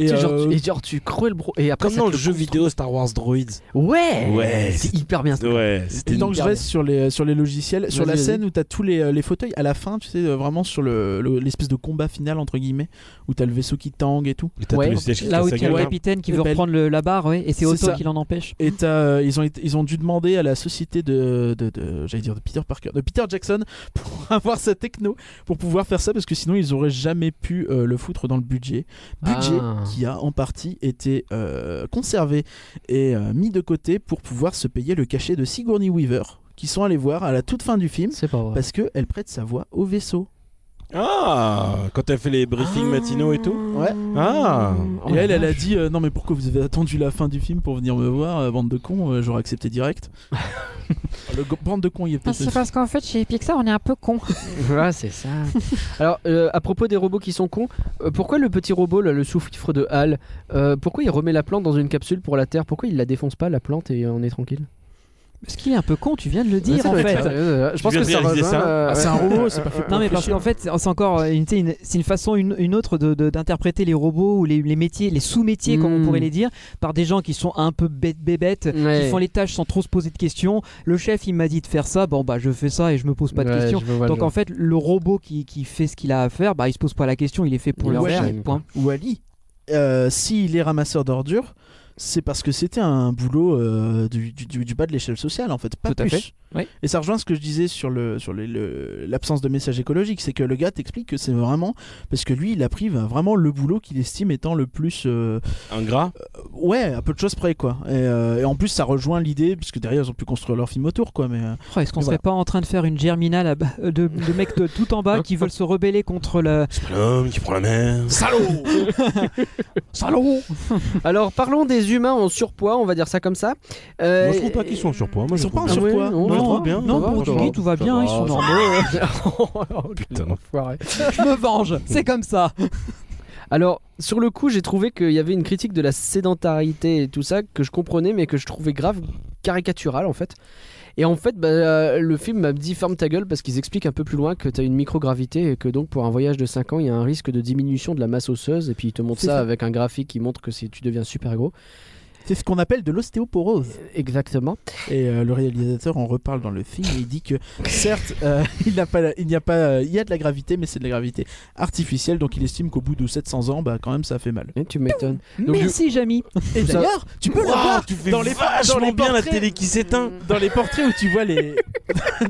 Speaker 6: Et
Speaker 4: Tu sais, genre,
Speaker 6: euh,
Speaker 4: tu- et genre, tu creux le bro. Et après,
Speaker 7: Comme
Speaker 4: ça
Speaker 7: dans
Speaker 4: te
Speaker 7: le jeu
Speaker 4: construit.
Speaker 7: vidéo Star Wars Droids.
Speaker 4: Ouais.
Speaker 7: Ouais,
Speaker 4: C'est hyper bien. ça.
Speaker 7: Ouais,
Speaker 6: Et donc je
Speaker 4: hyper
Speaker 6: reste sur les, sur les logiciels, sur
Speaker 4: Vas-y,
Speaker 6: la
Speaker 4: vas-y.
Speaker 6: scène où t'as tous les, euh, les fauteuils à la fin, tu sais, euh, vraiment sur le- le- l'espèce de combat final, entre guillemets, où t'as le vaisseau qui tangue et tout.
Speaker 7: t'as Ouais. tous les sièges qui Là cassent où la t'as gueule, le hein.
Speaker 10: capitaine qui
Speaker 6: Et
Speaker 10: veut
Speaker 6: ben,
Speaker 10: reprendre le- la barre, ouais, et c'est Otto
Speaker 6: ça.
Speaker 10: qui l'en empêche.
Speaker 6: Et t'as, euh, ils, ont, été- ils ont dû demander à la société de, de, de- j'allais dire de Peter Parker, de Peter Jackson, pour avoir sa techno, pour pouvoir faire ça, parce que sinon ils auraient jamais pu euh, le foutre dans le budget. Budget
Speaker 4: Ah.
Speaker 6: qui a en partie été euh, conservé et euh, mis de côté pour pouvoir se payer le cachet de Sigourney Weaver, qui sont allés voir à la toute fin du film, parce qu'elle prête sa voix au vaisseau.
Speaker 7: Ah, quand elle fait les briefings matinaux et tout.
Speaker 6: Ouais.
Speaker 7: Ah.
Speaker 4: Oh
Speaker 6: Et elle, elle a dit euh, Non, mais pourquoi vous avez attendu la fin du film pour venir me voir, euh, bande de cons euh, J'aurais accepté direct. le go- bande de cons, il est
Speaker 10: Ah,
Speaker 6: peut-être.
Speaker 12: C'est parce qu'en fait, chez Pixar, on est un peu con.
Speaker 4: Ouais, c'est ça. Alors, euh, à propos des robots qui sont cons, euh, pourquoi le petit robot, là, le souffre de Hal, euh, pourquoi il remet la plante dans une capsule pour la Terre Pourquoi il la défonce pas, la plante, et on est tranquille
Speaker 10: Parce qu'il est un peu con, tu viens de le dire
Speaker 4: ça
Speaker 10: en
Speaker 4: doit être
Speaker 10: fait.
Speaker 4: ça. Euh, je Tu pense viens que de ça réaliser rejoint, ça euh, Ah, c'est ouais. un robot, c'est pas fait pour
Speaker 10: Non mais parce
Speaker 4: réfléchir.
Speaker 10: qu'en fait, c'est c'est encore euh, une, tu sais, une- c'est une façon une, une autre de- de- d'interpréter les robots ou les, les métiers, les sous-métiers comme on
Speaker 4: Mm.
Speaker 10: pourrait les dire, par des gens qui sont un peu bêtes bébêtes,
Speaker 4: Ouais.
Speaker 10: qui font les tâches sans trop se poser de questions. Le chef, il m'a dit de faire ça, bon bah je fais ça et je me pose pas de
Speaker 4: Ouais,
Speaker 10: questions.
Speaker 4: je vois le
Speaker 10: Donc en
Speaker 4: genre.
Speaker 10: fait, le robot qui, qui fait ce qu'il a à faire, bah il se pose pas la question, il est fait pour le
Speaker 6: Wally,
Speaker 10: faire. et Point.
Speaker 6: Wally, euh, s'il est ramasseur d'ordures, c'est parce que c'était un boulot euh, du, du- du- du bas de l'échelle sociale, en fait, pas
Speaker 10: Tout à
Speaker 6: plus.
Speaker 10: fait, oui.
Speaker 6: Et ça rejoint ce que je disais sur le sur les- le- l'absence de message écologique, c'est que le gars t'explique que c'est vraiment parce que lui, il a pris bah, vraiment le boulot qu'il estime étant le plus euh,
Speaker 7: Ingrat.
Speaker 6: euh, ouais, à peu de choses près, quoi. Et, euh, et en plus, ça rejoint l'idée, puisque derrière, ils ont pu construire leur film autour, quoi. Mais euh,
Speaker 10: Oh, Est-ce qu'on
Speaker 6: mais
Speaker 10: serait
Speaker 6: voilà.
Speaker 10: pas en train de faire une germinale à ba- euh, de, de mecs de tout en bas qui veulent se rebeller contre le
Speaker 7: L'homme qui prend la mer.
Speaker 6: Salaud
Speaker 10: Salaud
Speaker 4: Alors parlons des humains en surpoids, on va dire ça comme ça. Euh,
Speaker 7: Moi, je trouve pas qu'ils sont en surpoids.
Speaker 4: ils
Speaker 7: Moi, je
Speaker 4: sont
Speaker 7: trouve
Speaker 4: pas en
Speaker 7: bien.
Speaker 4: surpoids.
Speaker 7: Ah ouais,
Speaker 4: Non,
Speaker 7: moi, je trouve bien.
Speaker 4: non,
Speaker 7: Ça
Speaker 4: pour
Speaker 7: va,
Speaker 4: Guy,
Speaker 7: ça va.
Speaker 10: tout va
Speaker 4: Oh,
Speaker 10: bien, ils sont
Speaker 7: ça va.
Speaker 4: normaux.
Speaker 7: Putain.
Speaker 10: Je me venge, c'est comme ça.
Speaker 4: Alors, sur le coup, j'ai trouvé qu'il y avait une critique de la sédentarité et tout ça que je comprenais, mais que je trouvais grave caricaturale en fait. Et en fait, bah, euh, le film m'a dit ferme ta gueule parce qu'ils expliquent un peu plus loin que t'as une microgravité et que donc pour un voyage de 5 ans, il y a un risque de diminution de la masse osseuse. Et puis ils te montrent
Speaker 6: C'est
Speaker 4: ça,
Speaker 6: ça.
Speaker 4: avec un graphique qui montre que si tu deviens super gros.
Speaker 6: C'est ce qu'on appelle de l'ostéoporose.
Speaker 4: Exactement.
Speaker 6: Et euh, le réalisateur en reparle dans le film et il dit que certes, euh, il n'a pas, la- il n'y a pas, euh, il y a de la gravité, mais c'est de la gravité artificielle. Donc il estime qu'au bout de 700 ans, bah quand même, ça fait mal.
Speaker 4: Et tu m'étonnes.
Speaker 10: Merci Jamy.
Speaker 6: Et
Speaker 10: Tout ça-
Speaker 6: d'ailleurs, tu peux le
Speaker 10: Waouh,
Speaker 6: voir
Speaker 10: tu fais
Speaker 6: dans les dans les
Speaker 10: vachement bien la
Speaker 6: portraits-
Speaker 10: télé qui s'éteint.
Speaker 6: Dans les portraits où tu vois les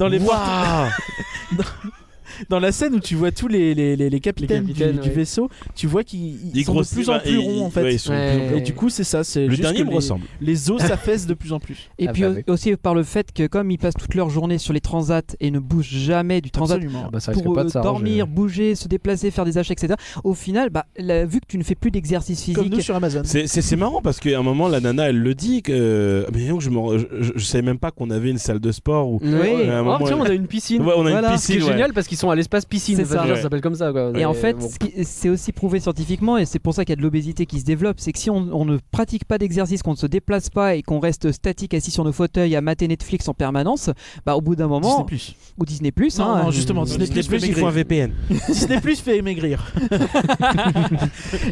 Speaker 6: dans les portraits- dans, dans la scène où tu vois tous les, les, les- les capitaines, du-
Speaker 4: capitaines,
Speaker 6: du,
Speaker 4: ouais.
Speaker 6: vaisseau, tu vois qu'ils
Speaker 7: Ils
Speaker 6: ils sont de
Speaker 7: grossissent,
Speaker 6: plus en
Speaker 7: bah,
Speaker 6: plus
Speaker 7: et-
Speaker 6: ronds en fait.
Speaker 7: ouais, ils sont de plus en plus
Speaker 6: Et
Speaker 7: ronds.
Speaker 6: du coup, c'est ça. c'est
Speaker 7: Le
Speaker 6: juste
Speaker 7: dernier
Speaker 6: que
Speaker 7: me
Speaker 6: les-
Speaker 7: ressemble.
Speaker 6: Les os s'affaissent de plus en plus.
Speaker 10: Et puis au- aussi par le fait que comme ils passent toute leur journée sur les transats et ne bougent jamais du transat
Speaker 6: Absolument. Ah bah, ça risque
Speaker 10: pour
Speaker 6: pas de
Speaker 10: euh,
Speaker 6: s'arranger.
Speaker 10: dormir, bouger, se déplacer, faire des achats, etc. Au final, bah, la- vu que tu ne fais plus d'exercice physique,
Speaker 6: Comme nous sur Amazon.
Speaker 7: C'est- C'est c'est marrant parce qu'à un moment, la nana, elle le dit que. euh, Mais donc, je, me rends- je, je- je savais même pas qu'on avait une salle de sport. Ou...
Speaker 4: Oui.
Speaker 7: À un
Speaker 4: Oh,
Speaker 7: moment,
Speaker 4: tiens,
Speaker 7: elle-
Speaker 4: on a une piscine.
Speaker 7: Ouais, on a
Speaker 4: Voilà.
Speaker 7: une
Speaker 4: Ce qui est
Speaker 7: piscine. ouais.
Speaker 4: génial parce qu'ils sont sont à l'espace piscine.
Speaker 10: C'est
Speaker 4: enfin, je veux
Speaker 10: ça.
Speaker 4: dire, s'appelle comme ça. quoi.
Speaker 10: Et en
Speaker 4: Mais
Speaker 10: fait,
Speaker 4: bon.
Speaker 10: ce qui- c'est aussi prouvé scientifiquement, et c'est pour ça qu'il y a de l'obésité qui se développe, c'est que si on, on ne pratique pas d'exercice, qu'on ne se déplace pas et qu'on reste statique assis sur nos fauteuils à mater Netflix en permanence, bah au bout d'un moment... Ou Disney Plus.
Speaker 6: Non,
Speaker 10: hein,
Speaker 6: non,
Speaker 10: euh,
Speaker 6: justement, Disney, Plus,
Speaker 10: il faut un
Speaker 6: maigrir. Disney Plus fait maigrir.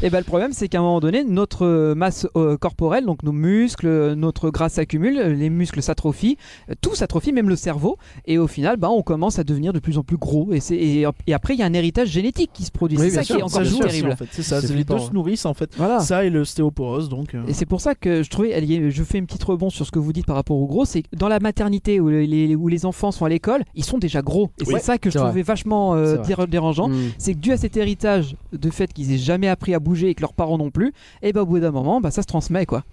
Speaker 10: Et ben le problème, c'est qu'à un moment donné, notre euh, masse euh, corporelle, donc nos muscles, euh, notre graisse s'accumule, euh, les muscles s'atrophient, euh, tout s'atrophie, même le cerveau. Et au final, bah, on commence à devenir de plus en plus gros. Et, c'est- et, et après, il y a un héritage génétique qui se produit.
Speaker 6: Oui,
Speaker 10: c'est
Speaker 6: bien
Speaker 10: ça
Speaker 6: sûr,
Speaker 10: qui est encore
Speaker 6: ça
Speaker 10: plus
Speaker 6: joue aussi,
Speaker 10: terrible.
Speaker 6: en fait. C'est ça, c'est les deux se nourrissent en fait.
Speaker 10: Voilà.
Speaker 6: Ça et l'ostéoporose donc. euh,
Speaker 10: Et c'est pour ça que je trouvais, elle y est- je fais une petite rebond sur ce que vous dites par rapport aux gros, c'est que dans la maternité où les, où les enfants sont à l'école, ils sont déjà gros. Et
Speaker 4: Oui.
Speaker 10: c'est ça que je
Speaker 4: C'est vrai.
Speaker 10: trouvais vachement euh,
Speaker 4: C'est vrai. Mm.
Speaker 10: déra- dérangeant.
Speaker 4: Hmm.
Speaker 10: C'est que dû à cet héritage de fait qu'ils aient jamais appris à bouger et que leurs parents non plus, et bah au bout d'un moment, bah, ça se transmet quoi.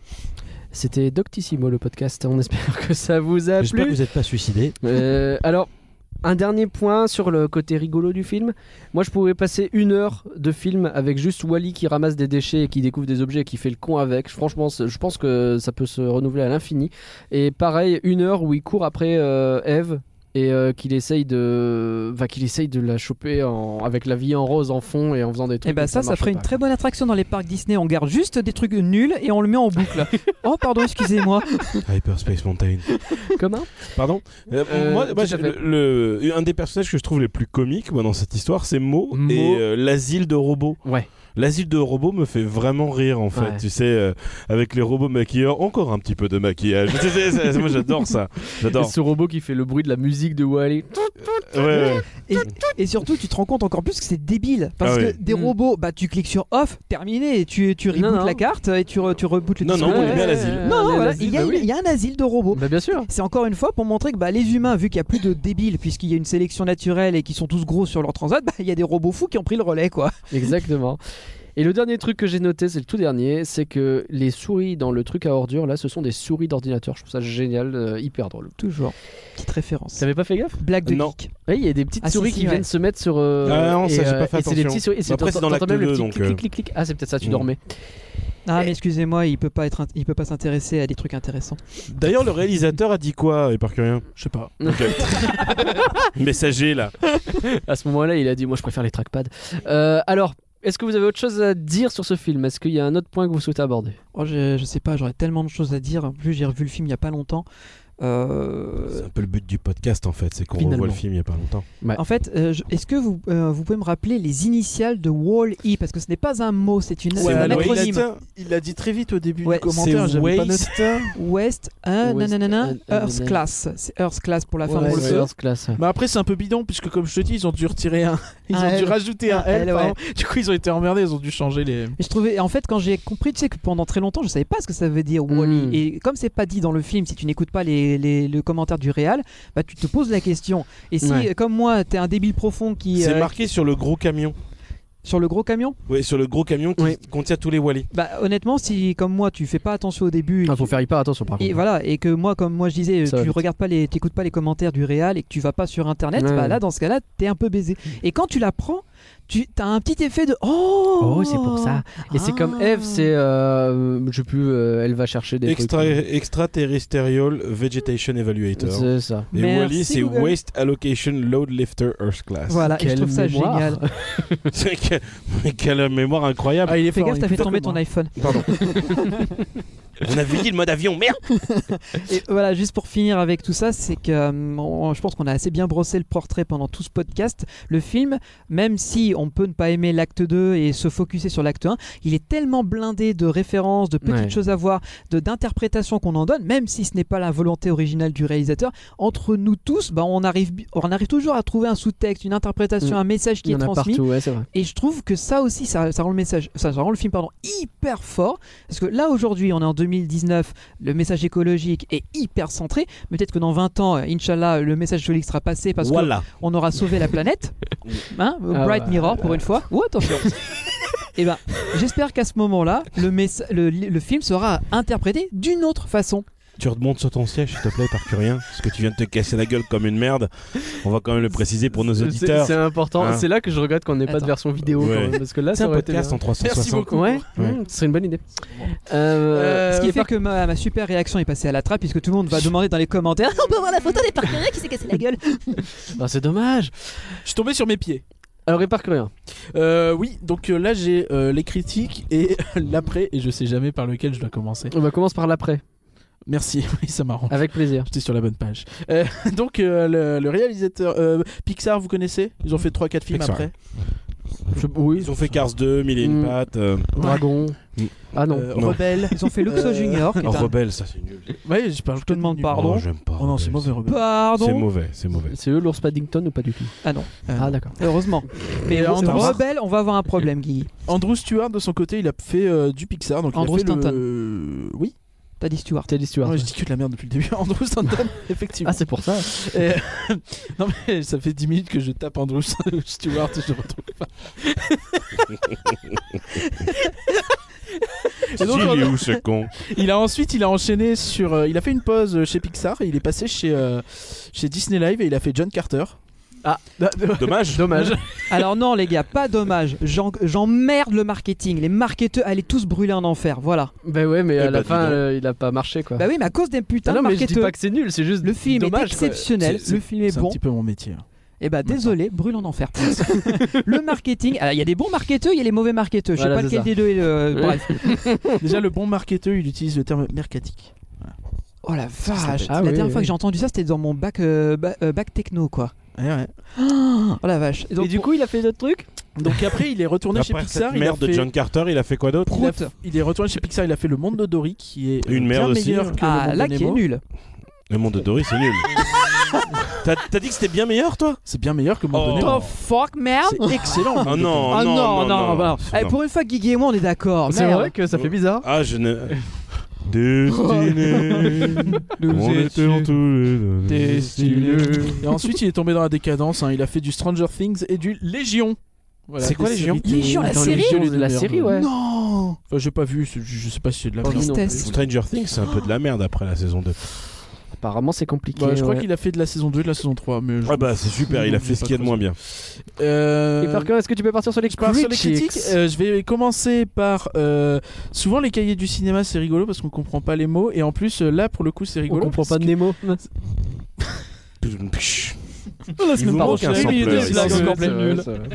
Speaker 4: C'était Doctissimo le podcast. On espère que ça vous a plu.
Speaker 13: J'espère que vous n'êtes pas suicidé.
Speaker 4: Euh, alors, un dernier point sur le côté rigolo du film. Moi, je pourrais passer une heure de film avec juste Wally qui ramasse des déchets et qui découvre des objets et qui fait le con avec. Franchement, c'est- je pense que ça peut se renouveler à l'infini. Et pareil, une heure où il court après euh, Eve. Et euh, qu'il essaye de, enfin, qu'il essaye de la choper en- avec la vie en rose en fond et en faisant des trucs.
Speaker 10: Et bah
Speaker 4: mais
Speaker 10: ça, ça,
Speaker 4: marche
Speaker 10: ferait une
Speaker 4: pas.
Speaker 10: très bonne attraction dans les parcs Disney. On garde juste des trucs nuls et on le met en boucle. oh pardon, excusez-moi.
Speaker 7: Hyperspace Mountain.
Speaker 4: Comment
Speaker 7: Pardon Euh,
Speaker 10: Euh,
Speaker 7: Moi, moi,
Speaker 10: tout à
Speaker 7: j'ai- le- le- un des personnages que je trouve les plus comiques moi, dans cette histoire, c'est Mo,
Speaker 4: Mo.
Speaker 7: et euh, l'asile de robots.
Speaker 4: Ouais.
Speaker 7: L'asile de robots me fait vraiment rire en fait,
Speaker 4: Ouais.
Speaker 7: tu sais, euh, avec les robots maquilleurs, encore un petit peu de maquillage. Tu sais, c'est- moi j'adore ça,
Speaker 4: Et
Speaker 7: j'adore.
Speaker 4: ce robot qui fait le bruit de la musique de Wally.
Speaker 7: Ouais, ouais.
Speaker 10: Et, et surtout, tu te rends compte encore plus que c'est débile. Parce
Speaker 7: Ah
Speaker 10: que
Speaker 7: oui.
Speaker 10: des robots, bah tu cliques sur off, terminé, et tu, tu rebootes
Speaker 4: Mm. non.
Speaker 10: la carte et tu, re- tu rebootes le
Speaker 7: Non, non,
Speaker 10: disque.
Speaker 7: on est bien à l'asile.
Speaker 10: Non,
Speaker 4: On est
Speaker 10: non,
Speaker 4: à
Speaker 10: voilà,
Speaker 4: l'asile,
Speaker 10: il y, a
Speaker 4: bah
Speaker 10: une-
Speaker 4: oui. Bah,
Speaker 10: il y a un asile de robots.
Speaker 4: bien sûr.
Speaker 10: C'est encore une fois pour montrer que bah, les humains, vu qu'il n'y a plus de débiles, puisqu'il y a une sélection naturelle et qu'ils sont tous gros sur leur transat, bah, il y a des robots fous qui ont pris le relais quoi.
Speaker 4: Exactement. Et le dernier truc que j'ai noté, c'est le tout dernier, c'est que les souris dans le truc à ordures, là, ce sont des souris d'ordinateur. Je trouve ça génial, euh, hyper drôle.
Speaker 10: Toujours. Petite référence.
Speaker 4: T'avais pas fait gaffe
Speaker 10: Blague de
Speaker 7: Non.
Speaker 10: geek.
Speaker 4: Oui, il y a des petites
Speaker 10: Ah, si,
Speaker 4: souris
Speaker 10: si,
Speaker 4: qui
Speaker 10: ouais.
Speaker 4: viennent se mettre sur. euh,
Speaker 7: Ah non, ça,
Speaker 4: et,
Speaker 7: j'ai
Speaker 4: euh,
Speaker 7: pas fait
Speaker 4: et c'est des
Speaker 7: attention.
Speaker 4: petits souris. et c'est-
Speaker 7: Après, c'est dans
Speaker 4: t'entends
Speaker 7: l'acte
Speaker 4: même le
Speaker 7: 2,
Speaker 4: petit
Speaker 7: donc,
Speaker 4: clic,
Speaker 7: euh.
Speaker 4: clic, clic, clic. Ah, c'est peut-être ça, tu
Speaker 7: Mm.
Speaker 4: dormais. Eh.
Speaker 10: Ah, mais excusez-moi, il peut pas être, int- il peut pas s'intéresser à des trucs intéressants.
Speaker 7: D'ailleurs, le réalisateur a dit quoi, Hypercurien
Speaker 6: Je sais pas.
Speaker 7: Ok. Messager là.
Speaker 4: À ce moment-là, il a dit Moi, je préfère les trackpads. Euh, alors, est-ce que vous avez autre chose à dire sur ce film Est-ce qu'il y a un autre point que vous souhaitez aborder
Speaker 10: Oh, je, je sais pas, j'aurais tellement de choses à dire. En plus, j'ai revu le film il y a pas longtemps. Euh,
Speaker 7: C'est un peu le but du podcast en fait, c'est qu'on
Speaker 10: Finalement.
Speaker 7: revoit le film il y a pas longtemps.
Speaker 10: En fait, euh, je- est-ce que vous, euh, vous pouvez me rappeler les initiales de Wall-E Parce que ce n'est pas un mot, c'est une c'est
Speaker 6: Ouais,
Speaker 10: un
Speaker 6: alors, il a
Speaker 10: acronyme.
Speaker 6: dit- Il l'a dit très vite au début
Speaker 10: Ouais,
Speaker 6: du commentaire,
Speaker 10: c'est
Speaker 6: j'avais pas
Speaker 10: Waste.
Speaker 6: noté.
Speaker 10: West, hein,
Speaker 6: West,
Speaker 10: nanana,
Speaker 6: euh,
Speaker 10: Earth
Speaker 6: nanana.
Speaker 10: Class. C'est Earth Class pour la fin
Speaker 6: Ouais,
Speaker 10: de
Speaker 6: c'est Earth
Speaker 4: Class.
Speaker 6: Mais après, c'est un peu bidon, puisque comme je te dis, ils ont dû retirer un. Ils
Speaker 10: Un
Speaker 6: ont dû
Speaker 10: L.
Speaker 6: rajouter un
Speaker 10: Un
Speaker 6: L.
Speaker 10: L,
Speaker 6: pardon.
Speaker 10: Ah, ouais.
Speaker 6: Du coup, ils ont été emmerdés, ils ont dû changer les.
Speaker 10: Mais je trouvais, en fait, quand j'ai compris, tu sais que pendant très longtemps, je savais pas ce que ça veut dire Wally. Et comme c'est pas dit dans le film, si tu n'écoutes pas les, les- le commentaire du réal, bah tu te poses la question. Et si,
Speaker 7: Ouais.
Speaker 10: euh, comme moi, t'es un débile profond qui
Speaker 7: C'est
Speaker 10: euh,
Speaker 7: marqué sur le gros camion.
Speaker 10: sur le gros camion,
Speaker 7: Oui, sur le gros camion qui contient tous les Wally.
Speaker 10: bah honnêtement, si comme moi, tu fais pas attention au début,
Speaker 4: Il Ah, faut faire hyper attention, par
Speaker 10: Et
Speaker 4: contre.
Speaker 10: voilà, et que moi, comme moi je disais,
Speaker 4: Ça va
Speaker 10: tu
Speaker 4: vite.
Speaker 10: regardes pas les, t'écoutes pas les commentaires du réal et que tu vas pas sur internet,
Speaker 4: Ouais.
Speaker 10: bah là dans ce cas-là, t'es un peu baisé. Et quand tu l'apprends, tu as un petit effet de oh.
Speaker 4: Oh, c'est pour ça. Et c'est
Speaker 10: Ah.
Speaker 4: comme Eve, c'est. euh, je sais plus, euh, elle va chercher des
Speaker 7: Extra,
Speaker 4: trucs.
Speaker 7: extraterrestrial Vegetation Evaluator.
Speaker 4: C'est ça.
Speaker 7: Et
Speaker 4: Merci,
Speaker 7: Wally, c'est
Speaker 4: Google.
Speaker 7: Waste Allocation Load Lifter Earth Class.
Speaker 10: Voilà, et je trouve ça
Speaker 4: mémoire.
Speaker 10: génial.
Speaker 7: C'est que- Quelle mémoire incroyable.
Speaker 6: Ah, il est
Speaker 10: Fais
Speaker 6: fort,
Speaker 10: gaffe,
Speaker 6: il
Speaker 10: t'as
Speaker 6: est
Speaker 10: fait
Speaker 6: plus fort
Speaker 10: tomber
Speaker 6: que
Speaker 10: ton
Speaker 6: moi.
Speaker 10: iPhone.
Speaker 7: Pardon. On avait dit le mode avion, merde
Speaker 10: Et voilà, juste pour finir avec tout ça, c'est que euh, on- je pense qu'on a assez bien brossé le portrait pendant tout ce podcast. Le film, même si on peut ne pas aimer l'acte 2 et se focuser sur l'acte 1, il est tellement blindé de références, de petites
Speaker 4: Ouais.
Speaker 10: choses à voir, de d'interprétations qu'on en donne, même si ce n'est pas la volonté originale du réalisateur. Entre nous tous, bah, on, arrive, bi- on arrive toujours à trouver un sous-texte, une interprétation,
Speaker 4: Mm.
Speaker 10: un message qui
Speaker 4: Il y
Speaker 10: est
Speaker 4: en a
Speaker 10: transmis.
Speaker 4: partout, ouais, c'est vrai.
Speaker 10: Et je trouve que ça aussi, ça, ça rend le message, ça, ça rend le film pardon hyper fort, parce que là aujourd'hui, on est en 2019, le message écologique est hyper centré. mais Peut-être que dans 20 ans, euh, Inch'Allah, le message écologique sera passé parce
Speaker 7: Voilà.
Speaker 10: que on aura sauvé la planète. Hein
Speaker 4: Ah
Speaker 10: Bright
Speaker 4: bah,
Speaker 10: Mirror pour une fois. Ou attention. Et ben, j'espère qu'à ce moment-là, le, messa- le, le film sera interprété d'une autre façon.
Speaker 7: Tu remontes sur ton siège, s'il te plaît, par curien, parce que tu viens de te casser la gueule comme une merde. On va quand même le préciser pour nos
Speaker 4: C'est-
Speaker 7: auditeurs.
Speaker 4: C'est important.
Speaker 7: Hein.
Speaker 4: C'est là que je regrette qu'on n'ait pas de
Speaker 7: Attends.
Speaker 4: version vidéo.
Speaker 7: Ouais.
Speaker 4: quand même, parce que là,
Speaker 7: C'est
Speaker 4: ça
Speaker 7: un
Speaker 4: aurait été
Speaker 7: podcast
Speaker 4: bien.
Speaker 7: en 360. Merci beaucoup.
Speaker 4: Ouais,
Speaker 7: Ouais.
Speaker 4: mmh, ce serait une bonne idée. Euh,
Speaker 10: Ce qui
Speaker 4: et
Speaker 10: fait
Speaker 4: par-
Speaker 10: que ma, ma super réaction est passée à la trappe puisque tout le monde va demander dans les commentaires.
Speaker 13: On peut voir la photo des partenaires qui s'est cassé la gueule.
Speaker 4: Ah, c'est dommage.
Speaker 6: Je suis tombé sur mes pieds.
Speaker 4: Alors, répare rien.
Speaker 6: oui, donc euh, là j'ai euh, les critiques et l'après, et je sais jamais par lequel je dois commencer.
Speaker 4: On va commencer par l'après.
Speaker 6: Merci, oui, ça m'arrange.
Speaker 4: Avec plaisir.
Speaker 6: J'étais sur la bonne page. Euh, donc euh, le, le réalisateur euh, Pixar, vous connaissez Ils ont fait 3-4 films
Speaker 7: Pixar.
Speaker 6: après.
Speaker 4: Oui.
Speaker 7: Ils ont fait Cars 2, Mille et
Speaker 6: Mm.
Speaker 7: une pattes. euh,
Speaker 4: Dragon.
Speaker 7: Mm.
Speaker 4: Ah non.
Speaker 6: Euh, Rebelle. Euh,
Speaker 10: Ils ont fait Luxo Junior, qui est
Speaker 7: Oh,
Speaker 10: un-
Speaker 7: Rebelle, ça c'est nul.
Speaker 6: Ouais, je parle te demande
Speaker 7: pardon. Oh, j'aime pas.
Speaker 6: Oh non, c'est mauvais Rebelle.
Speaker 10: Pardon.
Speaker 7: C'est mauvais, c'est mauvais.
Speaker 4: C'est eux l'ours Paddington ou pas du tout
Speaker 10: Ah non.
Speaker 4: Ah d'accord.
Speaker 10: Heureusement. Mais
Speaker 6: Et
Speaker 10: bon,
Speaker 6: Andrew-
Speaker 10: rebelle, on va avoir un problème, Guy.
Speaker 6: Andrew Stewart de son côté, il a fait euh, du Pixar donc
Speaker 10: Andrew
Speaker 6: il a fait le- Oui.
Speaker 10: T'as dit Stewart.
Speaker 4: T'as dit Stewart.
Speaker 6: Ouais, je dis que de la merde depuis le début. Andrew Stanton, effectivement.
Speaker 4: Ah, c'est pour ça.
Speaker 6: Et- non, mais ça fait 10 minutes que je tape Andrew euh, Stewart et je le retrouve pas. Et donc,
Speaker 7: Il est
Speaker 6: on-
Speaker 7: où ce con
Speaker 6: Il a ensuite, il a enchaîné sur. euh, il a fait une pause euh, chez Pixar et il est passé chez, euh, chez Disney Live et il a fait John Carter.
Speaker 4: Ah,
Speaker 7: dommage.
Speaker 4: Dommage.
Speaker 10: Alors non, les gars, pas dommage. J'en- J'emmerde le marketing. Les marketeurs, allez tous brûler en enfer. Voilà.
Speaker 4: Bah ouais, mais
Speaker 10: Eh
Speaker 4: à
Speaker 10: bah,
Speaker 4: la
Speaker 10: dis
Speaker 4: fin,
Speaker 10: donc.
Speaker 4: euh, il a pas marché quoi.
Speaker 10: Bah oui, mais à cause des
Speaker 4: Ah
Speaker 10: putains
Speaker 4: non,
Speaker 10: de
Speaker 4: mais je dis
Speaker 10: marketeurs.
Speaker 4: pas que c'est nul, c'est juste
Speaker 10: Le film est
Speaker 4: dommage, quoi.
Speaker 10: exceptionnel,
Speaker 4: C'est- c'est-
Speaker 10: le film est
Speaker 6: C'est
Speaker 10: bon.
Speaker 6: un petit peu mon métier. hein.
Speaker 10: Eh bah désolé, brûle en enfer. le marketing, alors, il y a des bons marketeurs, il y a les mauvais marketeurs. Je sais
Speaker 6: Voilà,
Speaker 10: pas
Speaker 6: c'est
Speaker 10: lequel
Speaker 6: ça.
Speaker 10: des deux est le.
Speaker 6: Ouais.
Speaker 10: Bref.
Speaker 6: Déjà, le bon marketeur, il utilise le terme mercatique.
Speaker 10: Oh la vache.
Speaker 6: Ah
Speaker 10: la
Speaker 6: oui,
Speaker 10: dernière
Speaker 6: oui.
Speaker 10: fois que j'ai entendu ça, c'était dans mon bac, euh, ba- euh, bac techno quoi. Oh la vache. Et, du
Speaker 4: coup, il a fait d'autres trucs
Speaker 6: Donc après, il est retourné chez
Speaker 7: Après
Speaker 6: Pixar.
Speaker 7: cette
Speaker 6: il a
Speaker 7: merde de
Speaker 6: fait-
Speaker 7: John Carter, il a fait quoi d'autre
Speaker 6: il, a- il est retourné chez Pixar, il a fait Le Monde de Dory qui est euh,
Speaker 7: Une
Speaker 6: bien
Speaker 7: merde aussi.
Speaker 6: meilleur que
Speaker 10: ah,
Speaker 6: le Monde de Nemo.
Speaker 7: Le monde de Dory, c'est nul. T'as t'as dit que c'était bien meilleur, toi
Speaker 6: C'est bien meilleur que le Monde de
Speaker 10: Oh
Speaker 6: Nemo.
Speaker 10: fuck merde.
Speaker 6: C'est excellent, le
Speaker 7: Ah
Speaker 6: Monde de
Speaker 7: non,
Speaker 10: Ah
Speaker 7: non, non, non.
Speaker 10: bah Eh,
Speaker 7: Non.
Speaker 10: pour une fois, Guigui et moi, on est d'accord.
Speaker 7: C'est
Speaker 10: Merde.
Speaker 7: vrai
Speaker 4: que ça fait bizarre.
Speaker 7: Ah, je ne. Destiné.
Speaker 6: Nous
Speaker 7: on était
Speaker 6: étions
Speaker 7: en tous les deux.
Speaker 6: Destinés. Et ensuite, il est tombé dans la décadence. hein. Il a fait du Stranger Things et du Légion. Voilà,
Speaker 7: C'est quoi,
Speaker 6: des
Speaker 7: Légion
Speaker 6: séries télé.
Speaker 7: Légion, la
Speaker 6: Attends,
Speaker 7: série
Speaker 6: Légion, les
Speaker 7: De la
Speaker 6: deux
Speaker 7: série,
Speaker 6: meilleurs. euh,
Speaker 7: ouais.
Speaker 10: Non
Speaker 6: Enfin, j'ai pas vu. c'est- Je sais pas si c'est de
Speaker 4: Oh,
Speaker 6: la merde.
Speaker 10: Tristesse.
Speaker 7: Stranger Things, c'est un peu de la merde après la saison 2.
Speaker 4: Apparemment, c'est compliqué.
Speaker 6: Bah, je crois
Speaker 4: ouais.
Speaker 6: qu'il a fait de la saison 2 et de la saison 3. Mais je-
Speaker 7: Ah bah c'est super, il a fait ce qu'il y a de moins bien.
Speaker 6: Euh,
Speaker 4: Et par contre, est-ce que tu peux partir sur les
Speaker 6: je pars sur les
Speaker 4: critiques
Speaker 6: critiques. Euh, je vais commencer par. euh, souvent, les cahiers du cinéma, c'est rigolo parce qu'on comprend pas les mots. Et en plus, euh, là, pour le coup, c'est rigolo.
Speaker 4: comprend
Speaker 6: parce
Speaker 4: pas
Speaker 6: que-
Speaker 4: Nemo.
Speaker 10: Oh,
Speaker 6: la
Speaker 7: Il
Speaker 6: semaine
Speaker 7: vous
Speaker 6: prochaine,
Speaker 7: manque un
Speaker 6: oui, il y a des
Speaker 7: sampleur.
Speaker 6: blagues
Speaker 7: C'est
Speaker 6: en
Speaker 7: vrai,
Speaker 6: pleine
Speaker 7: c'est vrai,
Speaker 6: lune.
Speaker 7: c'est vrai.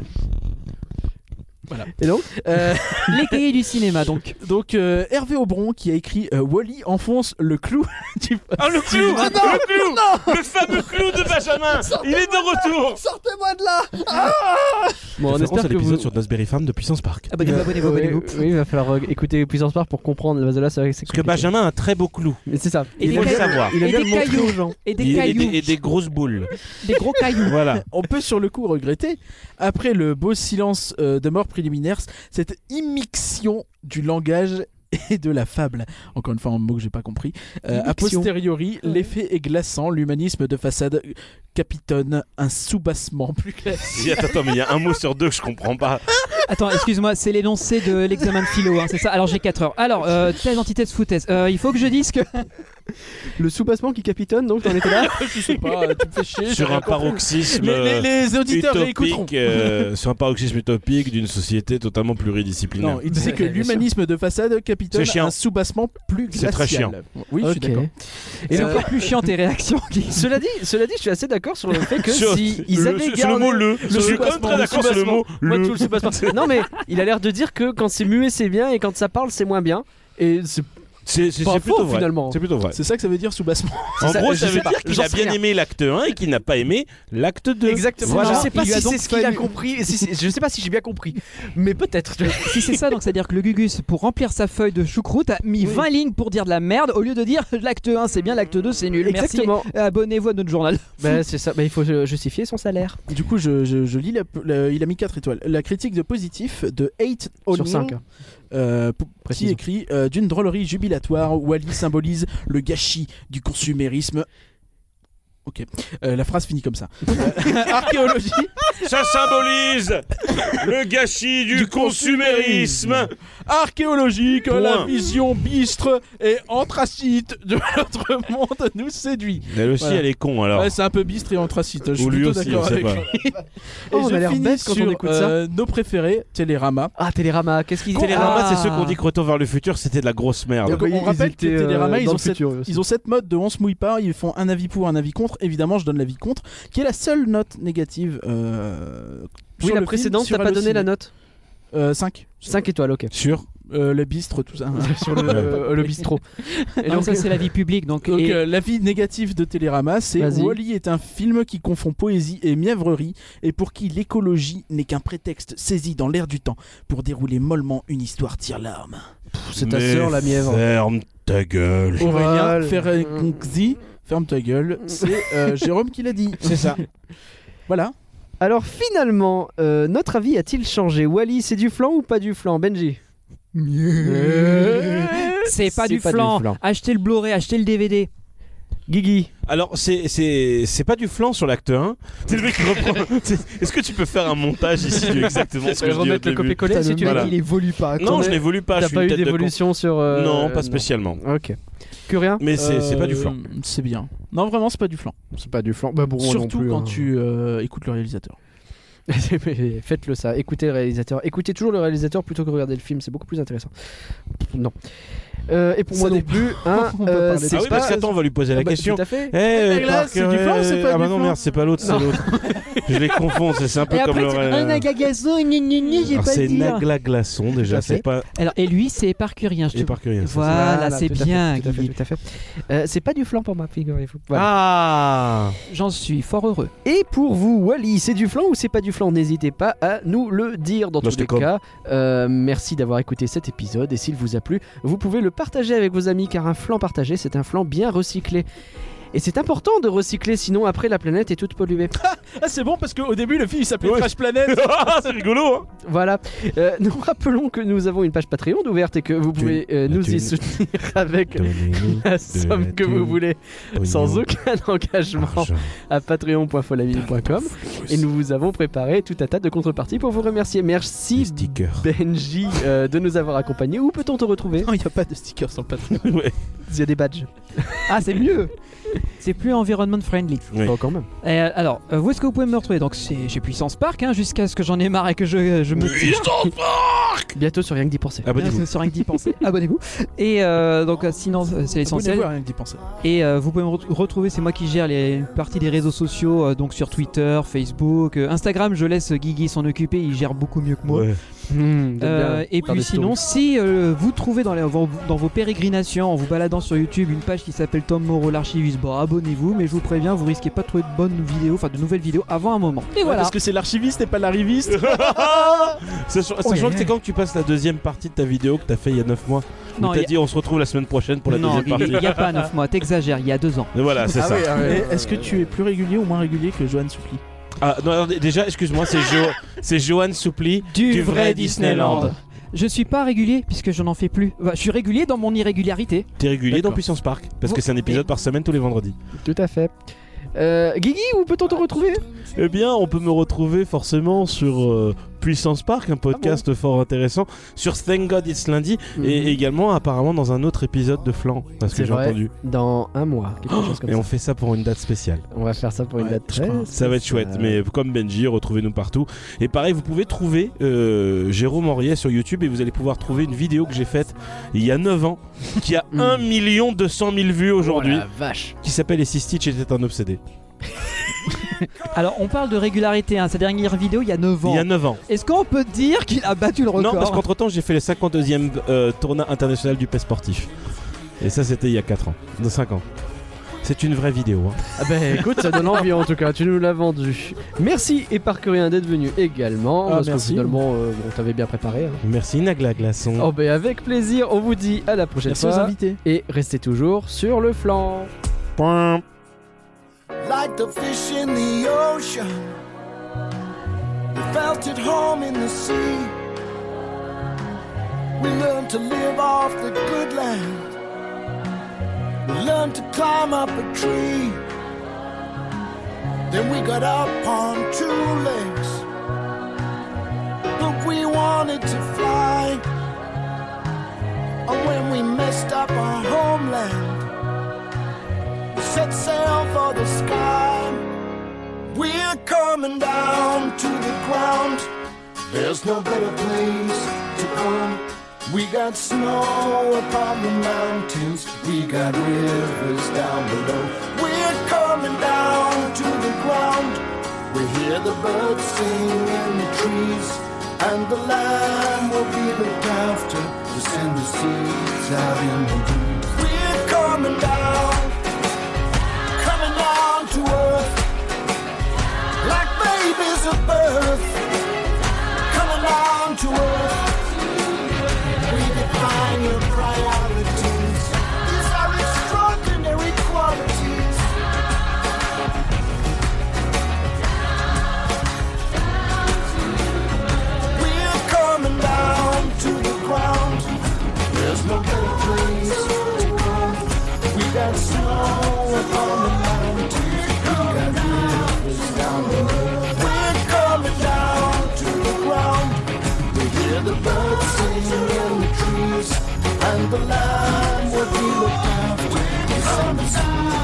Speaker 6: Voilà.
Speaker 4: Et donc
Speaker 10: Les cahiers du cinéma, donc.
Speaker 6: Donc, euh, Hervé Aubron qui a écrit euh, Wally enfonce le clou du.
Speaker 7: Ah, le clou
Speaker 1: Ah non
Speaker 7: Le clou
Speaker 1: Non
Speaker 7: Le fameux clou de Benjamin Il est
Speaker 1: Sortez-moi
Speaker 7: de retour
Speaker 1: Sortez-moi de là Ah
Speaker 7: Bon, on espère que
Speaker 4: vous-
Speaker 7: l'épisode sur Raspberry Farm de Puissance Park.
Speaker 10: Ah bah, abonnez-vous,
Speaker 4: oui,
Speaker 10: abonnez-vous.
Speaker 4: oui, il va falloir euh, écouter Puissance Park pour comprendre. Parce que là, c'est vrai que c'est
Speaker 7: Parce que Benjamin a un très beau clou.
Speaker 4: Mais c'est ça.
Speaker 7: Il faut le savoir.
Speaker 4: Il a bien le montrer aux gens.
Speaker 10: Et
Speaker 7: Il- et des- et des grosses boules.
Speaker 10: Des gros cailloux.
Speaker 7: Voilà.
Speaker 6: On peut sur le coup regretter, après le beau silence euh, de mort préliminaire, cette immixtion du langage et de la fable. Encore une fois, un mot que j'ai pas compris. Euh, a
Speaker 4: Immixtion.
Speaker 6: posteriori, l'effet est glaçant, l'humanisme de façade capitonne un soubassement plus classique.
Speaker 7: Si, attends, attends, mais il y a un mot sur deux que je comprends pas.
Speaker 10: Attends, excuse-moi, c'est l'énoncé de l'examen de philo, hein, c'est ça Alors j'ai 4 heures. Alors, euh, thèse, antithèse, foutaise. Euh, il faut que je dise que.
Speaker 4: Le sous-bassement qui capitonne, donc t'en étais là
Speaker 6: Je sais pas, tu me fais chier.
Speaker 7: sur un paroxysme
Speaker 6: Les, les- les auditeurs
Speaker 7: utopique,
Speaker 6: réécouteront.
Speaker 7: euh, sur un paroxysme utopique d'une société totalement pluridisciplinaire.
Speaker 6: Non, il disait que l'humanisme de façade capitonne
Speaker 7: C'est chiant.
Speaker 6: un soubassement plus
Speaker 7: C'est
Speaker 6: glacial.
Speaker 7: très chiant.
Speaker 6: Oui, je suis
Speaker 4: Ok.
Speaker 6: d'accord.
Speaker 4: Et
Speaker 10: C'est
Speaker 4: euh,
Speaker 10: encore plus chiant tes réactions, Guy.
Speaker 4: Cela dit, cela dit, je suis assez d'accord sur le fait que
Speaker 10: Sur-
Speaker 4: si
Speaker 10: le-
Speaker 4: ils avaient
Speaker 10: sur-
Speaker 4: gardé
Speaker 10: sur le mot le. Je suis quand même
Speaker 4: soubassement,
Speaker 10: très d'accord sur le
Speaker 4: soubassement.
Speaker 10: mot
Speaker 4: Moi,
Speaker 10: le.
Speaker 4: tout soubassement. non mais il a l'air de dire que quand c'est muet c'est bien et quand ça parle c'est moins bien et c'est
Speaker 7: C'est
Speaker 4: pas faux
Speaker 7: c'est plutôt vrai.
Speaker 4: finalement.
Speaker 7: C'est plutôt vrai.
Speaker 6: C'est ça que ça veut dire soubassement.
Speaker 7: En
Speaker 4: ça,
Speaker 7: gros,
Speaker 4: je
Speaker 7: ça
Speaker 4: sais
Speaker 7: veut
Speaker 4: pas,
Speaker 7: dire qu'il
Speaker 4: j'en
Speaker 7: a
Speaker 4: sais
Speaker 7: bien
Speaker 4: rien.
Speaker 7: aimé l'acte 1 et qu'il n'a pas aimé l'acte 2.
Speaker 4: Exactement.
Speaker 7: Voilà.
Speaker 4: Je sais pas
Speaker 7: Il lui a
Speaker 4: si
Speaker 7: donc
Speaker 4: c'est ce qu'il a
Speaker 7: fallu-
Speaker 4: compris. et si c'est- je sais pas si j'ai bien compris, mais peut-être.
Speaker 10: Si c'est ça, donc c'est-à-dire que le Gugus, pour remplir sa feuille de choucroute, a mis 20 lignes pour dire de la merde au lieu de dire l'acte 1 c'est bien, l'acte 2 c'est nul. Merci. Euh,
Speaker 4: Exactement.
Speaker 10: Abonnez-vous à notre journal.
Speaker 4: Bah, c'est ça. Bah, il faut euh, justifier son salaire.
Speaker 6: Du coup, je, je- je lis, la- la- il a mis 4 étoiles. La critique de positif de 8
Speaker 4: Sur cinq. hein.
Speaker 6: qui écrit euh, D'une drôlerie jubilatoire, Wally symbolise le gâchis du consumérisme. Ok, Euh, la phrase finit comme ça. Euh, archéologie
Speaker 7: Ça symbolise le gâchis du, consumérisme.
Speaker 6: Archéologique, la
Speaker 7: Point.
Speaker 6: vision bistre et anthracite de notre monde nous séduit.
Speaker 7: Elle aussi,
Speaker 6: Voilà.
Speaker 7: elle est con alors.
Speaker 6: Ouais, c'est un peu bistre et anthracite. Je suis
Speaker 7: Ou lui
Speaker 6: plutôt
Speaker 7: aussi,
Speaker 6: d'accord
Speaker 7: je sais
Speaker 6: avec
Speaker 7: pas.
Speaker 6: lui. Et
Speaker 4: Oh, on
Speaker 6: je
Speaker 4: a l'air
Speaker 6: finis
Speaker 4: bête quand on
Speaker 6: sur,
Speaker 4: écoute
Speaker 6: euh, Nos préférés, Télérama.
Speaker 4: Ah, Télérama, qu'est-ce qu'ils
Speaker 7: Télérama, c'est ceux qu'on dit que Retour vers le futur, c'était de la grosse merde.
Speaker 6: Donc, on Ah, rappelle que Télérama, ils, ont cette,
Speaker 4: futur,
Speaker 6: ils ont cette mode de on se mouille pas, ils font un avis pour, un avis contre. Évidemment, je donne l'avis contre, qui est la seule note négative. euh,
Speaker 4: Oui,
Speaker 6: sur
Speaker 4: la
Speaker 6: le
Speaker 4: précédente,
Speaker 6: film,
Speaker 4: t'as pas
Speaker 6: sur
Speaker 4: donné
Speaker 6: Allociné.
Speaker 4: la note
Speaker 6: Euh, 5.
Speaker 4: 5 étoiles, ok.
Speaker 7: Sur
Speaker 6: Le bistre, tout ça.
Speaker 4: Sur le, euh, le bistrot.
Speaker 6: Et
Speaker 10: Non, Ah, ça, c'est la vie publique, donc- et-
Speaker 6: euh, l'avis négatif de Télérama, c'est
Speaker 10: Vas-y.
Speaker 6: Wally est un film qui confond poésie et mièvrerie et pour qui l'écologie n'est qu'un prétexte saisi dans l'air du temps pour dérouler mollement une histoire tire-larme.
Speaker 4: c'est ta sœur, la mièvre.
Speaker 7: Ferme ta gueule.
Speaker 6: Aurélien
Speaker 4: Voilà.
Speaker 6: Ferregonczi, ferme ta gueule, c'est euh, Jérôme qui l'a dit.
Speaker 7: C'est ça.
Speaker 6: Voilà.
Speaker 4: Alors finalement, euh, notre avis a-t-il changé Wally, c'est du flan ou pas du flan Benji
Speaker 6: Eh,
Speaker 10: Euh. C'est pas,
Speaker 4: C'est
Speaker 10: du,
Speaker 4: pas du
Speaker 10: flan.
Speaker 4: flan.
Speaker 10: Achetez le Blu-ray, achetez le DVD.
Speaker 4: Guigui.
Speaker 7: Alors, c'est- c'est c'est pas du flan sur l'acte 1. C'est le mec qui reprend. C'est- Est-ce que tu peux faire un montage ici de exactement
Speaker 6: eh,
Speaker 7: ce que je dis
Speaker 4: Remettre
Speaker 7: au
Speaker 4: le
Speaker 7: début
Speaker 4: copier-coller si tu veux.
Speaker 7: Voilà.
Speaker 4: qu'il
Speaker 5: évolue pas.
Speaker 7: Non, je n'évolue pas. je
Speaker 4: T'as
Speaker 7: suis
Speaker 4: pas
Speaker 7: une
Speaker 4: eu
Speaker 7: tête de con.
Speaker 4: d'évolution sur. euh,
Speaker 7: Non, pas spécialement.
Speaker 4: Ok. Que rien
Speaker 7: Mais c'est c'est pas du flan.
Speaker 6: Euh, C'est bien. Non, vraiment, c'est pas du flan.
Speaker 4: C'est pas du flan. Bah bon, moi non
Speaker 6: Surtout
Speaker 4: plus,
Speaker 6: quand
Speaker 4: hein.
Speaker 6: tu euh, écoutes le réalisateur.
Speaker 4: Mais Faites-le ça, écoutez le réalisateur. Écoutez toujours le réalisateur plutôt que regarder le film, c'est beaucoup plus intéressant. Pff, Non. Euh, et pour
Speaker 6: Ça
Speaker 4: moi non
Speaker 6: dépend.
Speaker 4: plus, hein,
Speaker 6: On peut
Speaker 4: euh,
Speaker 6: parler de
Speaker 4: c'est
Speaker 7: Ah oui,
Speaker 4: pas...
Speaker 7: parce qu'attends, on va lui poser
Speaker 4: Ah
Speaker 7: la
Speaker 4: bah,
Speaker 7: question.
Speaker 4: Tout à fait.
Speaker 7: Eh,
Speaker 6: Mais là,
Speaker 7: Parker,
Speaker 6: c'est du flan ou c'est
Speaker 7: eh,
Speaker 6: pas
Speaker 7: Ah
Speaker 6: du
Speaker 7: bah non,
Speaker 6: flan
Speaker 7: merde, c'est pas l'autre, c'est
Speaker 6: Non.
Speaker 7: l'autre. Je les confonds, c'est c'est un peu
Speaker 12: Et
Speaker 7: comme
Speaker 12: après,
Speaker 7: le.
Speaker 12: tu- un agagazo, gna gna gna, j'ai
Speaker 7: Alors,
Speaker 12: pas
Speaker 7: c'est
Speaker 12: le dire.
Speaker 7: Nagla Glaçon déjà,
Speaker 12: fait.
Speaker 7: c'est pas.
Speaker 10: Alors, et lui, c'est éparcurien. Je
Speaker 7: Il est par curieux.
Speaker 10: Voilà, c'est
Speaker 4: tout à fait,
Speaker 10: bien,
Speaker 4: tout à fait,
Speaker 10: Guigui.
Speaker 4: tout à fait. Euh, c'est pas du flan pour ma figure. il faut- voilà.
Speaker 7: Ah
Speaker 10: J'en suis fort heureux.
Speaker 4: Et pour vous, Wally, c'est du flan ou c'est pas du flan N'hésitez pas à nous le dire dans
Speaker 7: Dans
Speaker 4: tous
Speaker 7: ce
Speaker 4: les
Speaker 7: com.
Speaker 4: cas. Euh, merci d'avoir écouté cet épisode et s'il vous a plu, vous pouvez le partager avec vos amis car un flan partagé, c'est un flan bien recyclé. Et c'est important de recycler, sinon après la planète est toute polluée.
Speaker 6: Ah, c'est bon parce qu'au début, le film il s'appelait
Speaker 7: Ouais.
Speaker 6: Crash Planet.
Speaker 7: c'est rigolo, hein
Speaker 4: Voilà. Euh, nous rappelons que nous avons une page Patreon ouverte et que vous pouvez euh,
Speaker 7: la
Speaker 4: nous y
Speaker 7: thune.
Speaker 4: soutenir avec
Speaker 7: Donnez-nous
Speaker 4: la
Speaker 7: de la
Speaker 4: somme que
Speaker 7: thune.
Speaker 4: vous voulez, sans
Speaker 7: Pognon,
Speaker 4: aucun engagement,
Speaker 7: argent.
Speaker 4: à patreon.folamine.com. Et nous vous avons préparé tout un tas de contreparties pour vous remercier.
Speaker 7: Des
Speaker 4: Merci
Speaker 7: stickers.
Speaker 4: Benji euh, de nous avoir accompagnés. Où peut-on te retrouver
Speaker 6: Non, il n'y a pas de sticker sur le Patreon.
Speaker 7: Ouais.
Speaker 4: Il y a des badges.
Speaker 10: Ah, c'est mieux C'est plus environment friendly.
Speaker 7: Oui.
Speaker 4: Oh, quand même.
Speaker 10: Et, euh, alors, euh, où est-ce que vous pouvez me retrouver Donc, c'est chez Puissance Park, hein, jusqu'à ce que j'en ai marre et que je, euh, je me tire.
Speaker 4: Bientôt sur Rien que d'y penser.
Speaker 7: Abonnez-vous.
Speaker 10: Sur rien que d'y penser. Abonnez-vous. Et euh, donc, euh, sinon, euh, c'est l'essentiel.
Speaker 6: Abonnez-vous à rien que d'y penser.
Speaker 10: Et euh, vous pouvez me re- retrouver, c'est moi qui gère les une partie des réseaux sociaux, euh, donc sur Twitter, Facebook, euh, Instagram. Je laisse euh, Guigui s'en occuper, il gère beaucoup mieux que moi.
Speaker 7: Ouais.
Speaker 4: Hmm, de
Speaker 10: Euh,
Speaker 4: bien
Speaker 10: et
Speaker 4: faire
Speaker 10: puis
Speaker 4: des
Speaker 10: sinon,
Speaker 4: stories.
Speaker 10: si euh, vous trouvez dans, les- vos- dans vos pérégrinations, en vous baladant sur YouTube, une page qui s'appelle Tom Moreau l'archiviste, bon, abonnez-vous, mais je vous préviens, vous risquez pas de trouver de bonnes vidéos, enfin de nouvelles vidéos avant un moment. Et
Speaker 6: Ouais,
Speaker 10: voilà.
Speaker 6: Parce que c'est l'archiviste et pas l'arriviste.
Speaker 7: Sachant,
Speaker 10: Oh,
Speaker 7: sachant
Speaker 10: yeah.
Speaker 7: que c'est quand que tu passes la deuxième partie de ta vidéo que t'as fait il y a 9 mois,
Speaker 10: Non,
Speaker 7: où t'as
Speaker 10: y a-
Speaker 7: dit on se retrouve la semaine prochaine pour la
Speaker 10: non,
Speaker 7: deuxième partie.
Speaker 10: il n'y a pas 9 mois, t'exagères, il y a 2 ans.
Speaker 7: Mais voilà,
Speaker 4: Ah
Speaker 7: c'est ça.
Speaker 4: hein.
Speaker 6: Et Est-ce que tu es plus régulier ou moins régulier que Johan Soupli
Speaker 7: Ah, non, alors, d- déjà, excuse-moi, c'est Jo- c'est Johan Soupli
Speaker 10: Je suis pas régulier puisque je n'en fais plus. Bah, je suis régulier dans mon irrégularité.
Speaker 7: T'es régulier dans
Speaker 6: D'accord.
Speaker 7: Puissance Park parce que
Speaker 10: Vous-
Speaker 7: c'est un épisode par semaine tous les vendredis.
Speaker 4: Tout à fait. Euh, Guigui, où peut-on te retrouver
Speaker 7: Eh bien, on peut me retrouver forcément sur euh, Puissance Park, un podcast fort intéressant, sur Thank God It's Lundi
Speaker 4: Mhm.
Speaker 7: et également apparemment dans un autre épisode de Flan, parce que
Speaker 4: C'est
Speaker 7: j'ai
Speaker 4: vrai.
Speaker 7: entendu.
Speaker 4: Dans un mois, quelque chose comme
Speaker 7: Et
Speaker 4: ça.
Speaker 7: on fait ça pour une date spéciale.
Speaker 4: On... va faire ça pour une
Speaker 6: Ouais,
Speaker 4: date Euh,
Speaker 6: je
Speaker 4: très.
Speaker 6: crois.
Speaker 7: Eh, Ah, Ça va être chouette, mais comme Benji, retrouvez-nous partout. Et pareil, vous pouvez trouver euh, Jérôme Henriet sur YouTube et vous allez pouvoir trouver une vidéo que j'ai faite il y a 9 ans qui a 1 million 200 000 vues aujourd'hui
Speaker 4: Oh la vache.
Speaker 7: qui s'appelle Et si Stitch était un obsédé.
Speaker 10: Alors, on parle de régularité, hein, sa dernière vidéo il y a 9 ans.
Speaker 7: Il y a 9 ans.
Speaker 10: Est-ce qu'on peut dire qu'il a battu le record
Speaker 7: Non, parce qu'entre temps, j'ai fait le 52e euh, tournoi international du PES sportif. Et ça, c'était il y a 4 ans, de 5 ans. C'est une vraie vidéo. hein.
Speaker 4: Ah ben écoute, ça donne envie en tout cas, tu nous l'as vendu. Merci et Parkerien d'être venu également.
Speaker 7: Ah,
Speaker 4: parce
Speaker 7: merci.
Speaker 4: que finalement, euh, on t'avait bien préparé. hein.
Speaker 7: Merci Nagla Glaçon.
Speaker 4: Oh ben avec plaisir, on vous dit à la prochaine
Speaker 6: Merci aux
Speaker 4: fois.
Speaker 6: invités.
Speaker 4: Et restez toujours sur le flanc.
Speaker 7: Point.
Speaker 1: Like the fish in the ocean, we felt at home in the sea. We learned to live off the good land. We learned to climb up a tree. Then we got up on two legs. sail for the sky. We're coming down to the ground. There's no better place to come. We got snow upon the mountains. We got rivers down below. We're coming down to the ground. We hear the birds sing in the trees. And the land will be looked after to send the seeds out in the breeze. We're coming down, coming down to earth, like babies at birth. Coming down to earth, we define your priorities. These are extraordinary qualities. We're coming down to the ground. There's no better place to come. We got snow upon the mountains. We got rivers down below. We're coming down to the ground. We hear the birds singing in the trees, and the land will be looked after. We're coming down.